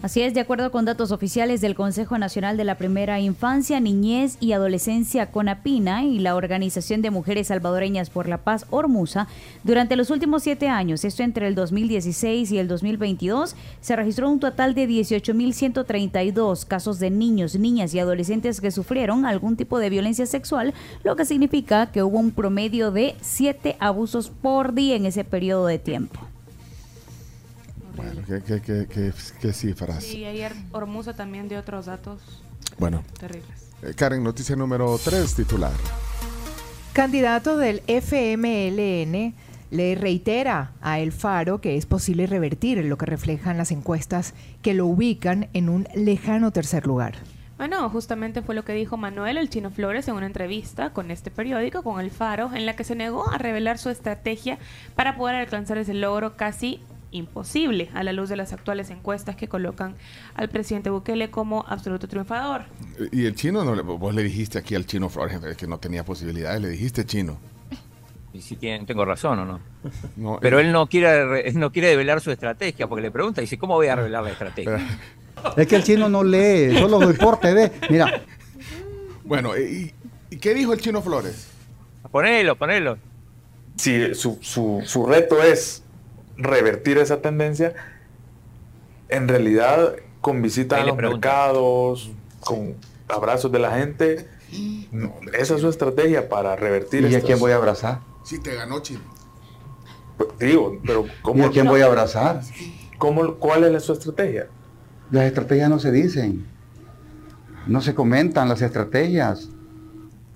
S9: Así es, de acuerdo con datos oficiales del Consejo Nacional de la Primera Infancia, Niñez y Adolescencia CONAPINA y la Organización de Mujeres Salvadoreñas por la Paz Ormusa, durante los últimos siete años, esto entre el 2016 y el 2022, se registró un total de 18.132 casos de niños, niñas y adolescentes que sufrieron algún tipo de violencia sexual, lo que significa que hubo un promedio de siete abusos por día en ese periodo de tiempo.
S3: Bueno, qué, qué- qué- qué- qué cifras.
S4: Y ayer Hormuza también dio otros datos
S3: Bueno,
S4: terribles.
S3: eh, Karen, noticia número 3, titular.
S13: Candidato del FMLN le reitera a El Faro que es posible revertir lo que reflejan las encuestas que lo ubican en un lejano tercer lugar.
S4: Bueno, justamente fue lo que dijo Manuel el Chino Flores en una entrevista con este periódico, con El Faro, en la que se negó a revelar su estrategia para poder alcanzar ese logro casi imposible a la luz de las actuales encuestas que colocan al presidente Bukele como absoluto triunfador.
S3: Eh, Y el chino, no le- vos le dijiste aquí al chino Flores eh, que no tenía posibilidades, le dijiste chino.
S7: Y si tienen- tengo razón o no.
S3: No,
S7: Pero
S3: eh,
S7: él no quiere, re- no quiere develar su estrategia, porque le pregunta, dice, ¿cómo voy a revelar la estrategia?
S18: Es que el chino no lee, solo lo importa, ve. Mira,
S3: Bueno, eh, ¿y, y qué dijo el chino Flores?
S7: Ponelo, ponelo.
S31: si su, su- su reto es revertir esa tendencia, en realidad con visitas a los mercados, con abrazos de la gente, no, esa es su estrategia para revertir.
S15: ¿Y a
S31: estas-
S15: quién voy a abrazar?
S3: Si te ganó chino.
S31: Pues, Digo, pero
S15: ¿Y
S31: ¿cómo,
S15: a quién voy a abrazar?
S31: cómo- ¿cuál es la- su estrategia?
S15: Las estrategias no se dicen. No se comentan las estrategias.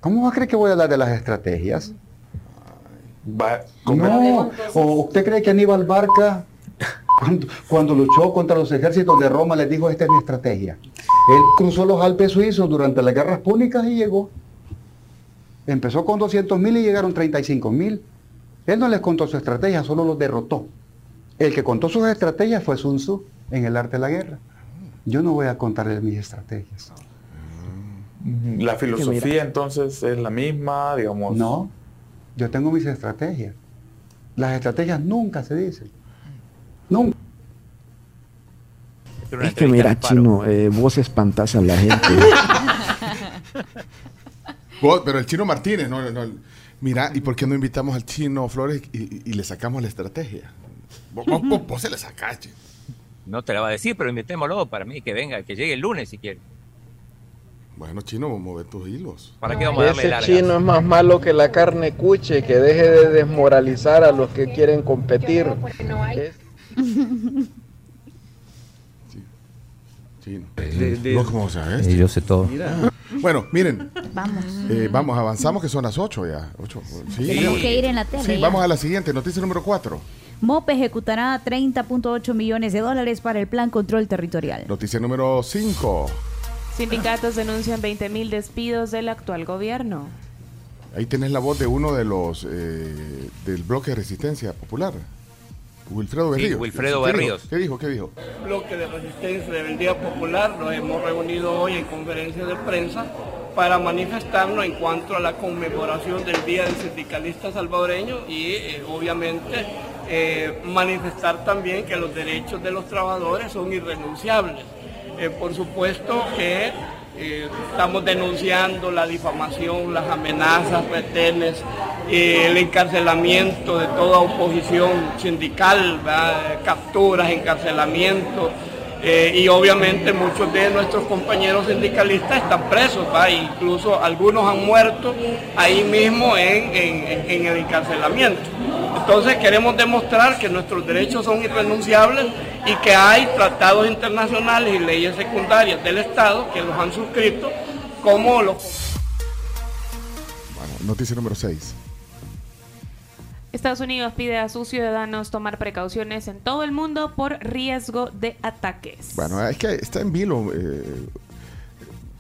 S15: ¿Cómo va a creer que voy a hablar de las estrategias? no, o usted cree que Aníbal Barca, cuando, cuando luchó contra los ejércitos de Roma, les dijo, esta es mi estrategia. Él cruzó los Alpes suizos durante las guerras púnicas y llegó. Empezó con 200 mil y llegaron 35 mil. Él no les contó su estrategia, solo los derrotó. El que contó sus estrategias fue Sun Tzu en el arte de la guerra. Yo no voy a contarles mis estrategias.
S31: Mm. La filosofía entonces es la misma, digamos.
S15: No, yo tengo mis estrategias. Las estrategias nunca se dicen. Nunca.
S29: Es que mira, chino, eh, vos espantás a la gente.
S3: Vos, pero el chino Martínez, no, no, no. Mira, ¿y por qué no invitamos al chino Flores y, y- y le sacamos la estrategia? Vos, vos- vos- vos se la sacás, che.
S7: No te la va a decir, pero invitémoslo para mí, que venga, que llegue el lunes si quiere.
S3: Bueno, chino, mueve tus hilos.
S7: ¿Para qué vamos a darle
S42: Ese
S7: larga?
S42: chino es más malo que la carne cuche, que deje de desmoralizar a los que quieren competir. Es-
S3: Chino.
S42: De- de-
S3: ¿Vos cómo sabes?
S7: Eh, yo sé todo.
S3: Mira. Bueno, miren.
S9: Vamos.
S3: Eh, vamos, avanzamos que son las 8 ya. Ocho, sí.
S9: Tenemos que ir en la tele
S3: Sí,
S9: ya.
S3: vamos a la siguiente, noticia número 4.
S9: MOP ejecutará 30.8 millones de dólares para el Plan Control Territorial.
S3: Noticia número 5.
S4: Sindicatos denuncian 20.000 despidos del actual gobierno.
S3: Ahí tenés la voz de uno de los eh, del bloque de resistencia popular. Wilfredo
S7: Sí,
S3: Berríos.
S7: Wilfredo
S3: ¿Qué dijo?
S7: Berríos.
S3: ¿Qué dijo? ¿Qué dijo?
S10: bloque de resistencia del Día Popular nos hemos reunido hoy en conferencia de prensa para manifestarnos en cuanto a la conmemoración del Día del Sindicalista Salvadoreño y eh, obviamente eh, manifestar también que los derechos de los trabajadores son irrenunciables. Eh, por supuesto que eh, estamos denunciando la difamación, las amenazas, retenes, eh, el encarcelamiento de toda oposición sindical, ¿verdad? Eh, capturas, encarcelamiento. eh, y obviamente muchos de nuestros compañeros sindicalistas están presos, ¿verdad? incluso algunos han muerto ahí mismo en- en- en- en el encarcelamiento. Entonces queremos demostrar que nuestros derechos son irrenunciables y que hay tratados internacionales y leyes secundarias del Estado que los han suscrito como los...
S3: Bueno, noticia número 6.
S4: Estados Unidos pide a sus ciudadanos tomar precauciones en todo el mundo por riesgo de ataques.
S3: Bueno, es que está en vilo eh,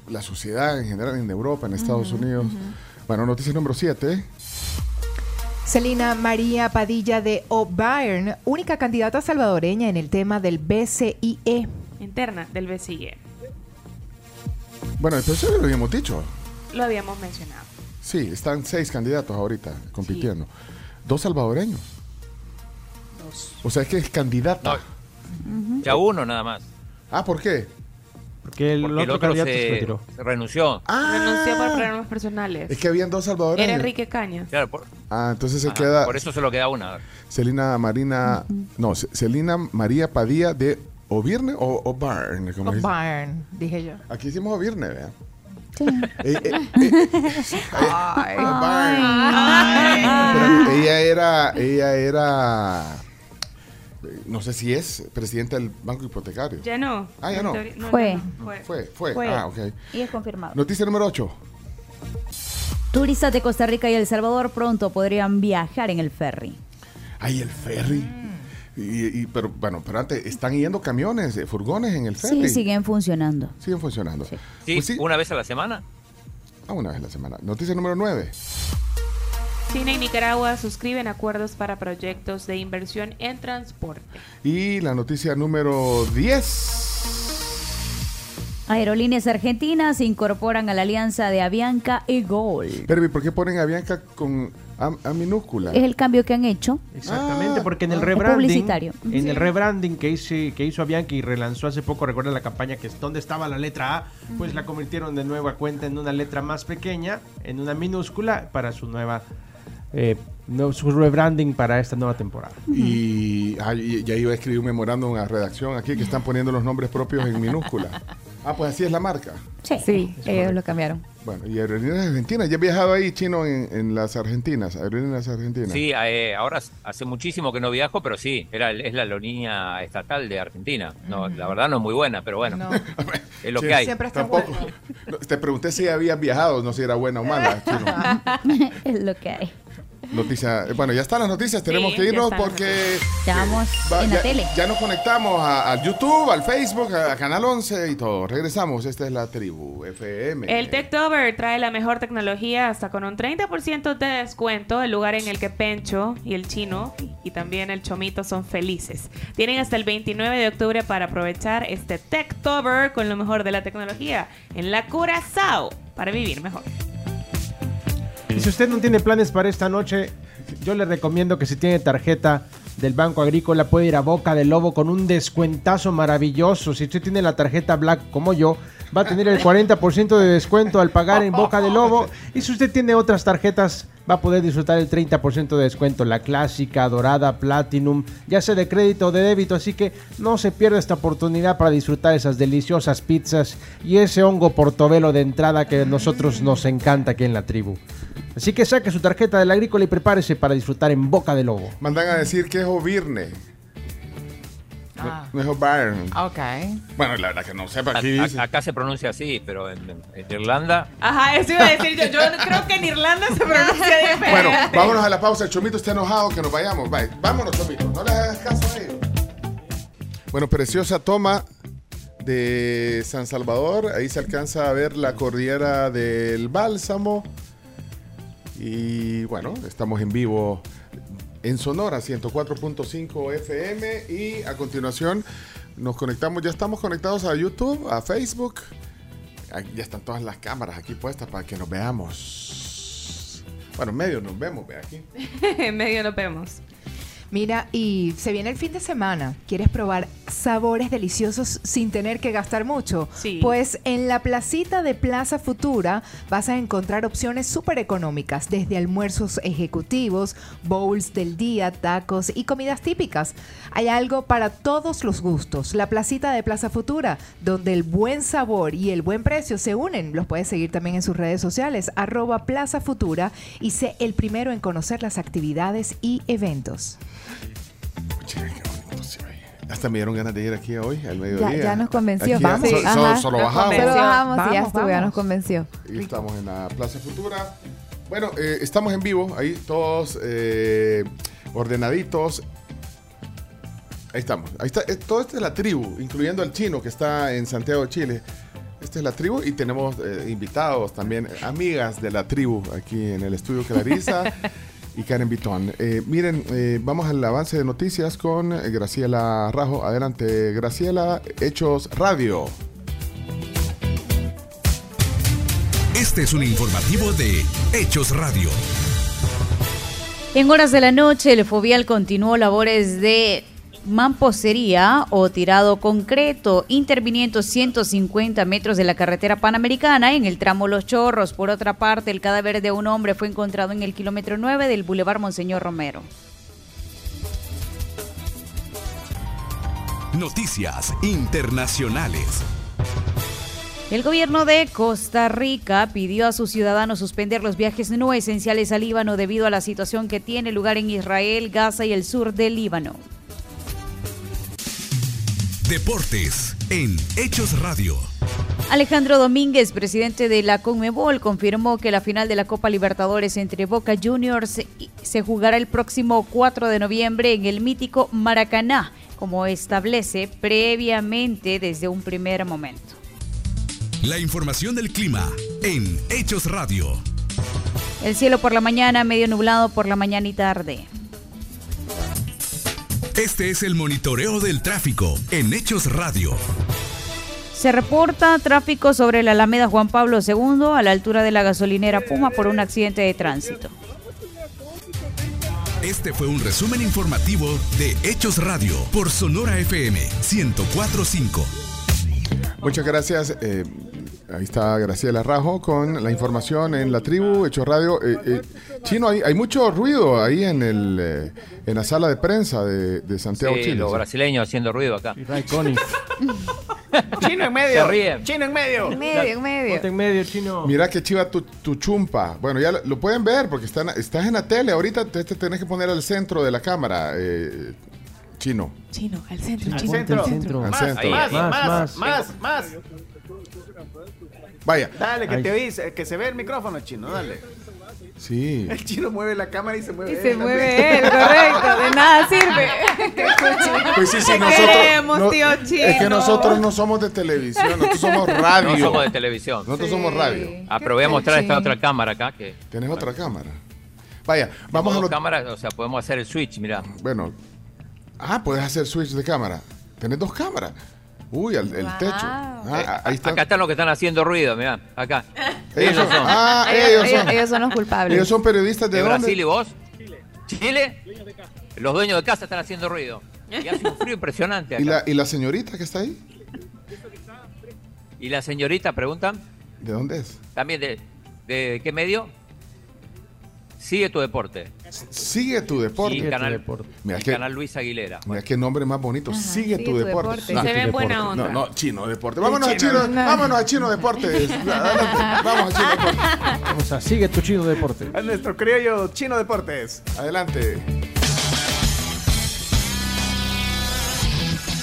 S3: la sociedad en general en Europa, en Estados Unidos. Bueno, noticia número 7.
S13: Celina María Padilla de O'Byrne, única candidata salvadoreña en el tema del BCIE.
S4: Interna del BCIE.
S3: Bueno, el ya lo habíamos dicho.
S4: Lo habíamos mencionado.
S3: Sí, están seis candidatos ahorita compitiendo. Dos salvadoreños.
S4: Dos.
S3: O sea, es que es candidata.
S7: Ya uno nada más.
S3: Ah, ¿por qué?
S6: Porque el
S7: Porque el
S6: otro
S7: otro
S6: candidato se
S7: se,
S6: retiró.
S7: se renunció.
S4: Renunció por problemas personales.
S3: Ah. Es que habían dos
S4: Era
S3: salvadoreños.
S4: Enrique Caña.
S7: Claro, por,
S3: Ah, entonces se
S7: ajá,
S3: queda
S7: por eso se lo queda una.
S3: Celina Marina. No, Ce- Celina María Padilla de Ovirne o O'Barn. como
S18: Pues,
S3: dice.
S13: O'Byrne, dije yo.
S3: Aquí hicimos Ovirne, ¿verdad?
S13: Sí.
S3: Eh, eh, Ay, Pero eh, ella era, ella era, eh, no sé si es presidenta del banco hipotecario.
S4: Ya no.
S3: Ah, ya no.
S4: En teoría-
S9: Fue.
S4: fue.
S3: Fue, fue. Ah, ok.
S9: Y es confirmado.
S3: Noticia número 8.
S9: Turistas de Costa Rica y El Salvador pronto podrían viajar en el ferry.
S3: Ay, el ferry. Y, y- pero bueno, pero antes están yendo camiones, eh, furgones en el ferry.
S9: Sí, siguen funcionando.
S3: Siguen funcionando.
S7: Sí,
S3: Pues
S7: una vez a la semana.
S3: Ah, una vez a la semana. Noticia número 9.
S4: China y Nicaragua suscriben acuerdos para proyectos de inversión en transporte.
S3: Y la noticia número 10.
S9: Aerolíneas argentinas se incorporan a la alianza de Avianca y Gol.
S3: Pero, ¿y ¿por qué ponen a Bianca con a, a minúscula?
S9: Es el cambio que han hecho.
S6: Exactamente, porque en el
S9: Es
S6: rebranding,
S9: publicitario.
S6: en
S9: Sí.
S6: el rebranding que hizo, que hizo Bianchi y relanzó hace poco, recuerda la campaña que es donde estaba la letra A, pues la convirtieron de nueva cuenta en una letra más pequeña, en una minúscula para su nueva eh, no- su rebranding para esta nueva temporada.
S3: Y ah, y- ya iba a escribir un memorándum a redacción aquí que están poniendo los nombres propios en minúscula. Ah, pues así es la marca.
S5: Sí, ellos lo cambiaron.
S3: Bueno, y Aerolíneas Argentinas. Ya he viajado ahí, chino, en, en las Argentinas. Aerolíneas Argentinas.
S7: Sí, eh, ahora hace muchísimo que no viajo, pero sí, era, es la aerolínea estatal de Argentina. No, La verdad no es muy buena, pero bueno, es lo
S3: Sí,
S7: que hay.
S3: Tampoco. No, te pregunté si habías viajado, no si era buena o mala. chino.
S9: es lo que hay.
S3: Noticia. eh, Bueno, ya están las noticias. Tenemos
S9: Sí,
S3: que
S9: ya
S3: irnos
S9: están las
S3: porque
S9: Ya vamos
S3: va-
S9: en
S3: ya,
S9: la tele.
S3: ya nos conectamos a- al YouTube, al Facebook, a, a Canal 11 y todo. Regresamos. Esta es la tribu FM.
S4: El Techtober trae la mejor tecnología hasta con un 30% de descuento, el lugar en el que Pencho y el chino y también el chomito son felices. Tienen hasta el 29 de octubre para aprovechar este Techtober con lo mejor de la tecnología en la Curazao para vivir mejor.
S6: Y si usted no tiene planes para esta noche, yo le recomiendo que si tiene tarjeta del Banco Agrícola puede ir a Boca del Lobo con un descuentazo maravilloso. Si usted tiene la tarjeta Black como yo, va a tener el 40% de descuento al pagar en Boca del Lobo. Y si usted tiene otras tarjetas, va a poder disfrutar el 30% de descuento. La clásica, dorada, platinum, ya sea de crédito o de débito. Así que no se pierda esta oportunidad para disfrutar esas deliciosas pizzas y ese hongo portobelo de entrada que a nosotros nos encanta aquí en la tribu. Así que saque su tarjeta del agrícola y prepárese para disfrutar en Boca del Lobo.
S3: Mandan a decir que es Ovirne.
S13: Ah.
S3: No es O'Byrne.
S13: Ok.
S3: Bueno, la verdad que no sé para
S7: A-
S3: qué
S7: a-
S3: dice.
S7: acá se pronuncia así, pero en, en Irlanda.
S4: Ajá, eso iba a decir yo. Yo creo que en Irlanda se pronuncia diferente.
S3: Bueno, vámonos a la pausa. El Chomito está enojado que nos vayamos. Bye. Vámonos, Chomito. No le hagas caso a ellos. Bueno, preciosa toma de San Salvador. Ahí se alcanza a ver la cordillera del Bálsamo. Y bueno, estamos en vivo en Sonora 104.5 FM. Y a continuación nos conectamos. Ya estamos conectados a YouTube, a Facebook. Ah, Ya están todas las cámaras aquí puestas para que nos veamos. Bueno, medio nos vemos, ve aquí.
S4: en medio nos vemos.
S13: Mira, y se viene el fin de semana. ¿Quieres probar sabores deliciosos sin tener que gastar mucho?
S18: Sí.
S13: Pues en la placita de Plaza Futura vas a encontrar opciones súper económicas, desde almuerzos ejecutivos, bowls del día, tacos y comidas típicas. Hay algo para todos los gustos. La placita de Plaza Futura, donde el buen sabor y el buen precio se unen. Los puedes seguir también en sus redes sociales, arroba Plaza Futura, y sé el primero en conocer las actividades y eventos.
S3: Hasta me dieron ganas de ir aquí hoy, al mediodía.
S2: Ya, ya nos convenció.
S3: Aquí,
S2: vamos.
S3: so-
S2: Sí,
S3: so-
S2: ajá.
S3: solo
S2: Nos
S3: bajamos.
S2: convenció. Solo bajamos y ya estuvo, ya nos convenció.
S3: Y estamos en la Plaza Futura. Bueno, eh, estamos en vivo, ahí todos eh, ordenaditos. Ahí estamos. Ahí está. eh, Todo esto es la tribu, incluyendo al chino que está en Santiago de Chile. Esta es la tribu y tenemos eh, invitados también, eh, amigas de la tribu aquí en el estudio Clarisa y Karen Bitón. Eh, miren, eh, vamos al avance de noticias con eh, Graciela Rajo. Adelante, Graciela, Hechos Radio.
S29: Este es un informativo de Hechos Radio.
S9: En horas de la noche, el Fovial continuó labores de mampostería o tirado concreto, interviniendo 150 metros de la carretera panamericana en el tramo Los Chorros. Por otra parte, el cadáver de un hombre fue encontrado en el kilómetro 9 del Boulevard Monseñor Romero.
S29: Noticias internacionales.
S9: El gobierno de Costa Rica pidió a sus ciudadanos suspender los viajes no esenciales al Líbano debido a la situación que tiene lugar en Israel, Gaza y el sur del Líbano.
S29: Deportes en Hechos Radio.
S9: Alejandro Domínguez, presidente de la CONMEBOL, confirmó que la final de la Copa Libertadores entre Boca Juniors y- se jugará el próximo 4 de noviembre en el mítico Maracaná, como establece previamente desde un primer momento.
S29: La información del clima en Hechos Radio.
S9: El cielo por la mañana, medio nublado por la mañana y tarde.
S29: Este es el monitoreo del tráfico en Hechos Radio.
S9: Se reporta tráfico sobre la Alameda Juan Pablo II a la altura de la gasolinera Puma por un accidente de tránsito.
S29: Este fue un resumen informativo de Hechos Radio por Sonora FM 1045.
S3: Muchas gracias. eh, ahí está Graciela Rajo con la información en la tribu, Hecho Radio. Eh, eh, Chino, hay, hay mucho ruido ahí en, el, eh, en la sala de prensa de, de Santiago,
S7: Sí,
S3: Chile.
S7: eh, los
S3: ¿sí?
S7: brasileños haciendo ruido acá.
S18: Chino en
S7: medio. Se ríen.
S18: Chino en medio.
S2: En medio, en medio.
S6: en medio, chino.
S3: Mira que chiva tu, tu chumpa. Bueno, ya lo, lo pueden ver porque están, estás en la tele. Ahorita te, te tenés que poner al centro de la cámara, eh, Chino.
S18: Chino, al centro,
S3: Al
S18: chino.
S3: centro. Al
S18: Más,
S3: centro.
S18: más,
S3: Más,
S18: más,
S3: más.
S18: más, más.
S3: Vaya.
S1: Dale, que
S3: Ahí.
S1: te oís, eh, que se ve el micrófono chino, dale.
S3: Sí.
S1: El chino mueve la cámara y se mueve
S2: Y
S1: él
S2: se
S1: también.
S2: mueve él, correcto. De nada sirve.
S3: Pues sí, sí,
S2: Te
S3: nosotros.
S2: queremos,
S3: no-
S2: tío
S3: Es que
S2: Chino.
S3: nosotros no somos de televisión, nosotros somos radio.
S7: No somos de televisión.
S3: Nosotros somos radio.
S7: Ah, pero voy a mostrar esta
S3: Sí.
S7: otra cámara acá. Que
S3: Tenés otra cámara. Vaya, vamos a
S7: dos
S3: lo
S7: cámaras, o sea, podemos hacer el switch, mira.
S3: Bueno. Ah, puedes hacer switch de cámara. Tenés dos cámaras. Uy, al- el techo. Ah, ahí está.
S7: Eh, Acá están los que están haciendo ruido, mira, acá.
S3: Ellos son. Ah,
S2: Ellos,
S3: ellos son.
S2: ellos son los culpables.
S3: Ellos son periodistas de,
S7: ¿De
S3: dónde?
S7: Brasil y vos? Chile. Los dueños de casa están haciendo ruido. Y hace un frío impresionante acá.
S3: ¿Y la, y la señorita que está ahí?
S7: ¿Y la señorita, preguntan?
S3: ¿De dónde es?
S7: También de, de qué medio? Sigue tu deporte.
S3: Sigue tu deporte.
S7: Y canal,
S3: Mira
S7: y
S3: que-
S7: canal Luis Aguilera.
S3: Mira qué nombre más bonito.
S7: Sigue
S3: sigue, tu,
S7: tu
S3: deporte.
S7: deporte. Se ve
S3: tu
S7: buena
S3: deporte.
S7: onda.
S3: No, no, chino deporte. Vámonos
S6: Chino.
S3: a chino. Vámonos a chino deportes. Adelante, Vamos a chino deportes.
S6: Vamos a sigue tu chino deporte.
S1: A nuestro criollo chino deportes.
S3: Adelante.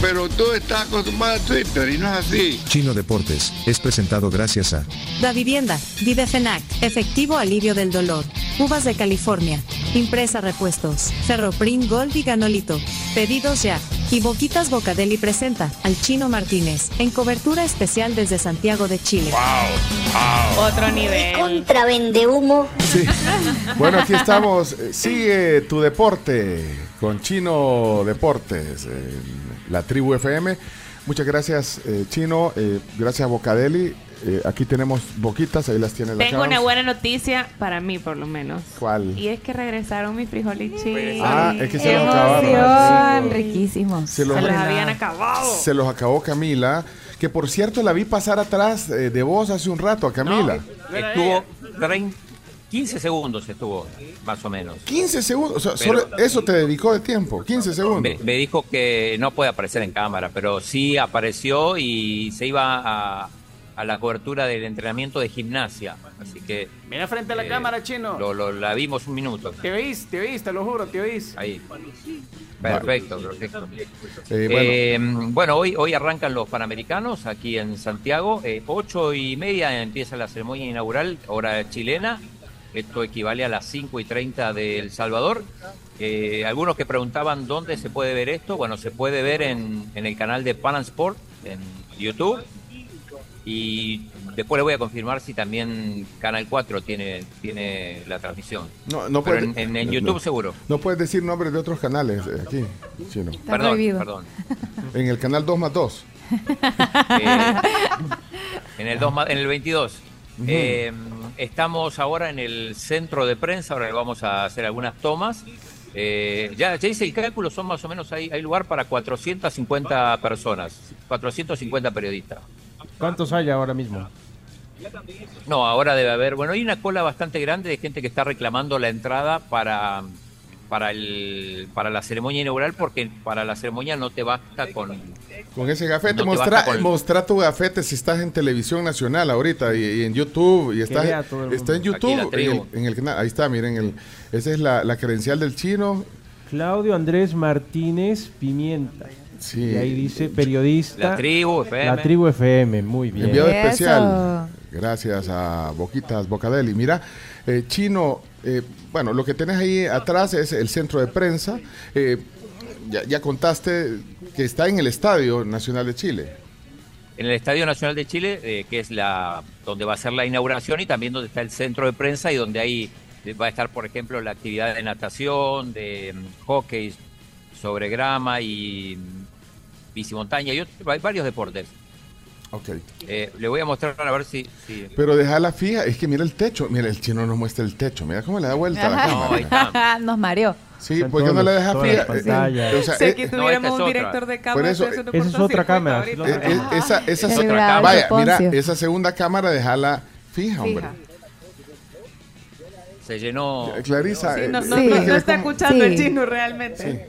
S15: pero tú estás acostumbrado a Twitter y no es así.
S30: Chino Deportes es presentado gracias a
S22: Da Vivienda, Videfenac, Efectivo Alivio del Dolor, Uvas de California, Impresa Repuestos, Ferroprim Gold y Ganolito. Pedidos ya,
S16: Y Boquitas Bocadeli presenta al Chino Martínez en cobertura especial desde Santiago de Chile.
S4: Otro nivel.
S16: Contra humo.
S3: Bueno, aquí estamos. Eh, Sigue tu deporte con Chino Deportes, en la tribu FM. Muchas gracias, eh, Chino. Eh, gracias, Bocadeli. Eh, aquí tenemos boquitas, ahí las tiene la
S4: Tengo una
S3: Carms.
S4: buena noticia para mí, por lo menos.
S3: ¿Cuál?
S4: Y es que regresaron mis frijolitos.
S3: Ah, es que se los acabaron.
S5: Emoción, riquísimos.
S3: Se los- Se los habían
S4: acabado.
S3: Se los acabó Camila, que por cierto la vi pasar atrás eh, de vos hace un rato a Camila.
S7: Estuvo trein- 15 segundos estuvo, más o menos.
S3: 15 segundos, o sea,
S7: Pero-
S3: solo eso te dedicó de tiempo, 15 segundos.
S7: Me, me dijo que no puede aparecer en cámara, pero sí apareció y se iba a, a la cobertura del entrenamiento de gimnasia. Así que
S39: Mira frente a la
S7: Eh,
S39: cámara, chino.
S7: lo, lo- la vimos un minuto.
S39: Te oís, te oís, te lo juro, te oís.
S7: Ahí. Perfecto, perfecto.
S3: Eh,
S7: Eh, bueno, hoy, hoy arrancan los Panamericanos aquí en Santiago. Eh, ocho y media empieza la ceremonia inaugural, hora chilena. Esto equivale a las 5 y 30 de El Salvador. Eh, algunos que preguntaban dónde se puede ver esto. Bueno, se puede ver en, en el canal de Pan Sport en YouTube. Y después le voy a confirmar si también Canal 4 tiene, tiene la transmisión.
S3: No, no
S7: Pero
S3: puede-
S7: en, en- en
S3: no,
S7: YouTube
S3: no.
S7: seguro.
S3: No puedes decir nombres de otros canales eh, aquí, Chino.
S7: Perdón, perdón.
S3: En el canal 2 más 2.
S7: En el, 2 ma- en el 22.
S3: Ujú.
S7: Eh, estamos ahora en el centro de prensa, ahora vamos a hacer algunas tomas. Eh, ya, ya hice el cálculo, son más o menos, hay, hay lugar para 450 personas, 450 periodistas.
S6: ¿Cuántos hay ahora mismo?
S7: No, ahora debe haber, bueno, hay una cola bastante grande de gente que está reclamando la entrada para, para, el, para la ceremonia inaugural, porque para la ceremonia no te basta con,
S3: Con ese gafete,
S7: No te
S3: mostra,
S7: basta con-
S3: mostra tu gafete si estás en televisión nacional ahorita y, y en YouTube. Y estás,
S7: vea todo el
S3: está en
S7: mundo. Aquí la
S3: YouTube. En
S7: tribu.
S3: el, en el canal. Ahí está, miren. El, esa es la, la credencial del chino.
S6: Claudio Andrés Martínez Pimienta. Y ahí dice periodista.
S7: La Tribu FM.
S6: La Tribu FM, muy bien.
S3: Enviado especial. Gracias a Boquitas Bocadeli. Mira, eh, Chino, eh, bueno, lo que tenés ahí atrás es el centro de prensa. Eh, ya, ya contaste que está en el Estadio Nacional de Chile.
S7: en el Estadio Nacional de Chile, eh, que es la donde va a ser la inauguración y también donde está el centro de prensa y donde ahí va a estar, por ejemplo, la actividad de natación, de mm, hockey sobre grama y mm, bicimontaña y otro- hay varios deportes.
S3: Ok.
S7: Eh, le voy a mostrar a ver si... si-
S3: Pero déjala fija, es que mira el techo, mira el chino nos muestra el techo, mira cómo le da vuelta a la cámara.
S5: Nos mareó.
S3: Sí, ¿por qué no la deja fija? Eh, o sea,
S4: Si
S3: eh,
S4: aquí tuviéramos un director de cámara,
S3: Por eso,
S4: estoy haciendo
S3: eh,
S4: por
S3: esa es
S4: 350
S3: otra cámara,
S4: ahorita.
S3: eh, eh, esa, esa
S4: Es
S3: es otra
S4: bravo,
S3: cámara. Vaya, mira,
S4: Poncio.
S3: esa segunda cámara déjala fija, hombre.
S7: se llenó...
S3: Clarisa,
S4: Sí,
S3: eh,
S4: no, no-
S5: Sí.
S4: no- no está escuchando
S5: Sí.
S4: el chino realmente.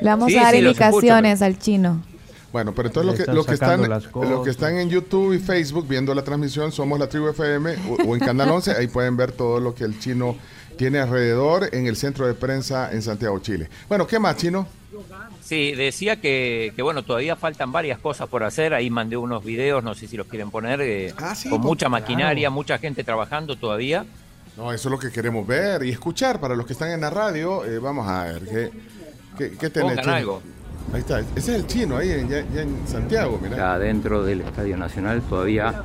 S5: Le vamos
S3: Sí,
S5: a dar
S3: sí, los
S5: indicaciones al chino.
S3: Bueno, pero entonces
S6: Le
S3: los que,
S6: están
S3: los que están,
S6: sacando las cosas.
S3: los que están en YouTube y Facebook viendo la transmisión Somos la Tribu FM o, o en Canal 11, ahí pueden ver todo lo que el chino tiene alrededor en el centro de prensa en Santiago, Chile. Bueno, ¿qué más, chino?
S7: Sí, decía que, que, bueno, todavía faltan varias cosas por hacer. Ahí mandé unos videos, no sé si los quieren poner, eh, con
S3: pues,
S7: mucha maquinaria,
S3: claro.
S7: mucha gente trabajando todavía.
S3: No, eso es lo que queremos ver y escuchar para los que están en la radio. eh, vamos a ver, ¿qué, qué, qué tenés,
S7: Pongan
S3: chino?
S7: algo.
S3: Ahí está, ese es el chino, ahí en, ya, ya en Santiago, mira.
S7: Acá dentro del Estadio Nacional todavía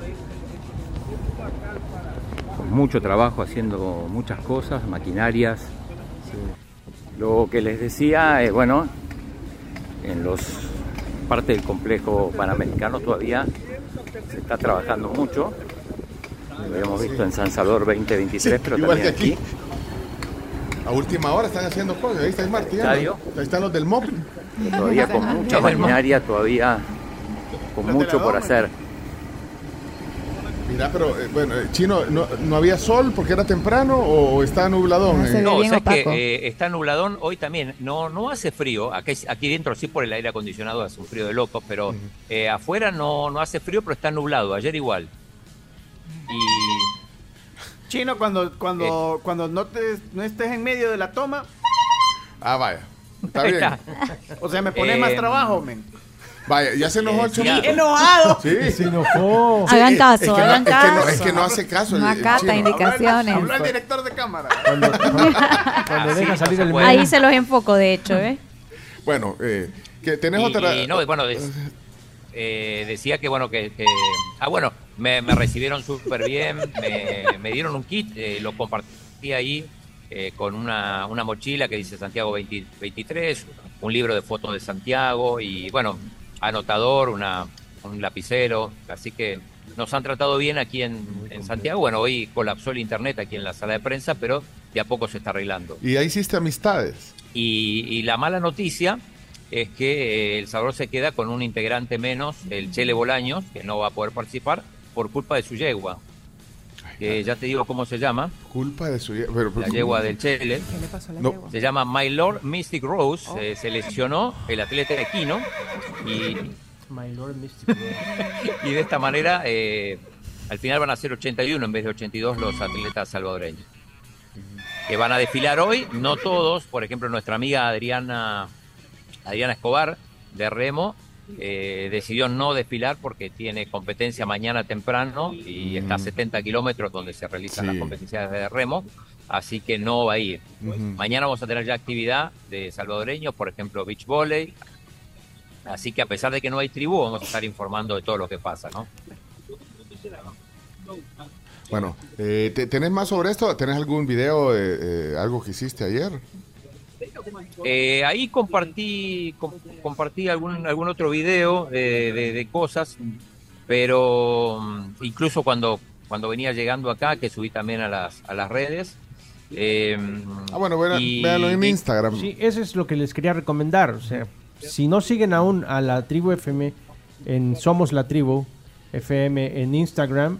S7: con mucho trabajo haciendo muchas cosas, maquinarias. Lo que les decía es, bueno, en los parte del complejo panamericano todavía se está trabajando mucho. Lo habíamos visto en San Salvador 2023, pero
S3: Igual
S7: también
S3: que
S7: aquí.
S3: aquí. A última hora están haciendo cosas, ahí está el Martín.
S7: Estadio.
S3: Ahí están los del MOP.
S7: todavía con mucha maquinaria, todavía con mucho por hacer.
S3: Mira, pero eh, bueno, eh, chino, ¿no, no había sol porque era temprano o, o está nubladón? eh?
S7: No, sabes que eh, está nubladón hoy también. No, no hace frío. Aquí, aquí dentro sí por el aire acondicionado hace un frío de locos, pero eh, afuera no, no hace frío, pero está nublado. Ayer igual. Y
S39: Chino, cuando, cuando,
S41: Eh.
S39: cuando no, te, no estés en medio de la toma.
S3: Ah, vaya. Está
S39: Ahí
S3: bien.
S39: está. O sea, me pones más
S3: Eh,
S39: trabajo, men.
S3: Vaya, ya se enojó el
S39: Sí,
S3: chino.
S39: enojado.
S3: Sí,
S6: se enojó.
S5: Hagan
S3: Eh, es-
S5: caso,
S3: es que no-
S5: hagan
S3: es que no-
S5: caso.
S3: es que no hace caso. el-
S5: No
S3: el chino.
S5: acata indicaciones.
S39: Habló el director de cámara.
S6: Cuando deja salir el
S5: Ahí se los enfoco, de hecho, ¿eh?
S3: Bueno, eh, que tenés
S7: Y-
S3: otra...
S7: y no, y bueno, des- eh, decía que bueno, que, que- ah, bueno, me, me recibieron súper bien, me, me dieron un kit, eh, lo compartí ahí eh, con una, una mochila que dice Santiago 20 23, un libro de fotos de Santiago y bueno, anotador, una, un lapicero, así que nos han tratado bien aquí en, en Santiago. Bueno, hoy colapsó el internet aquí en la sala de prensa, pero de a poco se está arreglando.
S3: Y ahí hiciste amistades.
S7: Y, y la mala noticia es que eh, El Salvador se queda con un integrante menos, el Chele Bolaños, que no va a poder participar por culpa de su yegua. Que ya te digo cómo se llama,
S3: Culpa de su... ye- Pero,
S7: la yegua del Chele.
S13: ¿Qué le pasó a la
S3: No.
S13: yegua? Oh.
S7: Se llama My Lord Mystic Rose, eh, se lesionó el atleta equino y, y de esta manera eh, al final van a ser 81 en vez de 82 los atletas salvadoreños. Que van a desfilar hoy, no todos, por ejemplo nuestra amiga Adriana, Adriana Escobar de Remo eh, decidió no desfilar porque tiene competencia mañana temprano y está a 70 kilómetros donde se realizan las competencias de Remo, así que no va a ir. Mañana vamos a tener ya actividad de salvadoreños, por ejemplo beach volley, Así que a pesar de que no hay tribu, vamos a estar informando de todo lo que pasa, ¿no?
S3: Bueno, eh, te- ¿tenés más sobre esto? ¿Tenés algún video de eh, algo que hiciste ayer?
S7: Eh, ahí compartí com- compartí algún algún otro video de, de- de cosas, pero mm, incluso cuando cuando venía llegando acá, que subí también a las a las redes. eh,
S3: Ah, bueno, vean-
S7: y-
S3: véanlo en
S7: y-
S3: Instagram.
S6: Sí, eso es lo que les quería recomendar. O sea, si no siguen aún a la tribu FM en Somos la Tribu FM en Instagram,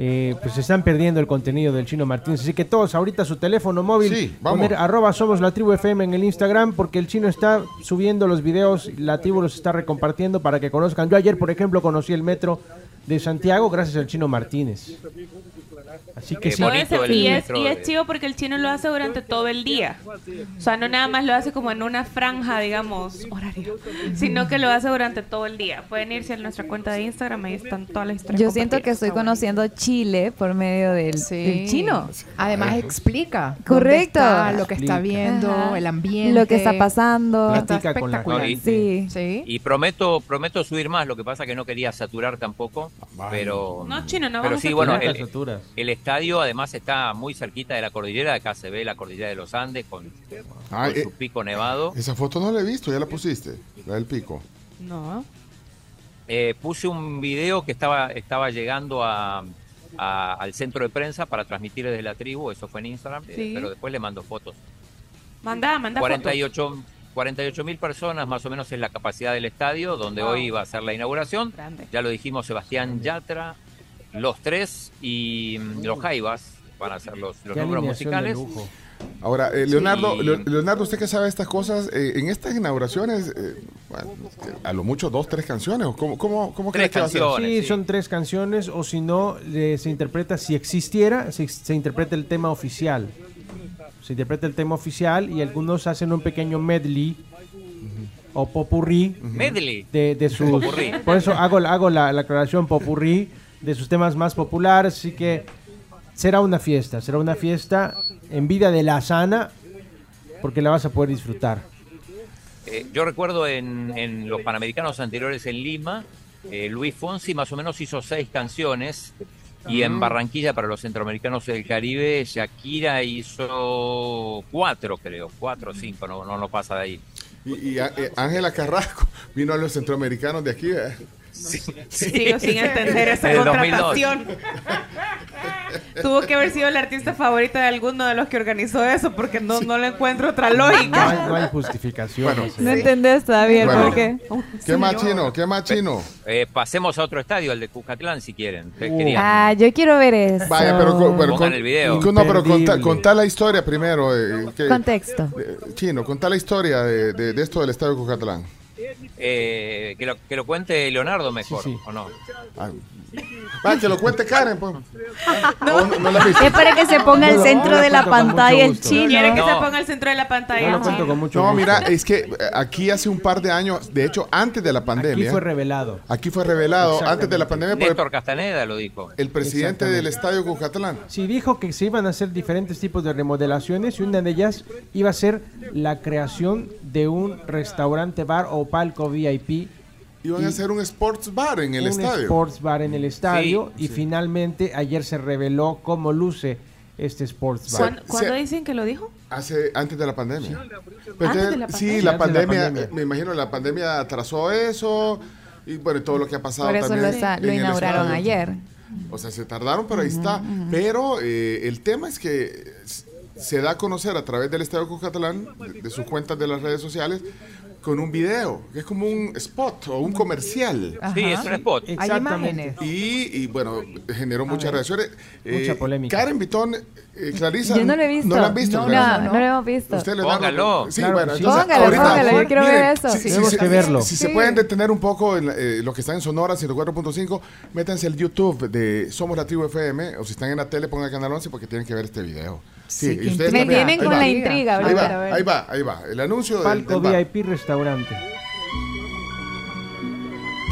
S6: eh, pues se están perdiendo el contenido del Chino Martínez. Así que todos ahorita su teléfono móvil,
S3: Sí, vamos.
S6: poner arroba Somos la Tribu FM en el Instagram, porque el Chino está subiendo los videos, la tribu los está recompartiendo para que conozcan. Yo ayer, por ejemplo, conocí el metro de Santiago gracias al Chino Martínez. Así que
S7: Qué
S6: sí.
S7: bonito
S4: No, es-
S7: el
S4: y, es,
S7: metro
S4: y es
S7: de-
S4: chido porque el chino lo hace durante todo el día. O sea, no nada más lo hace como en una franja, digamos, horario, sino que lo hace durante todo el día. Pueden irse a nuestra cuenta de Instagram, ahí están todas las historias.
S5: Yo siento que estoy conociendo Chile por medio del, del chino.
S13: Además explica. dónde
S5: Correcto.
S13: está, lo que está
S5: Explica.
S13: viendo,
S5: Ajá.
S13: el ambiente.
S5: Lo que está pasando.
S13: Platica
S6: con la
S7: No, y-
S5: Sí.
S7: Y prometo prometo subir más, lo que pasa que no quería saturar tampoco, pero
S4: No, chino, no
S7: pero
S4: vamos
S7: sí,
S4: a
S7: bueno,
S4: saturar.
S7: el, el estadio además está muy cerquita de la cordillera, acá se ve la cordillera de los Andes con,
S3: Ah,
S7: con
S3: eh,
S7: su pico nevado.
S3: Esa foto no la he visto, ya la pusiste, la del pico.
S4: No.
S7: Eh, puse un video que estaba, estaba llegando a, a- al centro de prensa para transmitir desde la tribu, eso fue en Instagram, eh,
S4: Sí.
S7: pero después le mando fotos.
S4: Manda, manda fotos.
S7: 48 48 mil personas más o menos es la capacidad del estadio donde
S4: Wow.
S7: hoy va a ser la inauguración. Ya lo dijimos Sebastián Yatra, los tres y mm,
S4: Uh.
S7: los Jaivas van a ser los, los números musicales.
S3: Ahora, eh, Leonardo,
S7: Sí.
S3: Leo- Leonardo, usted que sabe estas cosas, eh, en estas inauguraciones, eh, bueno, a lo mucho dos, tres canciones, ¿o ¿cómo, cómo, cómo crees que va a ser?
S6: Sí, son tres canciones, o si no, eh, se interpreta, si existiera, se, se interpreta el tema oficial. Se interpreta el tema oficial y algunos hacen un pequeño medley o popurrí.
S7: Medley.
S6: De, de sus-
S7: Popurrí.
S6: Por eso hago, la- hago la, la aclaración popurrí de sus temas más populares. Así que será una fiesta, será una fiesta en vida de la sana, porque la vas a poder disfrutar.
S7: Eh, yo recuerdo en, en los Panamericanos anteriores en Lima, eh, Luis Fonsi más o menos hizo seis canciones y en
S14: Ah.
S7: Barranquilla para los centroamericanos del Caribe, Shakira hizo cuatro, creo, cuatro o cinco, no, no, no pasa de ahí.
S3: Y, y a- eh, Ángela Carrasco vino a los centroamericanos de aquí. ¿eh?
S4: Sigo sin entender esa
S3: Desde el 2002.
S4: contratación. Tuvo que haber sido el artista favorito de alguno de los que organizó eso, porque no, no le encuentro otra
S6: No hay,
S4: lógica.
S6: no hay justificación.
S3: Bueno,
S5: No entendés todavía el
S7: Bueno.
S5: por qué.
S3: ¿Qué más chino? ¿Qué más chino?
S7: Eh, pasemos a otro estadio, al de Cuscatlán, si quieren. Ustedes
S3: Uh.
S7: querían.
S5: Ah, yo quiero ver eso.
S3: Vaya, pero, con, pero
S7: Pongan
S3: con-
S7: el video.
S3: con- no, pero contá
S7: Imperdible.
S3: contá la historia primero. eh, que-
S5: Contexto.
S3: eh, chino, contá la historia de, de- de esto del Estadio Cucatlán.
S7: Eh, que, lo, que lo cuente Leonardo mejor, ¿o no?
S3: Ah, Va, que lo cuente Karen, pues.
S4: No.
S3: no la viste.
S9: Es para que se ponga al centro de la pantalla el chino.
S4: Quiere que se ponga al centro de la pantalla. el chino.
S3: No, mira, es que eh, aquí hace un par de años, de hecho, antes de la pandemia.
S6: fue revelado.
S3: Aquí fue revelado, antes de la pandemia, por el-
S7: Néstor Castaneda lo dijo.
S3: el presidente del estadio Cucatlán.
S6: Sí, dijo que se iban a hacer diferentes tipos de remodelaciones y una de ellas iba a ser la creación de un restaurante bar o palco VIP.
S3: Iban a hacer un sports bar en el
S6: un
S3: estadio.
S6: sports bar en el estadio
S3: Sí,
S6: y
S3: sí.
S6: finalmente ayer se reveló cómo luce este sports bar.
S4: ¿Cuándo, cuándo dicen que lo dijo?
S3: Hace, antes de la pandemia. Pero
S4: Antes
S3: entonces,
S4: de la pandemia.
S3: sí, la
S6: Antes de la
S3: pandemia,
S6: pandemia.
S3: eh, me imagino, la pandemia atrasó eso y bueno, todo lo que ha pasado
S5: Por eso
S3: también
S5: lo, está-
S3: en
S5: lo
S3: el
S5: inauguraron
S3: estadio.
S5: ayer.
S3: O sea, se tardaron, pero ahí está. Pero eh, el tema es que s- se da a conocer a través del Estadio Cucatlán, de, de sus cuentas de las redes sociales, con un video, que es como un spot o un comercial.
S7: Sí, es un spot.
S3: Y, y, bueno, generó muchas reacciones.
S6: Mucha
S3: polémica. Karen Vitón, eh, Clarisa.
S5: Yo no lo he visto.
S3: No la han visto.
S5: No,
S3: Clarisa?
S5: no, no lo hemos visto.
S3: Usted le da-
S7: Póngalo.
S3: Sí,
S5: Claro
S3: bueno,
S5: que sí.
S3: entonces,
S5: Póngalo,
S3: ahorita-
S5: póngalo, yo quiero ver
S3: miren,
S5: eso.
S3: si- si-
S5: Tenemos
S3: si-
S5: que
S3: si-
S5: verlo.
S3: Si se
S5: Sí.
S3: pueden detener un poco en la- eh, los que están en Sonora, 104.5, métanse al YouTube de Somos la Tribu FM o si están en la tele pongan Canal 11 porque tienen que ver este video. Sí, y ustedes
S5: Me
S3: también.
S5: tienen
S3: Ahí
S5: con
S3: va.
S5: la intriga
S3: Ahí
S5: ahorita, a
S3: va,
S5: ver.
S3: ahí va, ahí va. El anuncio del,
S6: Palco
S3: del bar.
S6: VIP restaurante.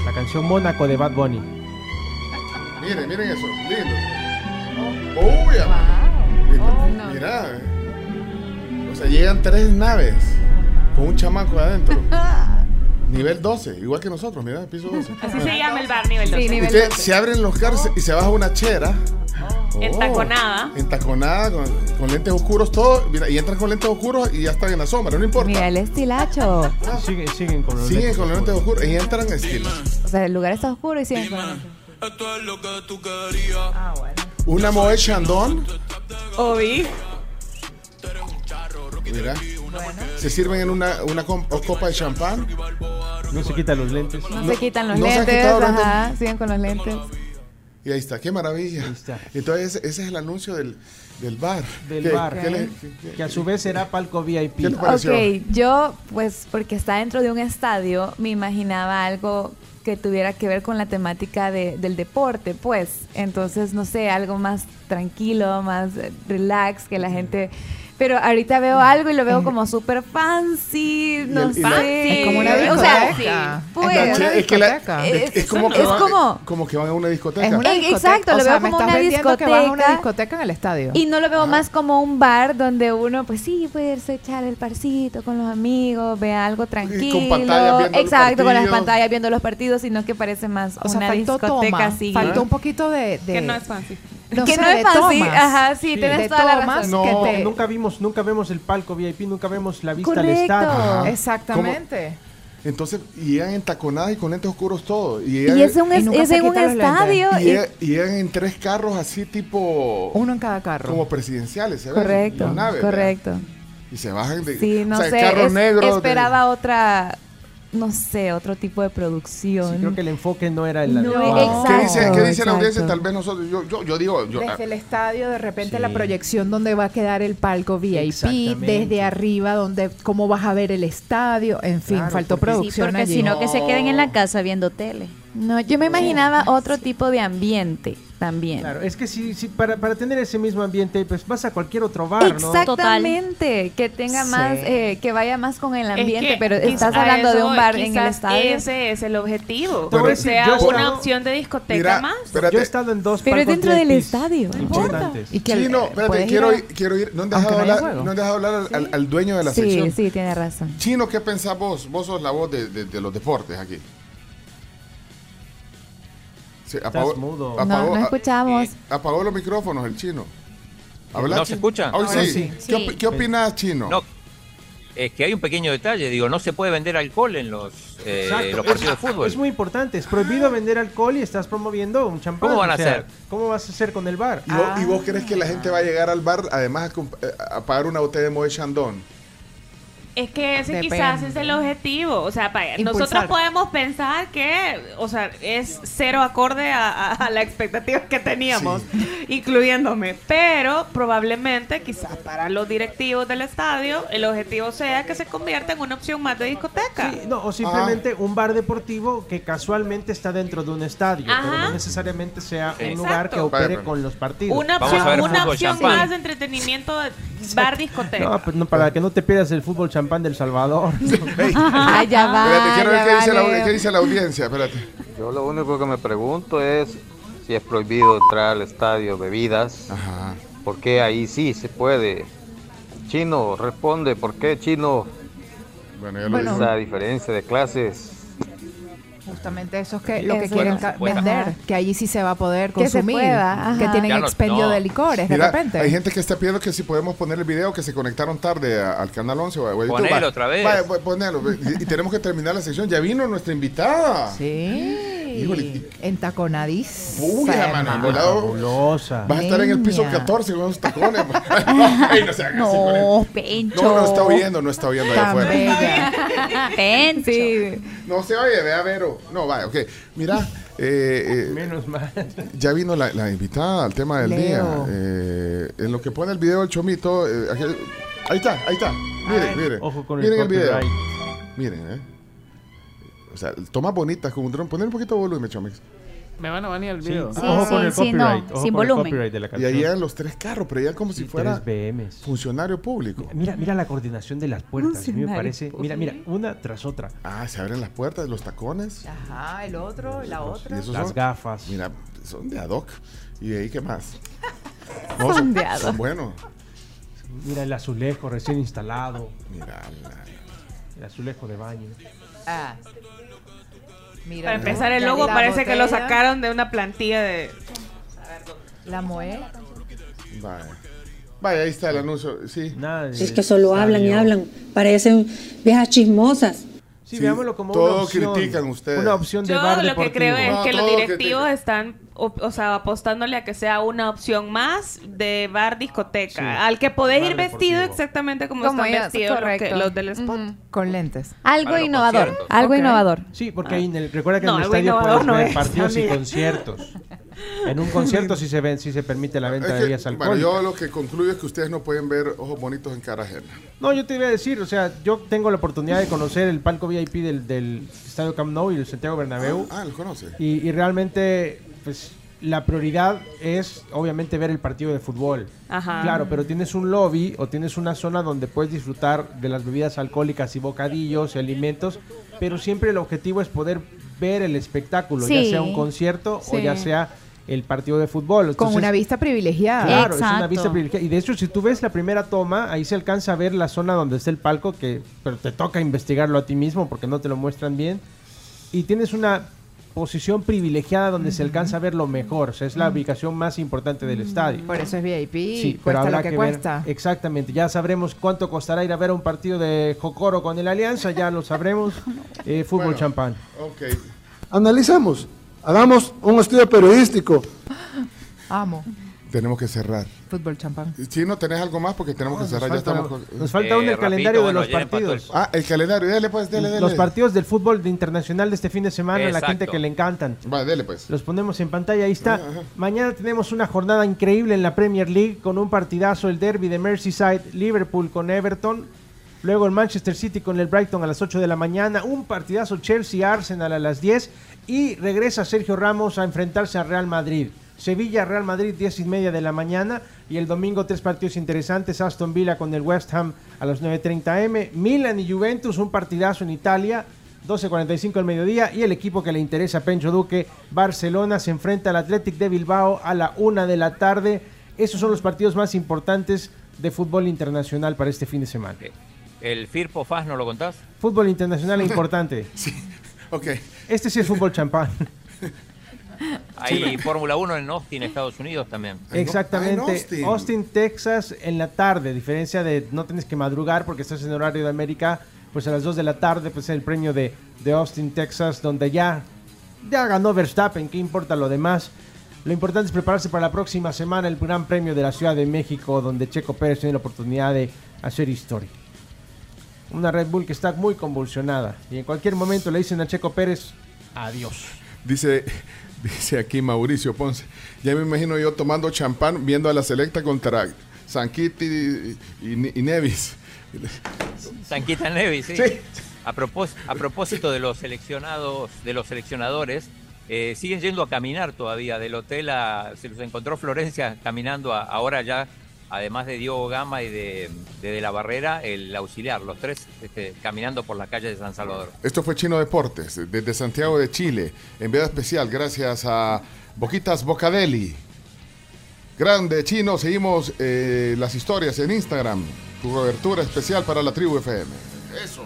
S6: La canción Mónaco de Bad Bunny.
S3: Miren, miren eso. Lindo. Uy,
S5: Oh,
S3: amor. Mira. eh. O sea, llegan tres naves con un chamaco adentro. Nivel 12, igual que nosotros, mira, piso 12.
S4: Así
S6: Ah.
S4: se llama el bar nivel 12.
S3: Y usted se abren los carros y se baja una chera.
S6: Oh.
S5: Oh.
S4: Entaconada.
S3: Entaconada, con, con lentes oscuros, todo. Mira, y entran con lentes oscuros y ya están en la sombra, no importa. Ah,
S5: Mira el estilacho.
S6: Siguen, siguen con los
S3: Siguen
S6: lentes
S3: con los lentes oscuros y entran este, estilo.
S5: O sea, el lugar está oscuro y siguen con-
S3: Una Moe Chandon,
S4: Obi.
S3: mira. Se sirven en una, una com- o copa de champán.
S6: No se quitan los lentes.
S5: No, se quitan los
S3: no se han
S5: lentes,
S3: quitado los
S5: ajá, siguen con los lentes.
S3: Y ahí está, qué maravilla. Entonces, ese es el anuncio del, del bar.
S6: Del
S3: ¿Qué-
S6: bar.
S3: qué le-
S6: que a su vez será palco VIP.
S3: ¿Qué le pareció?
S5: Ok, yo, pues porque está dentro de un estadio, me imaginaba algo que tuviera que ver con la temática de- del deporte, pues. Entonces, no sé, algo más tranquilo, más eh, relax, que la gente... Pero ahorita veo algo y lo veo como súper fancy,
S3: y
S5: no
S3: el- y
S5: sé.
S3: la-
S13: Es como una
S5: O sea,
S13: discoteca.
S5: pues,
S3: La che- es que la- es- es como que
S5: es
S3: van-
S5: como-
S3: como que van a una discoteca.
S5: Es una Eh, discoteca. exacto,
S13: o
S5: lo
S13: sea,
S5: veo
S13: me
S5: como
S13: estás
S5: una
S13: vendiendo que vas a una
S5: discoteca.
S13: discoteca en el estadio.
S5: Y no lo veo más como un bar donde uno, pues sí, puede irse a echar el parcito con los amigos, ve algo tranquilo.
S13: pantallas viendo los
S5: Exacto, con las
S13: partidos.
S5: pantallas viendo los partidos, sino que parece más
S13: O sea,
S5: una
S13: faltó
S5: discoteca
S13: toma,
S5: así.
S13: faltó un poquito de... de-
S4: Que no es fancy.
S5: que
S13: sé,
S5: no es
S13: de
S5: fancy,
S13: tomas.
S5: ajá, sí, tenés
S13: de
S5: toda la
S13: tomas
S5: razón.
S6: No,
S13: que te-
S6: nunca vimos, nunca vemos el palco VIP, nunca vemos la vista al
S13: Correcto.
S6: estadio.
S13: Ajá. Exactamente.
S3: Entonces, y llegan entaconadas y con lentes oscuros todo. Y,
S5: Y es un- Y nunca es se en un quitan los estadio lentes.
S3: Y, llegan- y llegan en tres carros así tipo...
S13: Uno en cada carro.
S3: Como presidenciales, se ven,
S5: Correcto,
S3: las naves,
S5: correcto.
S3: ¿verdad? Y se bajan de...
S5: Sí, no
S3: o sea,
S5: sé,
S3: carros
S5: es-
S3: negros. de-
S5: esperaba otra, no sé, otro tipo de producción.
S6: Creo que el enfoque no era el
S5: No,
S6: adecuado.
S3: ¿Qué dice, qué dice
S5: exacto.
S3: la audiencia? Tal vez nosotros... Yo, yo, yo digo... yo- ah,
S13: Desde el estadio, de repente
S3: Sí.
S13: la proyección donde va a quedar el palco VIP,
S3: Exactamente.
S13: desde arriba, donde cómo vas a ver el estadio, en fin,
S9: Claro,
S13: faltó
S9: porque-
S13: producción
S9: Sí, porque
S13: allí.
S9: si no, que se queden en la casa viendo tele.
S5: No, yo me imaginaba otro tipo de ambiente también.
S6: Claro, es que si, si para, para tener ese mismo ambiente, pues vas a cualquier otro bar, ¿no?
S5: Exactamente, que tenga
S6: Sí.
S5: más, eh, que vaya más con el
S4: Es
S5: ambiente,
S4: que
S5: pero
S4: quiz-
S5: estás
S4: a
S5: hablando de
S4: eso
S5: un
S4: voy,
S5: bar en el
S4: quizás
S5: estadio.
S4: Ese es el objetivo.
S6: Pero
S4: que
S6: es-
S4: sea
S6: yo he
S4: una
S6: estado-
S4: opción de discoteca
S3: Mira,
S4: más.
S3: espérate.
S6: Yo he estado en dos
S5: Pero es
S6: palcos
S5: dentro del
S6: VIPs
S5: estadio, no importa.
S6: importantes.
S5: Y que
S3: Sí,
S5: el- eh,
S3: no,
S5: puedes
S3: espérate,
S5: ir
S3: quiero
S5: a-
S3: ir, quiero ir. No han dejado
S5: Aunque no haya
S3: hablar,
S5: juego.
S3: no han dejado hablar al- al, al dueño de la
S5: Sí,
S3: sección.
S5: sí, tiene razón.
S3: Chino, ¿qué pensás vos? Vos sos la voz de, de- de los deportes aquí. Sí, apagó,
S6: Estás mudo.
S3: apagó-
S5: no, no
S3: a- eh,
S5: escuchamos.
S3: apagó los micrófonos el chino. Habla,
S7: ¿No se
S3: Chino.
S7: escucha?
S3: Hoy
S7: Ahora
S3: sí.
S7: sí.
S3: ¿Qué, opi-
S7: Sí.
S3: qué opinas, chino?
S7: No, es que hay un pequeño detalle, digo, no se puede vender alcohol en los, eh,
S6: Exacto,
S7: los
S6: es-
S7: partidos de fútbol.
S6: Es muy importante, es prohibido vender alcohol y estás promoviendo un champán.
S7: ¿Cómo van a
S6: o sea,
S7: hacer?
S6: ¿Cómo vas a hacer con el bar? Ah.
S3: ¿Y, vos, y vos crees que la gente va a llegar al bar además a comp- eh, a, a pagar una botella de Moe Chandon?
S4: Es que ese
S13: Depende.
S4: quizás es el objetivo. O sea, pa-
S13: Impulsar.
S4: nosotros podemos pensar que, o sea, es cero acorde a, a- a la expectativa que teníamos. incluyéndome. Pero probablemente, quizás para los directivos del estadio, el objetivo sea que se convierta en una opción más de discoteca.
S6: No, o simplemente
S3: Ah.
S6: un bar deportivo que casualmente está dentro de un estadio, pero
S4: Ajá.
S6: no necesariamente sea un
S4: Exacto.
S6: lugar que opere con los partidos.
S4: Una opción, una opción más de entretenimiento de bar discoteca.
S6: No, pues, no, para que no te pierdas el fútbol champán del Salvador.
S4: Ah, ya va,
S3: Espérate, quiero ver
S4: ya
S3: qué dice,
S4: va,
S3: la,
S4: Leo.
S3: qué dice la audiencia. Espérate.
S14: Yo lo único que me pregunto es si es prohibido entrar al estadio bebidas. Porque ahí sí se puede. Chino, responde, ¿por qué Chino?
S3: Bueno,
S14: ya
S13: lo Bueno. dije.
S14: Esa diferencia de clases.
S13: Justamente eso es que lo que
S5: Eso
S13: quieren
S5: no se
S13: ca-
S14: puede.
S13: vender,
S5: Ajá.
S13: que allí sí se va a poder
S5: Que se
S13: consumir,
S5: pueda,
S13: que
S5: ajá.
S13: tienen
S3: Ya no-
S13: expendio
S3: no.
S13: de licores de
S3: Mira,
S13: repente.
S3: hay gente que está pidiendo que si podemos poner el video que se conectaron tarde a- al canal 11 o a- o a YouTube.
S7: Ponelo
S3: Va,
S7: otra vez.
S3: va, va, ponelo. Y, y tenemos que terminar la sección. Ya vino nuestra invitada.
S13: Sí.
S3: Híjole.
S13: Entaconadís.
S3: Uy, la mano,
S13: hermano.
S3: volado. Vas a estar en el piso
S13: Leña.
S3: 14 con esos tacones. Ay, no, sean así con el-
S18: Oh,
S13: No, Pencho.
S3: no, no está oyendo, no está oyendo allá
S13: Tan
S3: afuera.
S13: bella.
S3: No se oye, vea, Vero. No, vaya, ok. Mira, eh, eh,
S6: Menos mal.
S3: ya vino la, la invitada al tema del día.
S6: Leo.
S3: Eh, en lo que pone el video el chomito. eh, aquel- ahí está, ahí está. Miren, miren.
S6: Ojo con el
S3: miren el, video.
S6: copyright.
S3: Miren, eh. O sea, toma bonitas con un dron. Poner un poquito de volumen, Chomix.
S39: Me van a banear el
S6: Sí,
S39: video.
S6: sí, Ojo sí, con el sí, no, copyright, ojo sin con el volumen. copyright de la
S3: Y
S6: canción.
S3: ahí eran los tres carros, pero ya como si fuera funcionario público.
S6: Mira, mira la coordinación de las puertas. A mí me
S3: Funcionario
S6: parece. Mira, mira,
S3: público.
S6: una tras otra.
S3: Ah, se abren las puertas, los tacones.
S13: Ajá, el otro, la otra.
S3: Y esos
S6: Las
S3: son-
S6: gafas.
S3: Mira, son de ad hoc. ¿Y de ahí qué más?
S6: Son de ad
S3: son
S6: hoc.
S3: buenos.
S6: Mira el azulejo recién instalado.
S3: Mira,
S6: El azulejo de baño.
S13: Ah. Mira,
S4: Para
S13: la-
S4: empezar, el
S13: la-
S4: logo
S13: la
S4: parece que lo
S13: botella,
S4: sacaron de una plantilla de.
S13: La moe.
S3: Vaya. Vaya, ahí está el anuncio. Sí.
S17: Es que solo hablan y hablan. Parecen viejas chismosas.
S6: Sí, veámoslo como
S3: todo
S6: una opción.
S3: critican ustedes.
S6: Una opción de
S4: Yo
S6: bar
S4: lo que
S6: deportivo.
S4: creo es que los
S3: todo
S4: directivos están o, o sea, apostándole a que sea una opción más de bar discoteca, al que podés
S13: bar
S4: ir vestido exactamente como,
S5: Como
S4: están
S5: ellos,
S4: vestidos los, que-
S5: correcto.
S4: los del spot.
S13: Con lentes.
S5: Algo
S6: Para los
S5: innovador,
S6: conciertos.
S5: algo
S6: Ok.
S5: innovador.
S6: Sí, porque
S5: Ah.
S6: ahí en el- recuerda que
S5: No,
S6: en el
S5: algo
S6: estadio
S5: innovador
S6: puedes
S5: no
S6: ver
S5: es,
S6: partidos y
S5: amigo.
S6: conciertos. En un concierto sí se ven, sí se permite la venta de
S3: Es
S6: bebidas
S3: que, bueno, yo
S6: alcohólicas.
S3: lo que concluyo es que ustedes no pueden ver ojos bonitos en cara ajena.
S6: No, yo te iba a decir, o sea, yo tengo la oportunidad de conocer el palco VIP del, del Estadio Camp Nou y el Santiago Bernabéu.
S3: Ah, lo conoce.
S6: Y, y realmente, pues, la prioridad es, obviamente, ver el partido de fútbol.
S4: Ajá.
S6: Claro, pero tienes un lobby o tienes una zona donde puedes disfrutar de las bebidas alcohólicas y bocadillos y alimentos, pero siempre el objetivo es poder ver el espectáculo, ya
S13: Sí.
S6: sea un concierto o
S13: Sí.
S6: ya sea el partido de fútbol.
S13: Con
S6: Entonces,
S13: una vista privilegiada.
S6: Claro, es una vista privilegiada. Y de hecho, si tú ves la primera toma, ahí se alcanza a ver la zona donde está el palco, que pero te toca investigarlo a ti mismo porque no te lo muestran bien. Y tienes una posición privilegiada donde se alcanza a ver lo mejor. O sea, es la ubicación más importante del estadio.
S13: Por eso es VIP,
S6: Sí, pero
S13: cuesta
S6: habrá
S13: lo que,
S6: que ver-
S13: cuesta.
S6: Exactamente, ya sabremos cuánto costará ir a ver un partido de Jocoro con el Alianza, ya lo sabremos. Eh, fútbol champán.
S3: Ok.
S28: Analicemos, hagamos un estudio periodístico.
S13: Amo.
S3: Tenemos que cerrar.
S13: Fútbol champán.
S3: Si no tenés algo más, porque tenemos que cerrar. Ya
S6: Ah, falta-
S3: estamos con-
S6: nos falta Eh, aún el rapidito, calendario de bueno, los ayer empató partidos.
S3: Ah, el calendario. Dale, pues, dale, dale.
S6: Los partidos del fútbol de internacional de este fin de semana,
S3: Exacto.
S6: la gente que le encantan.
S3: Vale, dele pues.
S6: Los ponemos en pantalla, ahí está. Mañana tenemos una jornada increíble en la Premier League con un partidazo, el derby de Merseyside, Liverpool con Everton. Luego el Manchester City con el Brighton a las 8 de la mañana. Un partidazo Chelsea-Arsenal a las 10. Y regresa Sergio Ramos a enfrentarse a Real Madrid. Sevilla-Real Madrid 10 y media de la mañana. Y el domingo tres partidos interesantes. Aston Villa con el West Ham a las 9.30 M. Milan y Juventus, un partidazo en Italia. 12.45 al mediodía y el equipo que le interesa a Pencho Duque, Barcelona, se enfrenta al Athletic de Bilbao a la una de la tarde. Esos son los partidos más importantes de fútbol internacional para este fin de semana.
S7: ¿El Firpo Faz no lo contás?
S6: Fútbol internacional es importante.
S3: ok.
S6: Este sí es fútbol champán.
S7: Hay Fórmula 1 en Austin, Estados Unidos también.
S6: Exactamente.
S7: Ah, en
S6: Austin.
S7: Austin.
S6: Texas, en la tarde. Diferencia de no tienes que madrugar porque estás en horario de América. Pues a las 2 de la tarde, pues el premio de, de Austin, Texas, donde ya, ya ganó Verstappen. ¿Qué importa lo demás? Lo importante es prepararse para la próxima semana, el Gran Premio de la Ciudad de México, donde Checo Pérez tiene la oportunidad de hacer historia. Una Red Bull que está muy convulsionada. Y en cualquier momento le dicen a Checo Pérez, adiós.
S3: Dice, dice aquí Mauricio Ponce. Ya me imagino yo tomando champán viendo a la selecta contra San Kitty y, y- y Nevis.
S7: Sanquita Nevis, sí.
S3: Sí.
S7: A, propós- a propósito de los seleccionados, de los seleccionadores, eh, siguen yendo a caminar todavía del hotel a. Se los encontró Florencia caminando a- ahora ya, además de Diogo Gama y de de, De la Barrera, el auxiliar, los tres este, caminando por la calle de San Salvador.
S3: Esto fue Chino Deportes, desde Santiago de Chile. Enviada especial, gracias a Boquitas Bocadeli. Grande Chino, seguimos eh, las historias en Instagram. Tu cobertura especial para la tribu FM.
S2: Eso.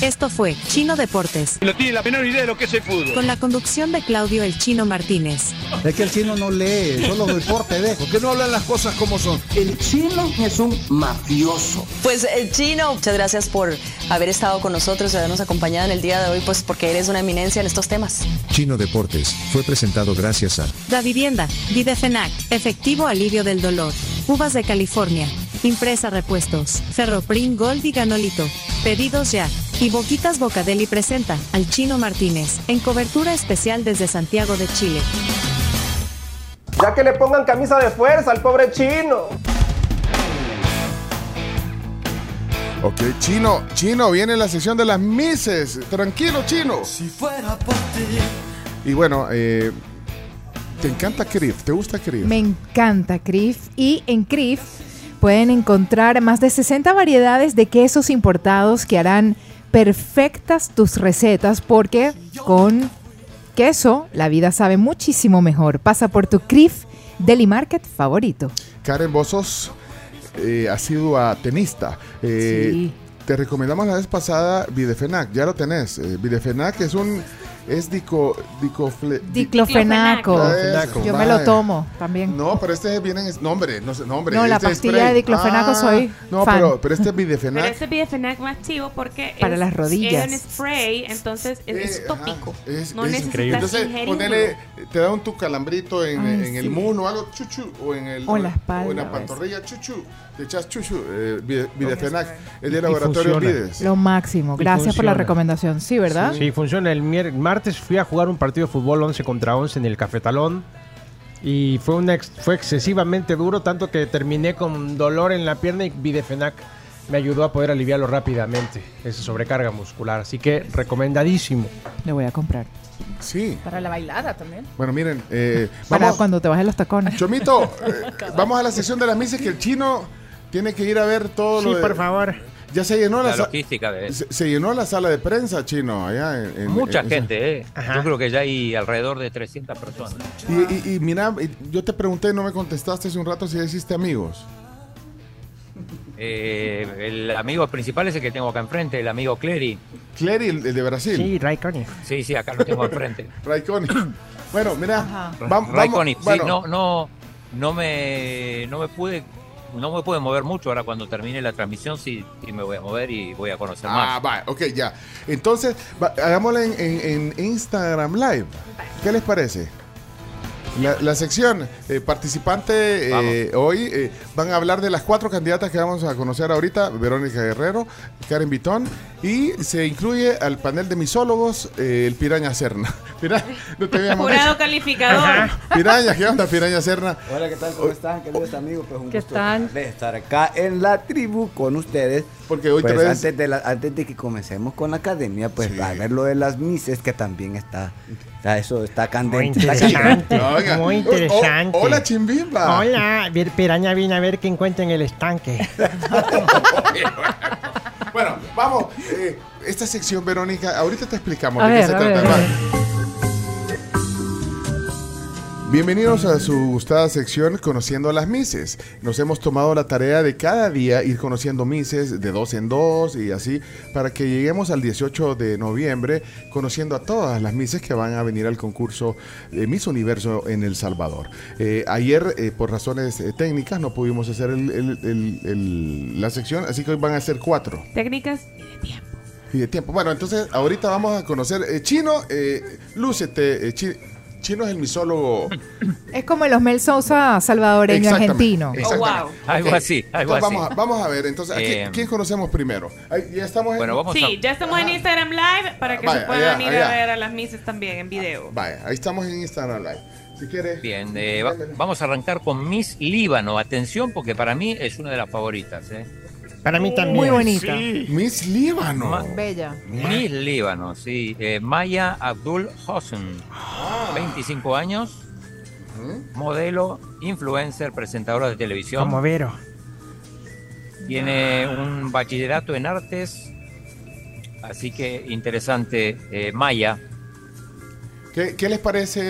S16: Esto fue Chino Deportes,
S18: No tiene la menor idea de lo que es el fútbol.
S16: con la conducción de Claudio El Chino Martínez.
S18: Es que el chino no lee, solo deporte ve. ¿Por qué no hablan las cosas como son? El chino es un mafioso.
S15: Pues el chino, muchas gracias por haber estado con nosotros y habernos acompañado en el día de hoy, pues porque eres una eminencia en estos temas.
S30: Chino Deportes fue presentado gracias a
S16: Da Vivienda, Videfenac, Efectivo Alivio del Dolor, Uvas de California, Impresa Repuestos, Ferroprim Gold y Ganolito, Pedidos Ya, y Boquitas Bocadeli presenta al Chino Martínez, en cobertura especial desde Santiago de Chile.
S31: Ya que le pongan camisa de fuerza al pobre chino.
S3: Ok, Chino, Chino, viene la sección de las mises. Tranquilo, Chino.
S2: Fuera por ti.
S3: Y bueno, eh, ¿te encanta Crif? ¿Te gusta Crif?
S13: Me encanta Crif y en Crif pueden encontrar más de 60 variedades de quesos importados que harán perfectas tus recetas porque con queso la vida sabe muchísimo mejor. Pasa por tu Crif Deli Market favorito.
S3: Karen, vos sos eh, asidua tenista. Eh, Te recomendamos la vez pasada Videfenac, ya lo tenés. Eh, Videfenac es un. Es dico, dicofle- di-
S13: Diclofenaco.
S3: Eso,
S13: Yo me lo
S3: vaya.
S13: tomo también.
S3: No, pero este es- viene. en- No, hombre, no, sé, no, hombre,
S13: No, la
S3: este es
S13: pastilla
S3: spray.
S13: de diclofenaco soy
S3: No,
S13: fan.
S3: pero, pero este es
S4: Pero
S3: Videfenac.
S4: este Bidefenac más chivo porque
S13: Para
S4: es,
S13: las rodillas.
S4: es un spray, entonces es, es tópico. no
S3: Es
S4: necesitas
S3: increíble. Entonces,
S4: ingerirlo.
S3: ponele, te da un tu calambrito en,
S4: Ay,
S3: en el
S4: sí.
S3: muslo, algo chuchu, o en el
S4: O en la
S3: o en
S4: espalda, pues.
S3: la
S4: a veces.
S3: pantorrilla, chuchu, te echas chuchu, eh, vide- Videfenac, es
S6: Y- y
S3: de laboratorio
S6: funciona.
S3: Vides.
S13: Lo máximo.
S6: Y
S13: Gracias por la
S6: funciona.
S13: recomendación. Sí, ¿verdad?
S6: Sí, funciona. El mier- martes fui a jugar un partido de fútbol 11 contra 11 en el Cafetalón y fue, una ex- fue excesivamente duro, tanto que terminé con dolor en la pierna y Videfenac me ayudó a poder aliviarlo rápidamente, esa sobrecarga muscular. Así que recomendadísimo.
S13: Le voy a comprar.
S3: Sí.
S40: Para la bailada también.
S3: Bueno, miren, eh,
S13: Para
S3: vamos,
S13: cuando te bajes los tacones.
S3: Chomito, eh, vamos a la sección de las mises que el chino tiene que ir a ver todo
S6: Sí,
S3: lo de-
S6: por favor.
S3: Ya se llenó la,
S7: La
S3: sa-
S7: logística de
S3: se, se llenó la sala de prensa, chino, allá en... en-
S7: Mucha
S3: en-
S7: gente, ¿eh? Yo creo que ya hay alrededor de 300 personas.
S3: Y, y- y mira, eh, yo te pregunté, no me contestaste hace un rato si ya hiciste amigos.
S7: Eh, el amigo principal es el que tengo acá enfrente, el amigo Clery.
S3: Clery, el, el de Brasil.
S7: Sí,
S6: Raikkonen.
S7: Sí, sí, acá lo tengo enfrente.
S3: Raikkonen. Bueno, mira, va- vamos...
S7: Raikkonen, sí,
S3: bueno,
S7: no, no, no me, no me pude, no me pude mover mucho. Ahora cuando termine la transmisión sí, sí me voy a mover y voy a conocer
S3: Ah,
S7: más.
S3: va, ok, ya. Entonces, va- hagámosla en, en- en Instagram Live. ¿Qué les parece? La, la sección eh, participante eh, hoy eh, van a hablar de las cuatro candidatas que vamos a conocer ahorita: Verónica Guerrero, Karen Vitón, y se incluye al panel de misólogos eh, el Piraña Serna. Pira- no te habíamos
S4: Jurado
S3: dicho.
S4: calificador.
S3: Piraña, ¿qué onda, Piraña Serna?
S41: Hola, ¿qué tal? ¿Cómo están, queridos amigos? Pues un
S4: ¿Qué
S41: gusto
S4: tal?
S41: de estar acá en la tribu con ustedes.
S3: Porque hoy
S41: Pues
S3: traes-
S41: antes, de la- antes de que comencemos con la academia, pues va a ver lo de las mises, que también está, está eso está candente. está
S6: interesante,
S41: caliente.
S6: muy interesante.
S3: chimbimba.
S6: Hola, Vir- Piraña viene a ver qué encuentra en el estanque.
S3: Bueno, vamos. eh, esta sección, Verónica, ahorita te explicamos
S6: A
S3: de
S6: ver,
S3: qué se
S6: a
S3: trata.
S6: ver,
S3: Va.
S6: a ver.
S3: Bienvenidos a su gustada sección Conociendo a las Mises. Nos hemos tomado la tarea de cada día ir conociendo Mises de dos en dos y así para que lleguemos al 18 de noviembre conociendo a todas las Mises que van a venir al concurso de Miss Universo en El Salvador. Eh, ayer, eh, por razones eh, técnicas, no pudimos hacer el- el- el- el- la sección, así que hoy van a ser cuatro.
S4: Técnicas
S3: Y de tiempo. Bueno, entonces ahorita vamos a conocer. eh, Chino, eh, lúcete, eh, Chi- Chino es el misólogo.
S13: Es como los Mel Sosa salvadoreño
S3: Exactamente,
S13: argentino. Oh,
S3: exactamente.
S7: Algo
S3: Ok,
S7: así, algo
S3: entonces
S7: así.
S3: Vamos, a, vamos a ver, entonces, ¿a quién,
S7: Eh,
S3: quién conocemos primero? Ay, ya estamos en-
S7: Bueno, vamos
S4: Sí, ya estamos en Instagram Live para que
S3: Vaya,
S4: se puedan
S3: allá,
S4: ir
S3: allá.
S4: a ver a las Misses también en video.
S3: Vaya, ahí estamos en Instagram Live. Si quieres.
S7: Bien, eh, va- vamos a arrancar con Miss Líbano. Atención, porque para mí es una de las favoritas. ¿eh?
S6: Para mí también.
S13: Muy bonita.
S3: Miss Líbano.
S13: Bella.
S7: Miss Líbano, sí. Eh, Maya Abdul Hosn, 25 años, modelo, influencer, presentadora de televisión.
S6: Como Vero.
S7: Tiene un bachillerato en artes, así que interesante, eh, Maya.
S3: ¿Qué, qué les parece?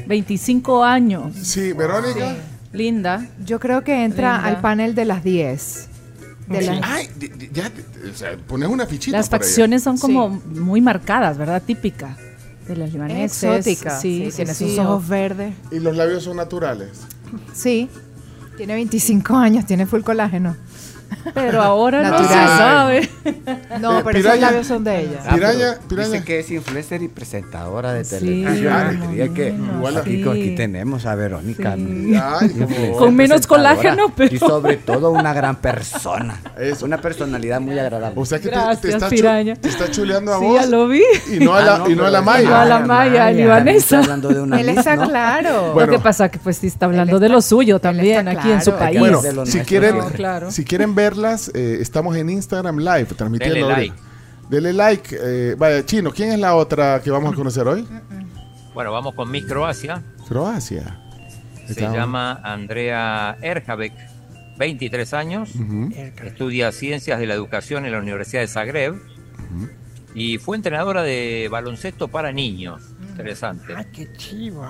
S3: eh,
S43: 25 años.
S3: Sí, Verónica.
S43: Linda.
S13: Yo creo que entra
S43: Linda.
S13: al panel de las 10. De
S3: sí.
S13: las-
S3: Ay, di- di- ya, te- o sea, pones una fichita.
S43: Las
S3: por ahí.
S43: facciones son como muy marcadas, ¿verdad? Típica de los libaneses.
S13: Exótica.
S43: Sí,
S13: Sí,
S43: tiene
S13: sí,
S43: sus
S13: sí,
S43: ojos
S13: o-
S43: verdes.
S3: Y los labios son naturales.
S13: Sí. Tiene 25 años, tiene full colágeno.
S43: Pero ahora no se
S13: Natural.
S43: sabe.
S13: No, pero esos labios son de ella.
S41: Ah, pero
S13: Piraya, Piraya.
S41: Dice que es influencer y presentadora de
S13: Sí,
S41: televisión.
S13: no,
S41: Diría Ah, que igual aquí, aquí, co- aquí sí. tenemos a Verónica. Sí. mi- Ay, como- influencer, Con menos presentadora, colágeno, pero- Y sobre todo una gran persona. Es una personalidad muy agradable.
S3: O sea que te- te,
S41: Gracias,
S3: está chu-
S41: piraña.
S3: te está chuleando a
S41: Sí,
S3: vos.
S41: ya lo vi.
S3: Y no a la,
S41: Ah, no,
S3: y no a la
S41: pero-
S3: Maya.
S43: No a la Maya, libanesa.
S41: hablando de una
S43: Él
S41: Miss,
S43: está
S41: ¿no?
S43: claro.
S3: Bueno.
S43: lo que pasa que pues sí está hablando de lo suyo también aquí en su
S3: Claro.
S43: país.
S3: Bueno, si quieren,
S43: No, claro.
S3: si quieren verlas, eh, estamos en Instagram Live transmitiendo.
S7: Dele
S3: ahora.
S7: like.
S3: Dele like. eh, vaya, Chino, ¿quién es la otra que vamos a conocer hoy?
S7: Bueno, vamos con Miss Croacia.
S3: Croacia.
S7: Se
S3: Está-
S7: llama Andrea Erjavec, 23 años,
S3: Ujú.
S7: estudia Ciencias de la Educación en la Universidad de Zagreb y fue entrenadora de baloncesto para niños. Interesante.
S6: Qué chivo.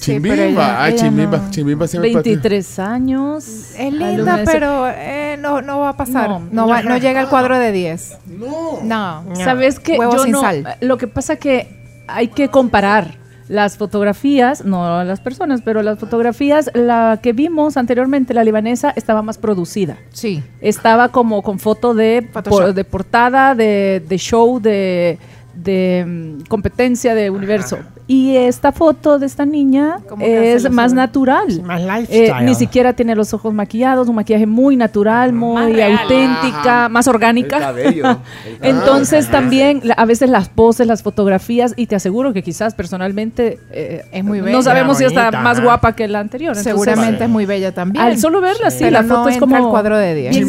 S3: Chimbimba.
S43: pero ella-
S3: ah,
S43: ella
S3: Chimbimba.
S43: no.
S3: Chimbimba siempre patina.
S43: 23 años. Es
S13: Linda, pero eh, no, no va a pasar. No,
S43: No.
S13: va-
S43: Ajá.
S13: no llega al cuadro de 10.
S3: No.
S13: No.
S43: ¿Sabes qué?
S13: Huevo
S43: Yo
S13: sin
S43: no-
S13: sal.
S43: Lo que pasa que hay que comparar las fotografías, no las personas, pero las fotografías, la que vimos anteriormente, la libanesa, estaba más producida.
S13: Sí.
S43: Estaba como con foto de,
S13: Photoshop.
S43: por- de portada, de, de show, de, de, mm, competencia de universo. Y esta foto de esta niña
S13: Como que hace
S43: es
S13: los
S43: más
S13: ojos.
S43: natural.
S13: Más
S43: Eh,
S13: lifestyle.
S43: ni siquiera tiene los ojos maquillados, un maquillaje muy natural, muy
S13: real.
S43: auténtica,
S13: Ajá.
S43: más orgánica.
S13: El cabello, el cabello.
S43: Entonces
S13: Ah,
S43: también la- a veces las poses, las fotografías, y te aseguro que quizás personalmente eh,
S13: Es muy bella.
S43: no sabemos si está
S13: Bonita,
S43: más
S13: ajá.
S43: guapa que la anterior. Entonces,
S13: Seguramente es muy bella también.
S43: Al solo verla, sí,
S13: Pero
S43: la
S13: no
S43: foto es
S13: entra
S43: como
S13: al cuadro de 10.
S43: bien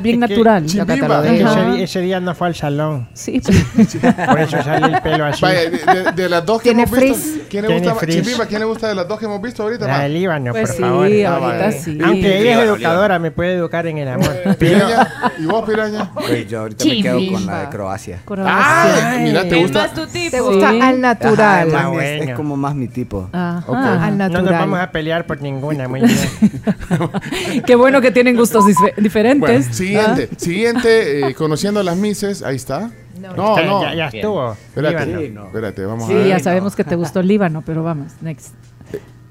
S43: bien
S13: Es que
S43: natural.
S13: Chimbimba.
S43: La catalogué.
S6: Es que ese,
S43: Ajá.
S6: día- ese día no fue al salón.
S43: Sí.
S6: Por eso sale el pelo así.
S3: Vaya, de, de- de las dos que
S6: Tiene
S3: hemos visto,
S6: frizz.
S3: ¿quién le
S6: Tiene
S3: gusta más?
S6: frizz.
S3: Chimbimba, ¿quién le gusta de las dos que hemos visto ahorita?
S6: La
S3: más? Ah,
S6: de Líbano,
S43: Pues
S6: por
S43: sí,
S6: favor.
S43: ahorita
S6: vaya.
S43: sí.
S6: Aunque ella es
S41: Líbano,
S6: educadora, me puede educar en el amor.
S3: Piraña, ¿Y vos, Piraña?
S41: Pues yo ahorita me quedo con la de Croacia.
S43: Croacia.
S3: Ah, mira, te
S43: Es
S3: gusta. Ah,
S43: más tu tipo.
S13: Te gusta
S43: Sí.
S13: al natural.
S6: Ah,
S41: Ajá, es, más- es como más mi tipo.
S43: Ajá.
S41: Ok.
S13: Al
S6: No nos
S13: natural.
S6: vamos a pelear por ninguna, muy bien.
S43: Qué bueno que tienen gustos disfe- diferentes. Ah,
S3: Bueno, siguiente, siguiente, eh, conociendo a las Mises, ahí está. No, no,
S43: Está, ya- ya estuvo.
S3: Espérate,
S43: Líbano.
S3: espérate, vamos
S43: Sí,
S3: a ver.
S43: ya sabemos que te gustó el Líbano, pero vamos, next.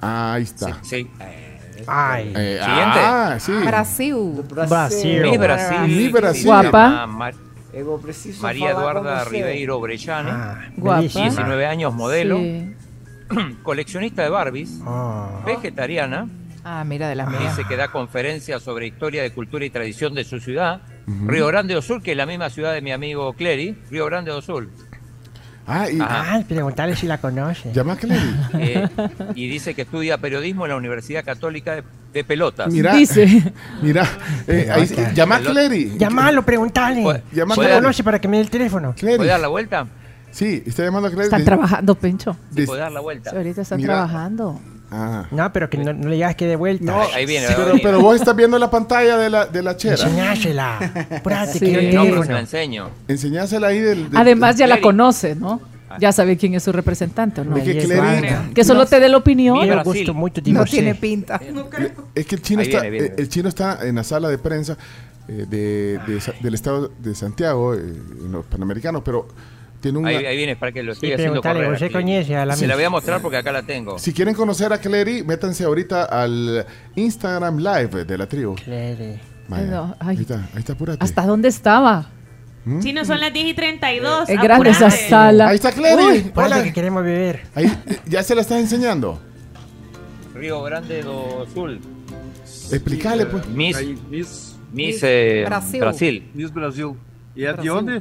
S3: Ahí está.
S7: Sí.
S6: Ay.
S3: Eh,
S7: Siguiente.
S3: Ah, sí.
S13: Brasil.
S3: Brasil.
S7: Miss Brasil.
S3: Miss Brasil.
S7: se llama
S43: Guapa.
S7: Mar-
S41: Ego preciso
S7: María
S41: falar
S7: Eduarda
S41: con usted.
S7: Ribeiro
S6: Ah,
S10: Ah,
S7: Brellana,
S41: Guapa.
S7: 19 años, modelo,
S43: Sí.
S7: coleccionista de Barbies, vegetariana.
S13: Ah, mira, de las mías.
S7: Dice que da conferencias sobre historia de cultura y tradición de su ciudad, Río Grande do Sul, que es la misma ciudad de mi amigo Clery, Río Grande do Sul.
S3: Ah, y,
S6: Ay, preguntarle si la conoce.
S3: ¿Llama que le
S7: Eh, y dice que estudia periodismo en la Universidad Católica de, de Pelotas.
S3: Mira, mira, eh, ahí,
S6: Pelota.
S3: llama a Clery.
S6: Llamalo, preguntale.
S3: Llama
S6: Si
S3: a
S6: la
S3: Clery.
S6: conoce para que me dé el teléfono.
S7: ¿Puede dar la vuelta?
S3: Sí, está llamando a Clery.
S43: Están trabajando, Pencho.
S3: Des-
S7: ¿Puede dar la vuelta?
S43: Ahorita están
S3: Mira.
S43: trabajando.
S3: Ah.
S6: No, pero que no, no le digas que de vuelta.
S3: No,
S7: Ahí viene, va
S3: sí,
S7: a
S3: pero,
S7: venir.
S3: pero vos estás viendo la pantalla de la, de la chera.
S6: Enseñásela. Apúrate,
S43: Sí.
S6: que yo
S7: Eh,
S6: el
S7: no, pero se
S6: teléfono.
S7: la enseño.
S3: Enseñásela ahí del. del-
S43: Además, ya la
S7: Clery.
S43: conoce, ¿no? Ya sabe quién es su representante, ¿o ¿no?
S3: Es que Clery- Creo.
S43: Que solo te dé la opinión.
S6: Yo gusto mucho de vos, eh.
S13: pinta.
S3: Es que el chino,
S7: Ahí
S3: está,
S7: viene, viene,
S3: eh, el chino está en la sala de prensa eh, de, de Sa- del estado de Santiago, eh, en los panamericanos, pero tiene un.
S7: Ahí, ahí viene, para que lo estoy
S6: Sí,
S7: haciendo
S6: preguntale,
S7: correr.
S6: José
S7: aquí.
S6: Coñese, a la
S7: Se la
S6: Miss.
S7: voy a mostrar porque acá la tengo.
S3: Si quieren conocer a Clery, métanse ahorita al Instagram Live de la tribu.
S6: Clery.
S3: Vaya,
S43: No, ay.
S3: ahí está, ahí está, apúrate.
S43: ¿Hasta dónde estaba?
S4: Chino, son las 10 y 32.
S43: Es grande esa
S4: apurate.
S43: sala.
S3: Ah. Ahí está Clary.
S43: Uy,
S6: por
S3: Hola.
S6: eso que queremos beber.
S3: Ahí, eh, ¿Ya se la estás enseñando?
S7: Río Grande do Sul.
S3: Explicale, pues.
S7: Miss,
S3: Ahí,
S7: Miss, eh, Brasil.
S8: Brasil.
S7: Miss Brasil.
S8: E é de onde?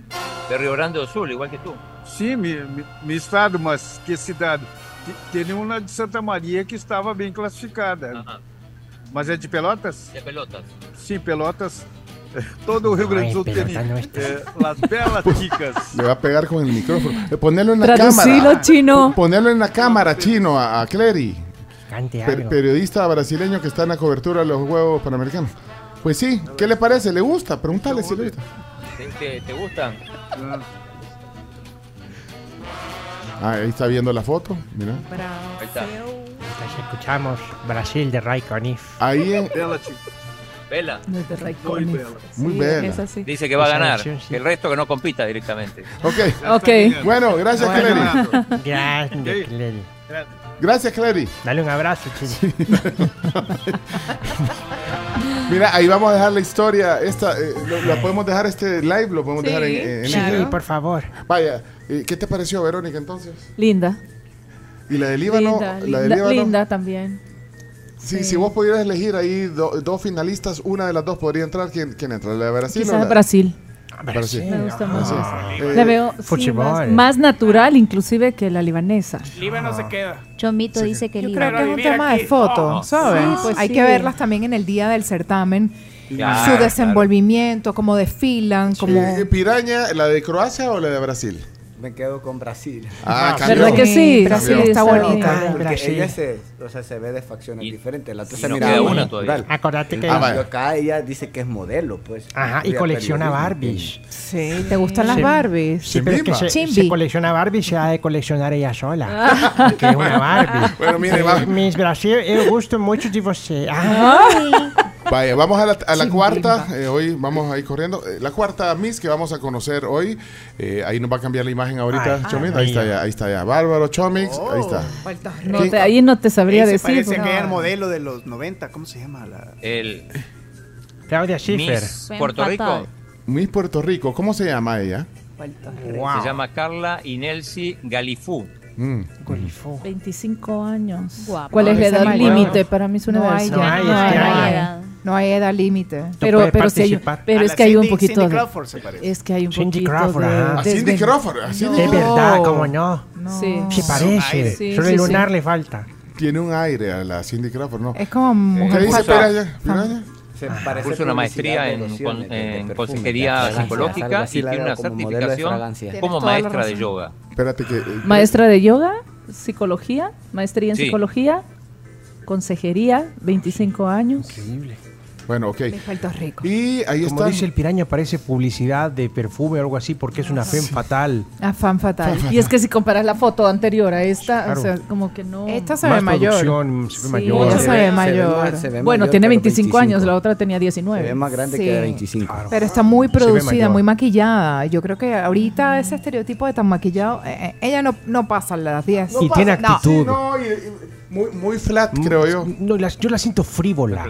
S7: De Río Grande do Sul, igual que tú.
S8: Sim, mi, mi, mi estado, mas que cidade? Te- Teve uma de Santa Maria que estava bem classificada. Mas é de Pelotas?
S7: De Pelotas.
S8: Sim, Pelotas. Todo o Rio Grande do Sul tem
S3: Pelota não
S8: eh, Las Belas Ticas.
S3: Le va a pegar con el micrófono. Eh, Ponelo en la
S43: Traducilo,
S3: cámara.
S43: chino.
S3: P- Ponelo en la cámara, chino, a, a Clary. Per- periodista brasileño que está en la cobertura de los Juegos Panamericanos. Pues sí, ¿qué le parece? ¿Le gusta? Pregúntale si le gusta.
S7: ¿Te, te, te gustan?
S3: Ah, ahí está viendo la foto, mira.
S7: Ahí está.
S6: Entonces escuchamos Brasil de Ray Conniff.
S3: Ahí en...
S7: Vela.
S43: Muy bella.
S3: Muy bella.
S7: Dice que va a
S3: Esa
S7: ganar.
S3: versión,
S7: El resto que no compita directamente.
S3: Ok.
S43: Ok.
S3: Bueno, gracias,
S6: Bueno.
S3: Clary.
S6: Gracias, Clary.
S3: Gracias, Clary.
S6: Dale un abrazo, chino.
S3: Mira, ahí vamos a dejar la historia. Esta, eh, lo- la podemos dejar este live, lo podemos
S43: Sí,
S3: dejar en, en- en
S43: claro.
S3: el-
S43: Sí,
S6: por favor.
S3: Vaya, eh, ¿qué te pareció, Verónica, entonces?
S43: Linda.
S3: ¿Y la del Líbano?
S43: linda,
S3: la del
S43: linda,
S3: Líbano.
S43: linda también.
S3: Sí, Si vos pudieras elegir ahí do- dos finalistas, una de las dos podría entrar. ¿Quién, quién entra? ¿La de Brasil? o
S43: Quizás
S3: la-
S43: Brasil.
S3: Brasil.
S43: Me gusta más.
S3: Brasil. Eh,
S43: La veo sí, más, más natural inclusive que la libanesa.
S44: Líbano se
S1: queda.
S44: Chomito dice que
S13: Yo
S44: Líbano.
S13: creo que Oh, es un tema de foto, ¿sabes?
S43: Sí, pues
S13: Hay
S43: sí.
S13: que verlas también en el día del certamen,
S3: Claro,
S13: su
S3: claro.
S13: desenvolvimiento, cómo desfilan, cómo...
S3: eh, eh, ¿Piraña, la de Croacia o la de Brasil?
S41: Me quedo con Brasil.
S3: Ah, cambió. ¿Verdad que sí?
S41: Cambió.
S3: Brasil está
S41: Porque
S3: bonita.
S41: Porque
S3: Brasil.
S41: ella se, o sea, se ve de facciones diferentes. La otra
S6: y
S41: se
S6: no
S41: mira
S6: queda
S41: muy
S6: una
S41: natural.
S6: todavía. Acordate que-
S41: En
S6: Ah,
S41: cambio,
S6: vale.
S41: acá ella dice que es modelo, pues.
S6: Ajá, y
S41: Estudia
S6: colecciona
S41: periodismo.
S6: Barbies.
S13: Sí, ¿te gustan las
S6: Sí,
S13: Barbies?
S6: Sí, pero es que se, se colecciona Barbies, se ha de coleccionar ella
S43: Ah.
S6: sola. porque es una Barbie.
S3: Bueno, mire,
S6: Eh,
S3: va-
S6: Mis Brasil, eh, eu gosto muito de você. Ah.
S44: Ay.
S3: Vaya, vamos a la, a la cuarta. eh, hoy vamos ahí corriendo. Eh, la cuarta Miss que vamos a conocer hoy. eh, ahí nos va a cambiar la imagen ahorita,
S13: Ay,
S3: Chomix.
S13: ah,
S3: ahí está ya, ahí está ya. Bárbaro, Chomix.
S7: Oh.
S3: ahí está.
S43: No te- ahí no te sabría
S1: Ese
S43: decir.
S1: Parece
S43: porque-
S1: aquel modelo de los 90, ¿cómo se llama? La...
S7: El
S6: Claudia
S7: Schiffer. Puerto Rico.
S3: Miss Puerto Rico, ¿cómo se llama ella?
S7: Se llama Carla Inelsi Galifú.
S3: Mm.
S43: 25 años.
S44: Guapa.
S43: ¿Cuál es la
S13: Esa
S43: edad
S13: María.
S43: límite? Para mí es una
S13: No hay
S43: edad.
S13: edad, no hay edad. No hay edad límite.
S43: Pero, pero, sí hay, pero
S13: A
S43: es
S13: la
S43: que hay un
S13: Cindy-
S43: poquito
S13: Cindy
S43: de-
S13: Crawford se parece.
S43: Es que hay un
S6: Cindy
S43: poquito
S6: Crawford,
S43: de- Eh,
S6: ah.
S43: de-
S6: A Cindy
S43: de-
S6: Crawford, a Cindy
S43: No.
S6: Es verdad, cómo no.
S43: Sí.
S6: Se parece.
S43: Sí,
S6: Solo
S43: sí,
S6: el
S43: sí.
S6: lunar le falta.
S3: Tiene un aire a la Cindy Crawford, ¿no?
S13: Es como
S3: ¿Qué
S13: mujer
S3: dice
S13: falsa.
S3: Piraya? Piraya?
S41: Se
S7: Ah, Curso una maestría en, con- eh, en consejería psicológica y tiene una certificación como maestra de yoga.
S3: Espérate que. eh,
S43: Maestra de yoga, psicología, maestría en
S7: Sí.
S43: psicología, consejería, 25 años.
S3: Bueno, ok.
S13: Puerto Rico.
S3: Y ahí
S6: Como
S3: está.
S6: dice el piraña, parece publicidad de perfume o algo así, porque es
S43: Ah,
S6: una fe fatal.
S13: A fan fatal.
S43: Y es que si comparas la foto anterior a esta,
S6: Claro.
S43: o sea, como que no.
S13: Esta
S6: se ve Más mayor. producción, se ve mayor.
S13: esta
S6: Se
S13: se ve
S6: ve- se ve
S13: mayor.
S6: más- se ve
S43: bueno,
S6: mayor,
S43: tiene
S6: pero
S43: 25, años,
S6: 25.
S43: la otra tenía 19.
S41: Se ve más grande
S13: Sí.
S41: que de 25.
S13: Pero está muy
S41: Se ve
S13: producida,
S41: mayor.
S13: muy maquillada. Yo creo que ahorita ese estereotipo de tan maquillado, eh, eh, ella no, no pasa las 10.
S6: Y tiene actitud.
S3: muy, muy flat,
S6: creo yo. No, las- yo la siento frívola.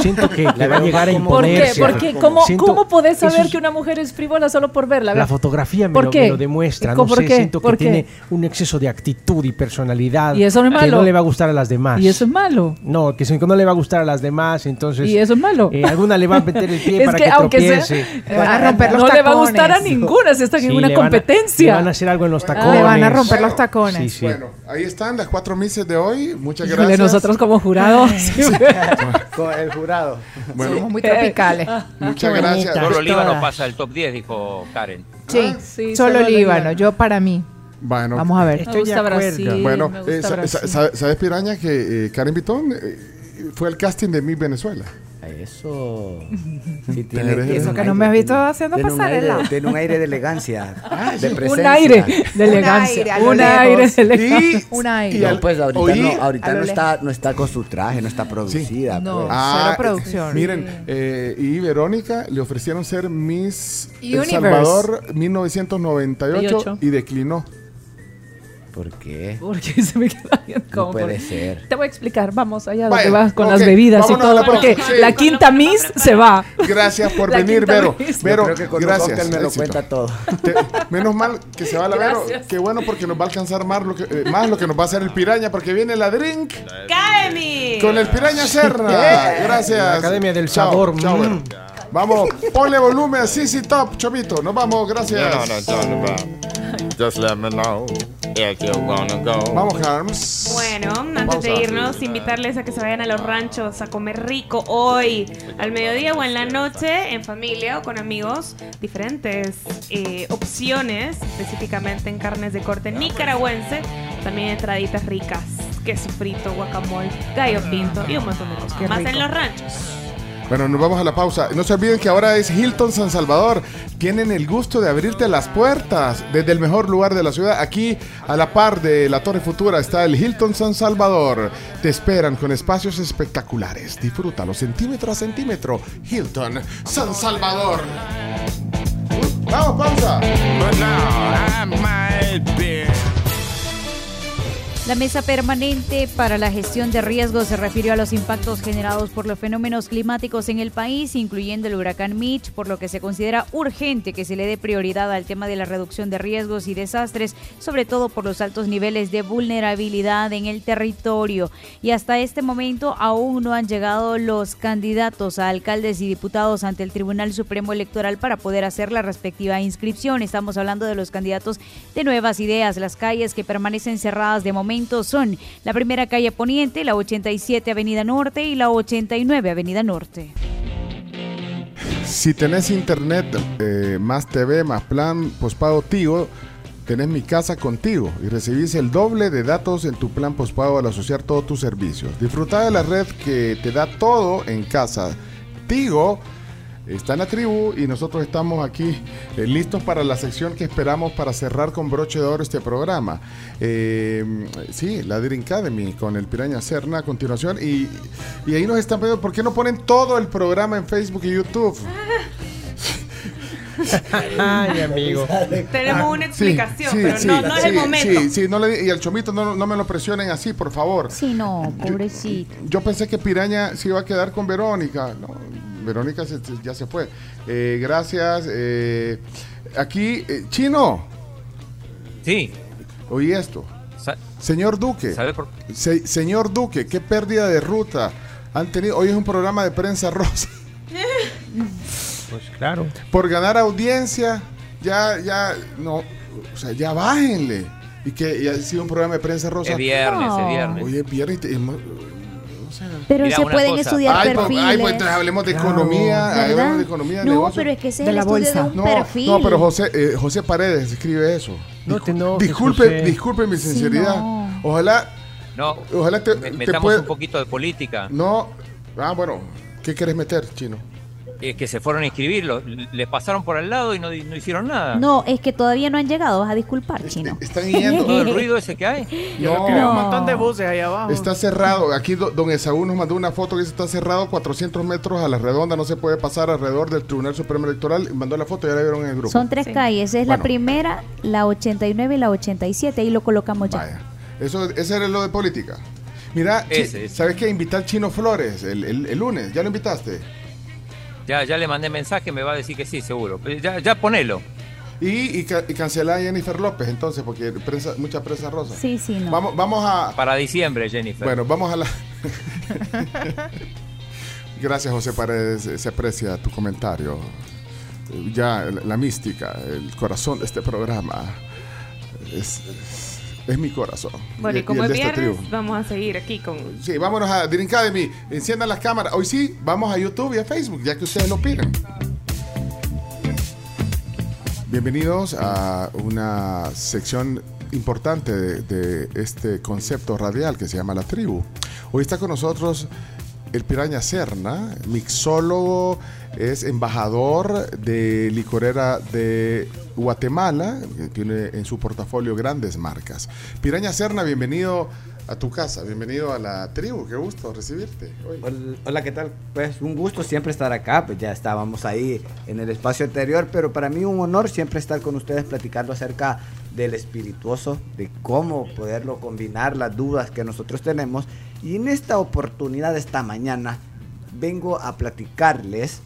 S6: siento que, que
S41: La
S6: va a
S41: veo
S6: llegar a
S41: como-
S43: ¿Por qué?
S6: imponerse.
S43: Porque ¿cómo,
S6: Siento-
S43: ¿cómo podés
S6: eso
S43: saber
S6: es-
S43: que una mujer es frívola solo por verla?
S6: La fotografía me,
S43: ¿Por
S6: lo,
S43: qué?
S6: me lo demuestra. No
S43: ¿Por
S6: sé,
S43: qué?
S6: siento que
S43: ¿Por qué?
S6: tiene un exceso de actitud y personalidad
S43: Y eso no es
S6: que
S43: malo.
S6: no le va a gustar a las demás.
S43: Y eso es malo.
S6: No, que si- que no le va a gustar a las demás, entonces...
S43: Y eso es malo.
S6: eh, alguna le va a meter el pie
S43: Es
S6: para
S43: que
S6: que,
S43: aunque sea-
S6: tropiece.
S43: Le van a romper No los le va a tacones. gustar a ninguna si están en una
S6: le van a-
S43: competencia.
S6: le van a hacer algo en los
S43: Ah, le
S6: tacones.
S43: van a romper
S3: los
S13: tacones.
S6: Sí, sí.
S3: Bueno, ahí están las cuatro mises de hoy. Muchas
S43: Híjole,
S3: gracias.
S43: nosotros como jurado. Sí.
S41: Con el jurado.
S3: Bueno,
S13: Somos muy tropicales.
S3: muchas gracias.
S7: Solo Líbano
S13: Todas.
S7: pasa el top 10, dijo Karen. Ah.
S13: Sí,
S43: sí,
S13: solo,
S43: solo
S13: Líbano.
S43: Líbano.
S13: Yo para mí.
S3: Bueno,
S13: Vamos a ver.
S43: Me gusta Brasil,
S3: bueno,
S43: me gusta
S3: eh, sa-
S43: Brasil.
S3: sa- sa- ¿sabes, Piraña, que eh, Karen Vitón eh, fue al casting de Miss Venezuela?
S41: Eso. Sí,
S3: Pero-
S41: tiene
S3: Eso
S41: un
S3: que no
S13: me has
S41: aire,
S13: visto
S41: tiene-
S13: haciendo
S41: tiene un
S13: pasarela.
S41: aire- Tiene un aire de elegancia. de
S43: Un
S41: presencia.
S43: aire de elegancia. Un aire de elegancia.
S13: Un aire.
S41: No, pues ahorita,
S13: Oí-
S41: no, ahorita
S13: a lo
S41: no,
S13: lejos.
S41: está, no está con su traje, no está producida.
S13: No,
S41: pues.
S13: cero
S3: eh,
S13: producción.
S3: Miren, eh, y Verónica le ofrecieron ser Miss El
S13: Universe.
S3: Salvador 1998 y declinó.
S41: ¿Por qué?
S43: Porque se me queda bien
S41: No
S43: como
S41: puede ser.
S43: Te voy a explicar, vamos allá donde
S3: Vaya,
S43: vas con las
S3: ok,
S43: bebidas y
S3: vámonos a
S43: todo,
S3: la
S43: porque
S3: próxima.
S43: la
S3: Sí.
S43: quinta miss se va.
S3: Gracias por
S43: La
S3: venir,
S43: quinta
S3: Vero.
S43: vez.
S3: Vero,
S43: Yo creo que con un
S3: gracias.
S41: cóctel me lo
S3: Éxito.
S41: cuenta todo.
S3: Te- menos mal que se va la Vero.
S4: Gracias.
S3: Qué bueno porque nos va a alcanzar más lo que, eh, más lo que nos va a hacer el piraña, porque viene la drink
S4: ¡Caemi!
S3: con el piraña Serra.
S2: Yeah.
S3: Gracias.
S2: La Academia del
S3: Chao,
S2: Sabor.
S3: chao, Vero.
S2: Mm.
S3: Vamos, ponle volumen, Sisi Top, Chomito. Nos vamos,
S18: You
S3: gracias.
S18: know what I'm talking about. Just let me know if you wanna go.
S3: Vamos, Carms.
S4: Bueno,
S3: Vamos
S4: antes de
S3: a-
S4: irnos, invitarles a que se vayan a los ranchos a comer rico hoy, al mediodía o en la noche, en familia o con amigos. Diferentes eh, opciones, específicamente en carnes de corte nicaragüense. También entraditas ricas, queso frito, guacamole, gallo
S3: Ah,
S4: pinto y un montón de cosas.
S43: Qué
S4: Más en
S43: rico.
S4: los ranchos.
S3: Bueno, nos vamos a la pausa. No se olviden que ahora es Hilton San Salvador. Tienen el gusto de abrirte las puertas desde el mejor lugar de la ciudad. Aquí, a la par de la Torre Futura, está el Hilton San Salvador. Te esperan con espacios espectaculares. Disfrútalo centímetro a centímetro. Hilton San Salvador. Vamos, pausa.
S9: La mesa permanente para la gestión de riesgos se refirió a los impactos generados por los fenómenos climáticos en el país, incluyendo el huracán Mitch, por lo que se considera urgente que se le dé prioridad al tema de la reducción de riesgos y desastres, sobre todo por los altos niveles de vulnerabilidad en el territorio. Y hasta este momento aún no han llegado los candidatos a alcaldes y diputados ante el Tribunal Supremo Electoral para poder hacer la respectiva inscripción. Estamos hablando de los candidatos de Nuevas Ideas. Las calles que permanecen cerradas de momento son la primera calle Poniente, la 87 Avenida Norte y la 89 Avenida Norte.
S3: Si tenés internet, eh, más TV, más plan, pospago Tigo, tenés mi casa contigo y recibís el doble de datos en tu plan pospago al asociar todos tus servicios. Disfruta de la red que te da todo en casa. Tigo está en la tribu y nosotros estamos aquí eh, listos para la sección que esperamos para cerrar con broche de oro este programa. Eh, sí, la Dream Academy con el Piraña Cerna a continuación y, y ahí nos están pidiendo por qué no ponen todo el programa en Facebook y YouTube.
S2: Ay, amigo.
S4: Tenemos una
S3: Sí,
S4: explicación,
S3: sí,
S4: pero
S3: sí,
S4: no, no es el
S3: sí,
S4: momento.
S3: Sí, sí, no le di- y al chomito no, no me lo presionen así, por favor.
S9: Sí, no, pobrecito.
S3: Yo pensé que Piraña se iba a quedar con Verónica. No, Verónica se- se- ya se fue. Eh, gracias. eh, aquí, eh, Chino.
S7: Sí.
S3: Oí esto.
S7: Sa-
S3: Señor Duque.
S7: ¿Sabe por
S3: se- señor Duque, qué pérdida de ruta han tenido. Hoy es un programa de prensa rosa.
S2: Pues claro.
S3: por ganar audiencia, ya, ya, no, o sea, ya bájenle. Y que ya ha sido un programa de prensa rosa.
S7: Es viernes, es No. viernes.
S3: Oye, es viernes. y te- y mo- o sea.
S9: Pero Mira, se una pueden cosa. estudiar
S3: Ay, pues, Ay, pues
S9: perfiles.
S3: entonces hablemos de
S9: Claro.
S3: economía,
S9: ¿Verdad?
S3: hablemos de economía, de
S9: No,
S3: negocios.
S9: pero es que ese es De el la estudio de bolsa. un
S3: no,
S9: perfil.
S3: No, pero José, eh, José Paredes escribe eso.
S2: No te enojes,
S3: disculpe,
S2: José.
S3: disculpe mi
S2: Sí,
S3: sinceridad.
S2: no.
S3: Ojalá,
S7: No,
S3: ojalá te,
S7: me-
S3: te
S7: metamos
S3: pueda-
S7: un poquito de política.
S3: No, ah, bueno, ¿qué quieres meter, chino?
S7: Es que se fueron a inscribir, lo- les pasaron por al lado y no, di- no hicieron nada.
S9: No, es que todavía no han llegado, vas a disculpar, Chino.
S3: Están
S7: Todo el ruido ese que hay.
S3: No.
S45: Hay un montón de buses ahí abajo.
S3: Está cerrado. Aquí do- don Esaú nos mandó una foto que dice está cerrado 400 metros a la redonda. No se puede pasar alrededor del Tribunal Supremo Electoral. Y Mandó la foto, ya la vieron en el grupo.
S9: Son tres calles, es
S3: Bueno.
S9: la primera, la 89 y la 87, ahí lo colocamos ya.
S3: Eso, ese era lo de política. Mira, chi-
S7: Ese, ese.
S3: ¿sabes qué? Invitar Chino Flores el, el- el lunes. ¿Ya lo invitaste?
S7: Ya, ya le mandé mensaje, me va a decir que sí, seguro. Pero Ya, ya ponelo.
S3: Y, y, ca- y cancelar a Jennifer López, entonces, porque prensa, mucha prensa rosa.
S9: Sí, sí, no.
S3: Vamos, vamos a.
S7: Para diciembre, Jennifer.
S3: Bueno, vamos a la. Gracias, José Paredes. Se aprecia tu comentario. Ya la, la mística, el corazón de este programa. Es, es- es mi corazón.
S4: Bueno, y
S3: el-
S4: como
S3: el
S4: es
S3: de esta
S4: viernes,
S3: tribu.
S4: vamos a seguir aquí con
S3: Sí, vámonos a Dream Academy. Enciendan las cámaras. Hoy sí, vamos a YouTube y a Facebook, ya que ustedes lo piden. Bienvenidos a una sección importante de, de este concepto radial que se llama La Tribu. Hoy está con nosotros el Piraña Serna, mixólogo, es embajador de licorera de Guatemala, que tiene en su portafolio grandes marcas. Piraña Serna, bienvenido a tu casa, bienvenido a La Tribu, qué gusto recibirte. hoy.
S41: Hol- Hola, ¿qué tal? Pues un gusto siempre estar acá, pues ya estábamos ahí en el espacio anterior, pero para mí un honor siempre estar con ustedes platicando acerca del espirituoso, de cómo poderlo combinar, las dudas que nosotros tenemos. Y en esta oportunidad, esta mañana, vengo a platicarles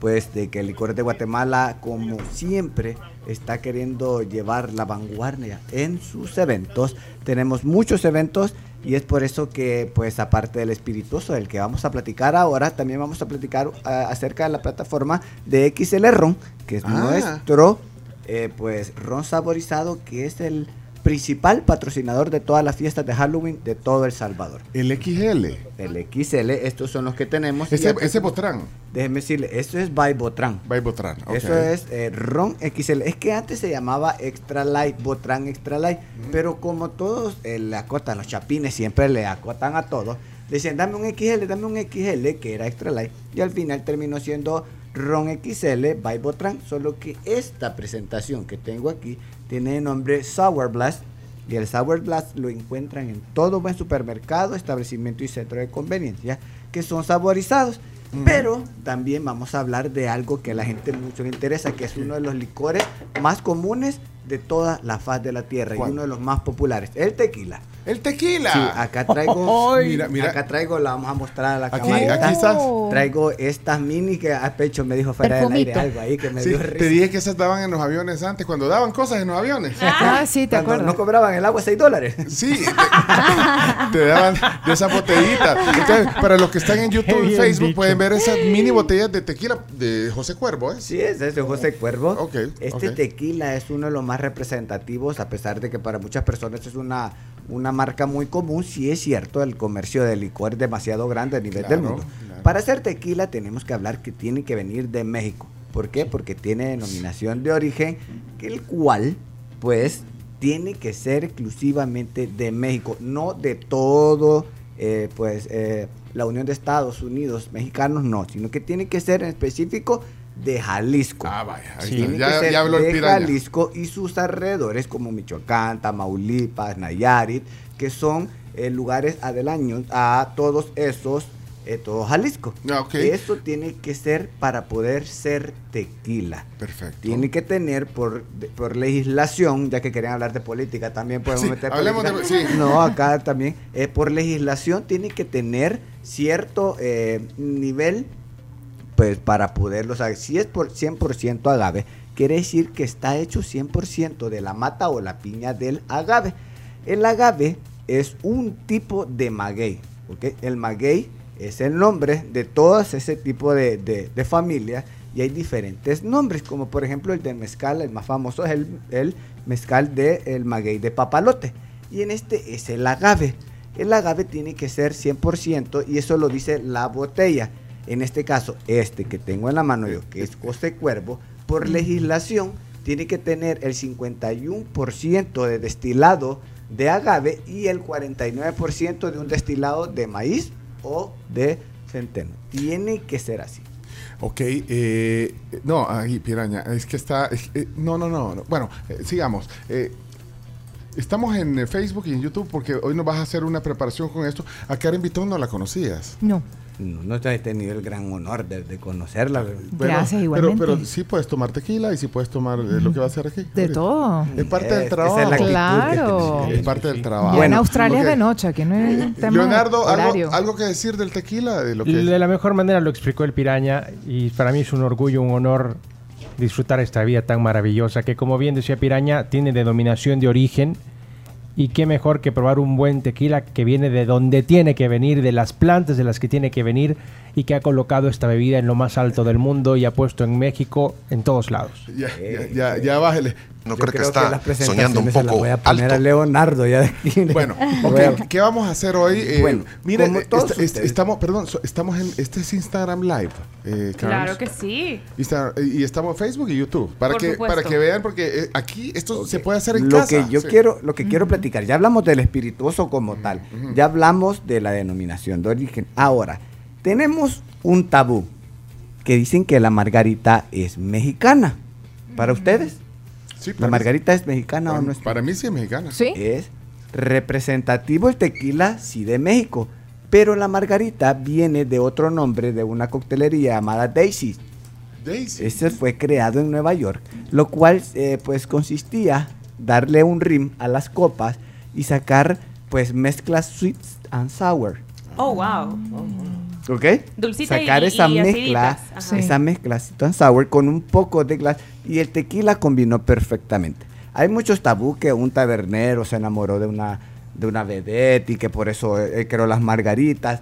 S41: pues de que el licor de Guatemala, como siempre, está queriendo llevar la vanguardia en sus eventos. Tenemos muchos eventos y es por eso que, pues, aparte del espirituoso del que vamos a platicar ahora, también vamos a platicar ah, acerca de la plataforma de XL Ron, que es
S18: Ah.
S41: nuestro, eh, pues, ron saborizado, que es el principal patrocinador de todas las fiestas de Halloween de todo El Salvador.
S3: El XL.
S41: El XL, estos son los que tenemos.
S3: Ese- ese
S41: Botran. Déjeme decirle, eso es By Botran.
S3: By Botran, ok.
S41: Eso es eh, Ron XL. Es que antes se llamaba Extra Light, Botran Extra Light, pero como todos eh, le acotan, los chapines siempre le acotan a todos, decían dame un XL, dame un XL, que era Extra Light, y al final terminó siendo Ron XL by Botran, solo que esta presentación que tengo aquí tiene el nombre Sour Blast, y el Sour Blast lo encuentran en todo buen supermercado, establecimiento y centro de conveniencia, que son saborizados. Pero también vamos a hablar de algo que a la gente mucho le interesa, que es uno de los licores más comunes de toda la faz de la tierra
S3: ¿Cuál?
S41: y uno de los más populares, el tequila.
S3: El tequila.
S41: Sí, acá traigo,
S3: Ay. Mira, mira.
S41: acá traigo, la vamos a mostrar a la
S3: Aquí-
S41: cámara.
S3: aquí estás.
S41: Traigo estas mini que a pecho me dijo fuera del aire algo
S3: Perfumito.
S41: ahí que me
S3: Sí,
S41: dio
S3: te dije que esas daban en los aviones antes, cuando daban cosas en los aviones.
S41: Ah, sí, te Cuando acuerdas. no cobraban el agua 6 dólares.
S3: Sí, te, te daban de esas botellitas. Entonces, para los que están en
S41: Qué
S3: YouTube y
S41: bien
S3: Facebook,
S41: dicho.
S3: pueden ver esas mini botellas de tequila de José Cuervo, ¿eh?
S41: Sí, es ese José Cuervo. Este
S3: ok.
S41: tequila es uno de los más representativos, a pesar de que para muchas personas es una, una marca muy común. Sí es cierto, el comercio de licor es demasiado grande a nivel del
S3: Claro,
S41: mundo. Para hacer tequila tenemos que hablar que tiene que venir de México. ¿Por qué? Porque tiene denominación de origen, que el cual, pues, tiene que ser exclusivamente de México, no de todo, eh, pues, eh, la Unión de Estados Unidos, mexicanos no, sino que tiene que ser en específico de Jalisco. Ah, vaya,
S3: ahí está. Ya- ya habló el
S41: de
S3: piraña.
S41: Jalisco y sus alrededores como Michoacán, Tamaulipas, Nayarit, que son eh, lugares aledaños a todos esos, eh, todo Jalisco.
S3: Ah,
S41: Eso tiene que ser para poder ser tequila.
S3: Perfecto.
S41: Tiene que tener por, de- por legislación, ya que querían hablar de política, también podemos
S3: Sí,
S41: meter
S3: hablemos
S41: política.
S3: de- sí.
S41: No, acá también. eh, por legislación tiene que tener cierto eh, nivel pues para poderlo saber. Si es por 100% agave, quiere decir que está hecho 100% de la mata o la piña del agave. El agave es un tipo de maguey, ¿ok? El maguey es el nombre de todos ese tipo de, de- de familias y hay diferentes nombres, como por ejemplo el del mezcal, el más famoso es el, el mezcal del el maguey de papalote y en este es el agave. El agave tiene que ser 100% y eso lo dice la botella. En este caso, este que tengo en la mano yo, que es José Cuervo, por legislación tiene que tener el 51% de destilado de agave y el 49% de un destilado de maíz o de centeno. Tiene que ser así.
S3: Ok, eh, no, ahí, piraña, es que está. es- eh, no, no, no, no. Bueno, eh, sigamos. Eh, estamos en eh, Facebook y en YouTube porque hoy nos vas a hacer una preparación con esto. A Karen Vitón no la conocías.
S13: No.
S41: No, no te he tenido el gran honor de, de conocerla.
S3: Bueno, Pero, pero sí puedes tomar tequila y sí puedes tomar eh, lo que va a hacer aquí.
S13: De
S3: ahorita.
S13: todo.
S3: Es parte del
S41: Esa es la
S3: trabajo.
S41: actitud que
S13: Claro.
S3: Es parte del
S13: Ya
S3: trabajo.
S13: en Australia
S3: Ok.
S13: es
S3: Eh,
S13: de noche, aquí no es tema
S3: Leonardo,
S13: horario.
S3: ¿algo, algo que decir del tequila? De lo que
S6: De la mejor manera lo explicó el Piraña y para mí es un orgullo, un honor disfrutar esta vida tan maravillosa que como bien decía Piraña tiene denominación de origen y qué mejor que probar un buen tequila que viene de donde tiene que venir, de las plantas de las que tiene que venir y que ha colocado esta bebida en lo más alto del mundo y ha puesto en México en todos lados.
S3: Ya, ya, ya, ya bájele.
S41: Eh, No creo que creo está que las presentaciones soñando un se las poco voy a poner alto. a Leonardo ya
S3: Bueno, ok, ¿qué vamos a hacer hoy? Eh, mire, eh, esta- est- estamos, perdón, so- estamos en este es Instagram Live. eh,
S4: Claro
S3: Carms.
S4: que sí.
S3: Insta- eh, y estamos en Facebook y YouTube para
S4: Por
S3: que
S4: supuesto.
S3: para que vean porque eh, aquí esto se puede hacer en
S41: lo
S3: casa.
S41: que yo
S3: Sí.
S41: quiero lo que quiero platicar ya hablamos del espirituoso como tal ya hablamos de la denominación de origen ahora tenemos un tabú que dicen que la margarita es mexicana para ustedes
S3: Sí,
S41: la
S3: parece.
S41: margarita es mexicana o no es
S3: para mí sí es mexicana
S41: es representativo el tequila sí de México pero la margarita viene de otro nombre de una coctelería llamada Daisy
S3: Daisy.
S41: Este fue creado en Nueva York, lo cual eh, pues consistía darle un rim a las copas y sacar pues mezclas sweet and sour.
S4: Oh, wow.
S41: ¿Ok?
S4: Dulcita
S41: Sacar
S4: y-
S41: esa
S4: y
S41: mezcla,
S4: aciditas, ajá.
S41: esa
S4: Sí.
S41: mezcla sweet and sour con un poco de glass y el tequila combinó perfectamente. Hay muchos tabú que un tabernero se enamoró de una de una vedette y que por eso eh, eh, creó las margaritas.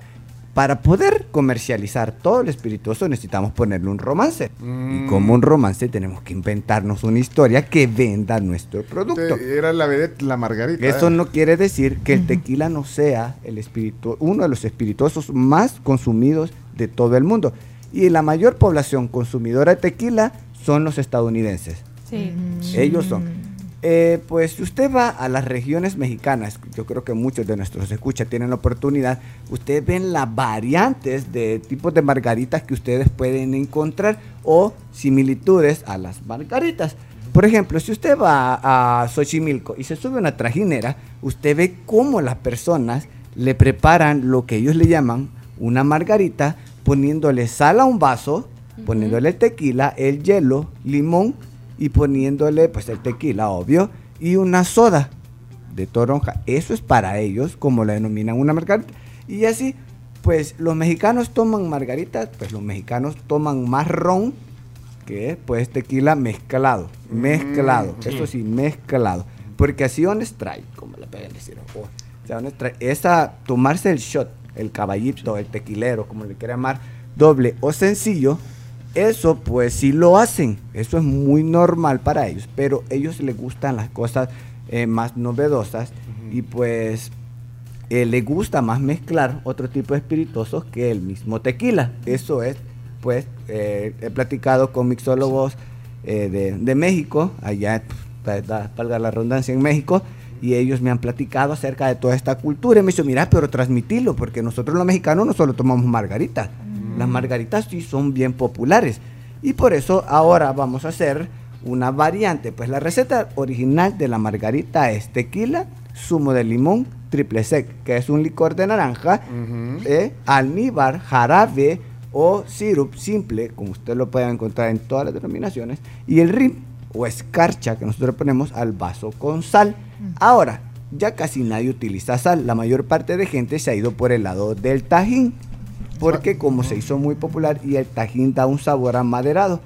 S41: Para poder comercializar todo el espirituoso necesitamos ponerle un romance.
S3: Mm.
S41: Y como un romance tenemos que inventarnos una historia que venda nuestro producto.
S3: Era la vedette, la margarita.
S41: Eso
S3: eh.
S41: no quiere decir que el tequila no sea el espiritu- uno de los espirituosos más consumidos de todo el mundo. Y la mayor población consumidora de tequila son los estadounidenses.
S4: Sí.
S41: Ellos son. Eh, pues si usted va a las regiones mexicanas, yo creo que muchos de nuestros escuchas tienen la oportunidad, ustedes ven las variantes de tipos de margaritas que ustedes pueden encontrar o similitudes a las margaritas. Por ejemplo, si usted va a Xochimilco y se sube a una trajinera, usted ve cómo las personas le preparan lo que ellos le llaman una margarita, poniéndole sal a un vaso, poniéndole tequila, el hielo, limón y poniéndole pues el tequila, obvio, y una soda de toronja. Eso es para ellos, como la denominan una margarita. Y así, pues los mexicanos toman margarita, pues los mexicanos toman más ron, que es pues tequila mezclado, mezclado,
S18: Mm.
S41: eso sí, mezclado. Porque así on strike, como le pueden decir, o o sea, on strike, esa, tomarse el shot, el caballito, el tequilero, como le quiera llamar, doble o sencillo, eso pues sí lo hacen, eso es muy normal para ellos, pero ellos les gustan las cosas eh, más novedosas y pues eh, le gusta más mezclar otro tipo de espirituosos que el mismo tequila. Eso es, pues, eh, he platicado con mixólogos eh, de, de México, allá, pf, da- valga la redundancia, en México, y ellos me han platicado acerca de toda esta cultura. Y me dicho, mira, pero transmitilo, porque nosotros los mexicanos no solo tomamos margaritas. Las margaritas sí son bien populares. Y por eso ahora vamos a hacer una variante. Pues la receta original de la margarita es tequila, zumo de limón, triple sec, que es un licor de naranja, eh, almíbar, jarabe o sirup simple, como usted lo puede encontrar en todas las denominaciones, y el rim o escarcha que nosotros ponemos al vaso con sal. Ahora, ya casi nadie utiliza sal, la mayor parte de gente se ha ido por el lado del tajín, porque como se hizo muy popular y el tajín da un sabor amaderado.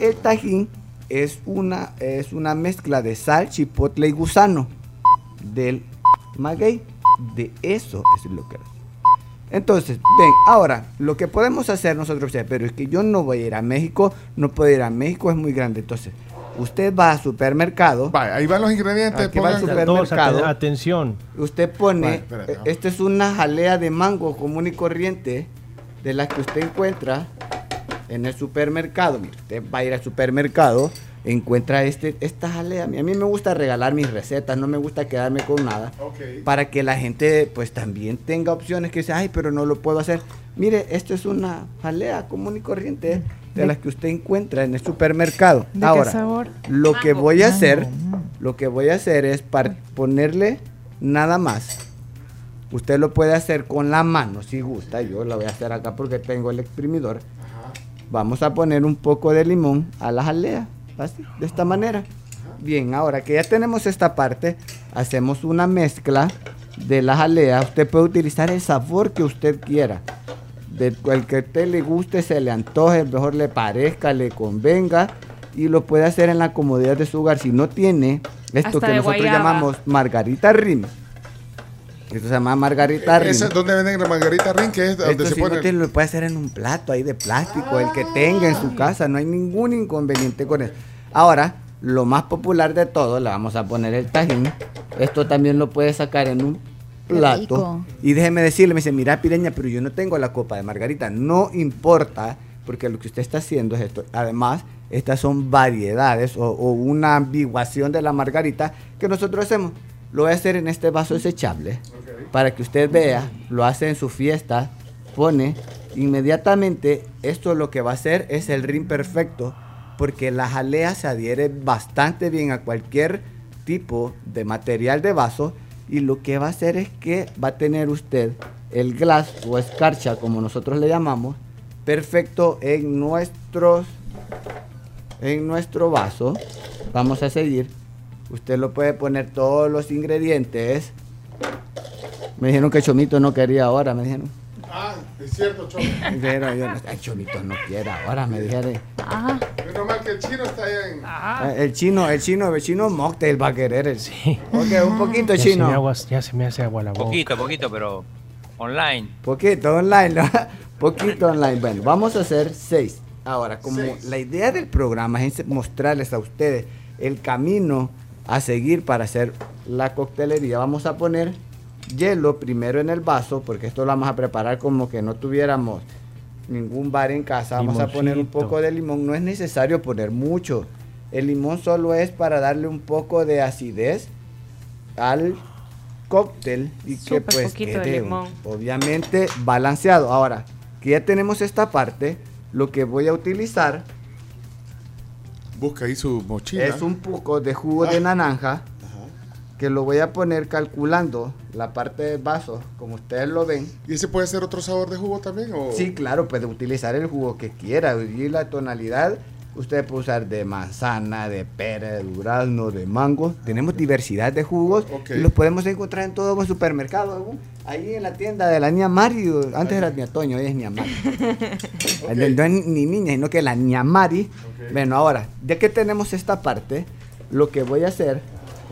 S41: El tajín es una, es una mezcla de sal, chipotle y gusano del maguey. De eso es lo que entonces, ven, ahora, lo que podemos hacer nosotros, o sea, pero es que yo no voy a ir a México, no puedo ir a México, es muy grande. Entonces, usted va al supermercado.
S3: ahí van los ingredientes,
S41: Aquí va al
S6: pongan- Todos,
S41: supermercado.
S6: aten- atención.
S41: Usted pone,
S6: Vale, espérate,
S41: eh, esto es una jalea de mango común y corriente de las que usted encuentra en el supermercado. Mire, usted va a ir al supermercado, encuentra este, esta jalea. A mí a mí me gusta regalar mis recetas, no me gusta quedarme con nada para que la gente pues también tenga opciones que dice, ay, pero no lo puedo hacer. Mire, esto es una jalea común y corriente de
S18: De-
S41: las que usted encuentra en el supermercado.
S18: ¿De qué
S41: Ahora,
S18: sabor?
S41: lo que
S18: Mango.
S41: voy a
S18: Mango, Mm.
S41: hacer, lo que voy a hacer es par- ponerle nada más. Usted lo puede hacer con la mano si gusta, yo lo voy a hacer acá porque tengo el exprimidor. Vamos a poner un poco de limón a la jalea, así, de esta manera. Bien, ahora que ya tenemos esta parte, hacemos una mezcla de la jalea. Usted puede utilizar el sabor que usted quiera. De cual que a usted le guste, se le antoje, mejor le parezca, le convenga. Y lo puede hacer en la comodidad de su hogar. Si no tiene esto
S4: Hasta
S41: que
S4: de
S41: nosotros
S4: guayaba.
S41: llamamos margarita rim. Esto se llama margarita rim.
S3: Eh, Esa es donde venden la margarita rin, que es donde
S41: Esto
S3: se
S41: si
S3: pone.
S41: no te lo puede hacer en un plato ahí de plástico, el que tenga en
S3: Ah.
S41: su casa, no hay ningún inconveniente con eso. Ahora, lo más popular de todo, le vamos a poner el tajín. Esto también lo puede sacar en un
S18: Qué
S41: plato.
S18: rico.
S41: Y déjeme decirle, me dice, mira Pireña, pero yo no tengo la copa de margarita. No importa, porque lo que usted está haciendo es esto. Además, estas son variedades o, o una ambiguación de la margarita que nosotros hacemos. Lo voy a hacer en este vaso desechable para que usted vea, lo hace en su fiesta, pone inmediatamente, esto lo que va a hacer es el rim perfecto, porque la jalea se adhiere bastante bien a cualquier tipo de material de vaso y lo que va a hacer es que va a tener usted el glass o escarcha, como nosotros le llamamos, perfecto en nuestros en nuestro vaso. Vamos a seguir. Usted lo puede poner todos los ingredientes. Me dijeron que Chomito no quería ahora, me dijeron.
S3: Ah, es cierto, Choco.
S41: Pero yo, "Ay, Chomito no quiere ahora, me dijeron.
S3: Ajá. Menos mal que el chino está allá en.
S41: Ah, El chino, el chino, el chino mocktail va a querer el sí. Ok, un poquito
S6: Ya se
S41: chino.
S6: me aguas- ya se me hace agua la boca.
S7: Poquito, poquito, pero online.
S41: Poquito online, ¿no? poquito online. Bueno, vamos a hacer seis. Ahora, como
S7: Seis.
S41: la idea del programa es mostrarles a ustedes el camino a seguir para hacer la coctelería, vamos a poner hielo primero en el vaso, porque esto lo vamos a preparar como que no tuviéramos ningún bar en casa. Vamos a poner un
S6: Limoncito.
S41: poco de limón, no es necesario poner mucho. El limón solo es para darle un poco de acidez al cóctel y que
S4: Súper
S41: pues
S4: poquito de
S41: quede,
S4: limón.
S41: obviamente balanceado. Ahora, que ya tenemos esta parte, lo que voy a utilizar
S3: Busca ahí su mochila. Ah.
S41: es un poco de jugo de naranja que lo voy a poner calculando la parte del vaso, como ustedes lo ven.
S3: ¿Y ese puede ser otro sabor de jugo también? O?
S41: Sí, claro, puede utilizar el jugo que quiera y la tonalidad. Usted puede usar de manzana, de pera, de durazno, de mango. Tenemos diversidad de jugos y los podemos encontrar en todos los supermercados. ¿no? Ahí en la tienda de la niña Mari, o- antes era niña Toño, hoy es niña Mari. No, no es ni niña, sino que la niña Mari. Bueno, ahora, ya que tenemos esta parte, lo que voy a hacer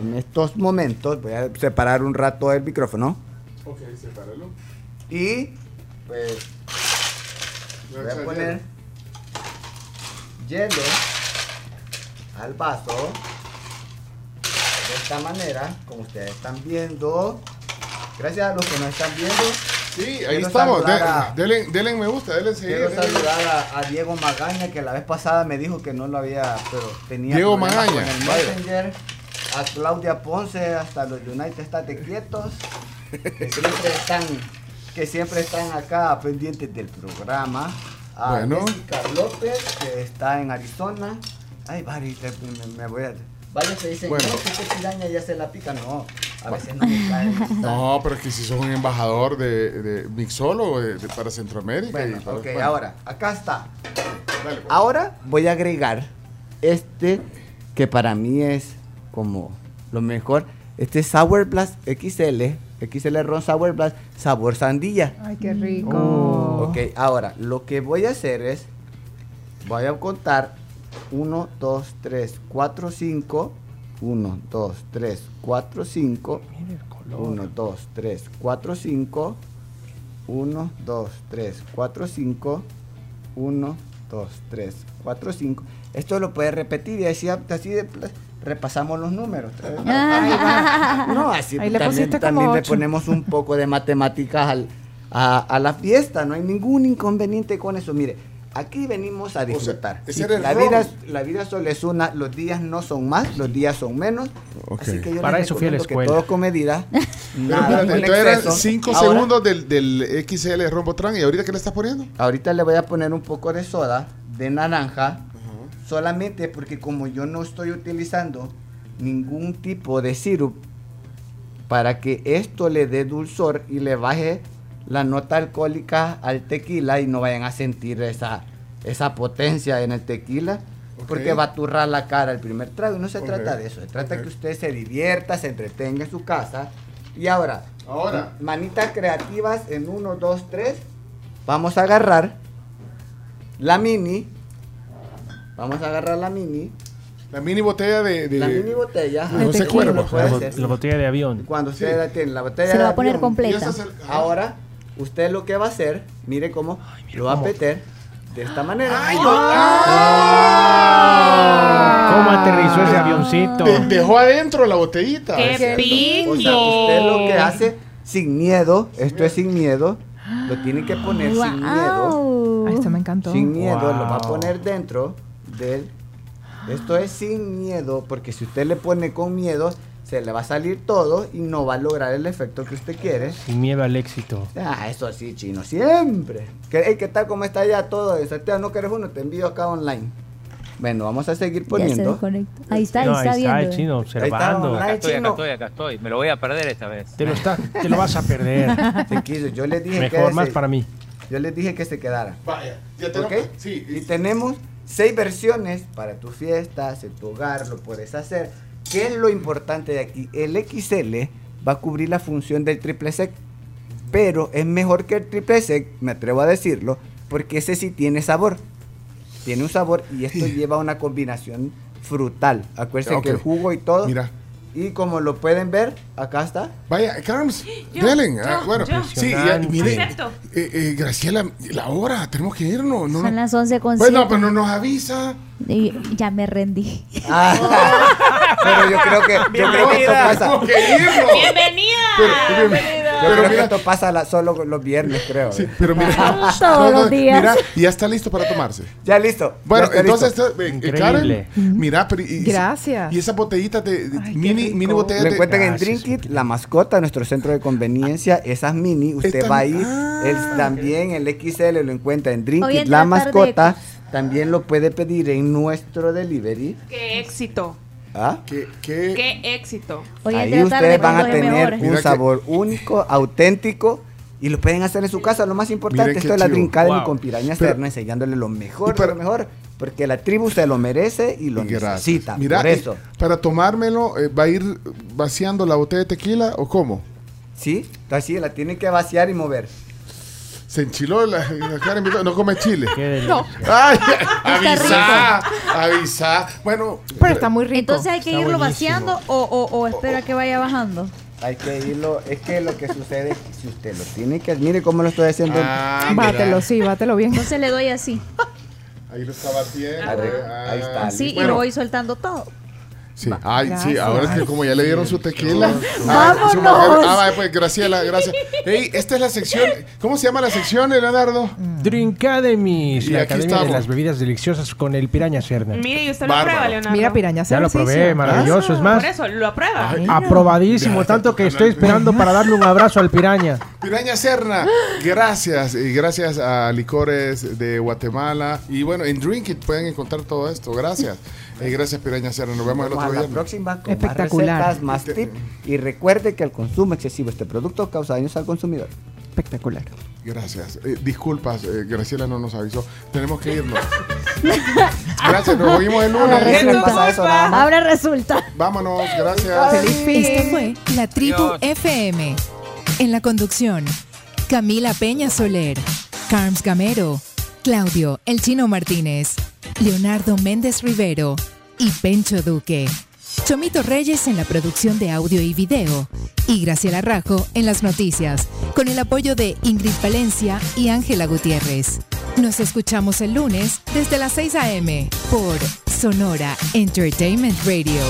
S41: en estos momentos, voy a separar un rato el micrófono
S3: Ok, sepáralo.
S41: y pues voy a poner hielo al vaso de esta manera, como ustedes están viendo. Gracias a los que nos están viendo.
S3: Sí, ahí
S41: Quiero
S3: estamos.
S41: saludar
S3: De-
S41: a-
S3: denle, denle me gusta, denle seguir.
S41: Quiero saludar a, a Diego Magaña, que la vez pasada me dijo que no lo había, pero tenía
S3: Diego
S41: problemas
S3: Magaña,
S41: con el
S3: vaya.
S41: Messenger. A Claudia Ponce, hasta los United Estate Quietos, que siempre están, que siempre están acá pendientes del programa. A
S3: Bueno.
S41: Jessica López, que está en Arizona. Ay, Barry, te- me, me voy a... Varios se dicen,
S3: Bueno.
S41: no, que esta piraña ya se la pica. No, a veces no me cae.
S3: No, pero es que si sos un embajador de, de mixólogo de- de- para Centroamérica. y para-
S41: Ok,
S3: bueno.
S41: ahora, acá está.
S6: pues.
S41: Ahora voy a agregar este que para mí es como lo mejor. Este Sour Blast XL, XL Ron Sour Blast, sabor sandía.
S13: Ay, qué rico.
S41: Oh. Ok, ahora lo que voy a hacer es, voy a contar 1, 2, 3, 4, 5. 1, 2, 3, 4, 5. 1, 2, 3, 4, 5. 1, 2, 3, 4, 5. 1, 2, 3, 4, 5. Esto lo puedes repetir y así, así de pl- repasamos los números. Tres, dos,
S5: Ah.
S41: ahí va. no, así
S5: Ahí le
S41: también,
S5: pusiste como
S41: también le
S5: ocho.
S41: ponemos un poco de matemáticas al- a, a la fiesta. No hay ningún inconveniente con eso. Mire, aquí venimos a disfrutar.
S3: ese era el
S41: la,
S3: ron.
S41: vida, es- la vida solo es una. Los días no son más, los días son menos. Así que yo
S6: Para
S41: les
S6: eso fui a la
S41: recomiendo que
S6: escuela.
S41: todo con medida.
S3: Pero
S41: nada
S3: espérate,
S41: con
S3: entonces eran
S41: exceso.
S3: 5
S41: Ahora-
S3: segundos del, del XL Rombotran y ahorita qué le estás poniendo?
S41: Ahorita le voy a poner un poco de soda de naranja, solamente porque como yo no estoy utilizando ningún tipo de sirup para que esto le dé dulzor y le baje la nota alcohólica al tequila y no vayan a sentir esa, esa potencia en el tequila. Porque
S6: Ok.
S41: va a turrar la cara el primer trago. Y no se
S6: Ok,
S41: trata de eso. Se trata
S6: ok.
S41: que usted se divierta, se entretenga en su casa. Y ahora,
S3: Ahora.
S41: manitas creativas en 1, 2, 3. Vamos a agarrar la mini. Vamos a agarrar la mini.
S3: La mini botella de. de-
S41: La mini botella.
S3: de José Cuervo.
S6: La, bo- la botella de avión.
S41: Cuando usted la tiene, la botella
S6: Se
S41: de
S6: va a poner
S41: avión.
S6: completa.
S41: Y esa se-
S3: ah.
S41: Ahora, usted lo que va a hacer, mire cómo, lo va a meter de esta manera.
S6: ¿Cómo aterrizó ese avioncito?
S3: de- dejó Ah. adentro la botellita.
S41: ¡Qué
S4: pinche!
S41: O sea, usted lo que hace sin miedo, esto es sin miedo, lo tiene que poner sin miedo.
S13: Ah, esto me encantó.
S41: Sin miedo, lo va a
S13: Wow.
S41: poner dentro del. Esto es sin miedo, porque si usted le pone con miedo, se le va a salir todo y no va a lograr el efecto que usted quiere.
S6: Sin miedo al éxito.
S41: Ah, eso sí, chino, siempre. ¿Qué, hey, ¿qué tal? ¿Cómo está ya todo? De Santiago, ¿No querés uno? Te envío acá online. Bueno, vamos a seguir poniendo.
S8: desconectó. Ahí está, ahí
S6: No,
S8: está
S6: ahí está
S8: viendo.
S6: el
S8: ¿eh?
S6: chino observando.
S7: Acá estoy, acá estoy, acá estoy. Me lo voy a perder esta vez.
S6: Te lo, está- te lo vas a perder.
S41: Te quiso, Yo les dije que
S6: Mejor, más
S41: se-
S6: para mí.
S41: Yo les dije que se quedara.
S3: Vaya, ya
S41: ¿Ok? Y tenemos seis versiones para tu fiesta, en tu hogar, lo puedes hacer. ¿Qué es lo importante de aquí? El XL va a cubrir la función del triple sec, pero es mejor que el triple sec, me atrevo a decirlo, porque ese sí tiene sabor. Tiene un sabor y esto lleva una combinación frutal. Acuérdense
S3: Ok.
S41: que el jugo y todo.
S3: Mira.
S41: Y como lo pueden ver, acá está.
S3: Vaya, Carms, Delen, ah, bueno, sí, ya, mire, eh, eh, Graciela, la hora, tenemos que irnos. No,
S8: Son
S3: no.
S8: las 11 con
S3: Bueno,
S8: siete.
S3: pero no nos avisa.
S8: Y ya me rendí.
S41: Pero yo creo que, yo creo que esto
S3: Bienvenida.
S41: pasa.
S3: Tenemos que irnos.
S4: Bienvenida.
S41: Yo creo que esto pasa la- solo los viernes, creo. ¿eh?
S3: pero mira,
S41: Todos
S3: no, no,
S41: los días.
S3: Mira, y ya está listo para tomarse.
S41: Ya listo.
S3: Bueno,
S41: ya está
S3: entonces,
S41: listo.
S3: eh, eh,
S41: Increíble.
S3: Karen, mira, pero y,
S13: Gracias.
S3: Y esas botellitas de de mini, mini botellas
S41: Lo
S3: de-
S41: encuentran en Drinkit, la mascota, nuestro centro de conveniencia, esas mini, usted
S3: Están-
S41: va ahí, el- también el XL lo encuentra en
S4: Hoy
S41: Drinkit,
S4: en
S41: la
S4: la tarde-
S41: mascota, también lo puede pedir en nuestro delivery.
S4: Qué éxito.
S41: ¿Ah?
S4: Qué éxito.
S41: Ahí ustedes van a tener un
S4: Mira que-
S41: sabor único, auténtico. Y lo pueden hacer en su casa. Lo más importante, Miren qué esto es la chivo. trincada Wow. con piraña
S3: Pero-
S41: externa, enseñándole lo mejor, de lo mejor. Porque la tribu se lo merece y lo necesita.
S3: Mira,
S41: por
S3: eh,
S41: eso.
S3: para tomármelo, eh, ¿va a ir vaciando la botella de tequila o cómo?
S41: Sí, así la tiene que vaciar y mover.
S3: Se enchiló la, la Karen, mira, no come chile.
S13: No.
S3: Ay, avisa, avisa. Bueno,
S13: Pero está muy rico.
S8: Entonces hay que
S41: Está
S8: irlo
S41: buenísimo.
S8: vaciando o, o- o espera que vaya bajando.
S41: Hay que irlo. Es que lo que sucede es que si usted lo tiene que. Mire cómo lo estoy haciendo.
S3: Ah,
S13: Bátelo, sí, bátelo bien.
S8: Entonces le doy así.
S3: ahí lo eh, está batiendo.
S41: Ahí
S3: ah.
S41: está.
S8: Así y
S3: Bueno.
S8: lo voy soltando todo.
S3: Sí, ay, sí,
S8: Gracias.
S3: ahora es que como ya le dieron su tequila. ay,
S8: Vámonos.
S3: Ah, su margarita. Ah, vaya, pues Graciela, gracias. Ey, esta es la sección. ¿Cómo se llama la sección, Leonardo?
S6: Drinkademies,
S3: Y
S6: Mm. la
S3: aquí
S6: Academia
S3: estamos.
S6: de las Bebidas Deliciosas con el Piraña Serna.
S4: Mire, y usted lo
S6: Bárbaro.
S4: prueba, Leonardo.
S13: Mira, piraña, hace
S6: Ya lo
S13: ejercicio.
S6: probé, maravilloso, es más.
S4: Por eso, lo aprueba.
S6: Aprobadísimo, tanto que estoy esperando para darle un abrazo al Piraña.
S3: Piraña Serna, gracias. Y gracias a Licores de Guatemala. Y bueno, en Drink It pueden encontrar todo esto. Gracias. Eh, gracias, Piraña Serna. Nos vemos el
S41: Vamos a
S3: otro
S41: la
S3: día. Eh,
S41: próxima con
S13: Espectacular.
S41: más recetas, más tips. Y recuerde que el consumo excesivo de este producto causa daños al consumidor.
S13: Espectacular.
S3: Gracias. Eh, disculpas, eh, Graciela no nos avisó. Tenemos que irnos. gracias, nos oímos el lunes.
S8: Ahora resulta. Ahora resulta.
S3: Vámonos, gracias.
S13: Esto fue La Tribu
S3: Adiós.
S13: FM. En la conducción, Camila Peña Soler, Carms Gamero, Claudio El Chino Martínez, Leonardo Méndez Rivero y Pencho Duque. Chomito Reyes en la producción de audio y video y Graciela Rajo en las noticias, con el apoyo de Ingrid Valencia y Ángela Gutiérrez. Nos escuchamos el lunes desde las 6 a.m. por Sonora Entertainment Radio.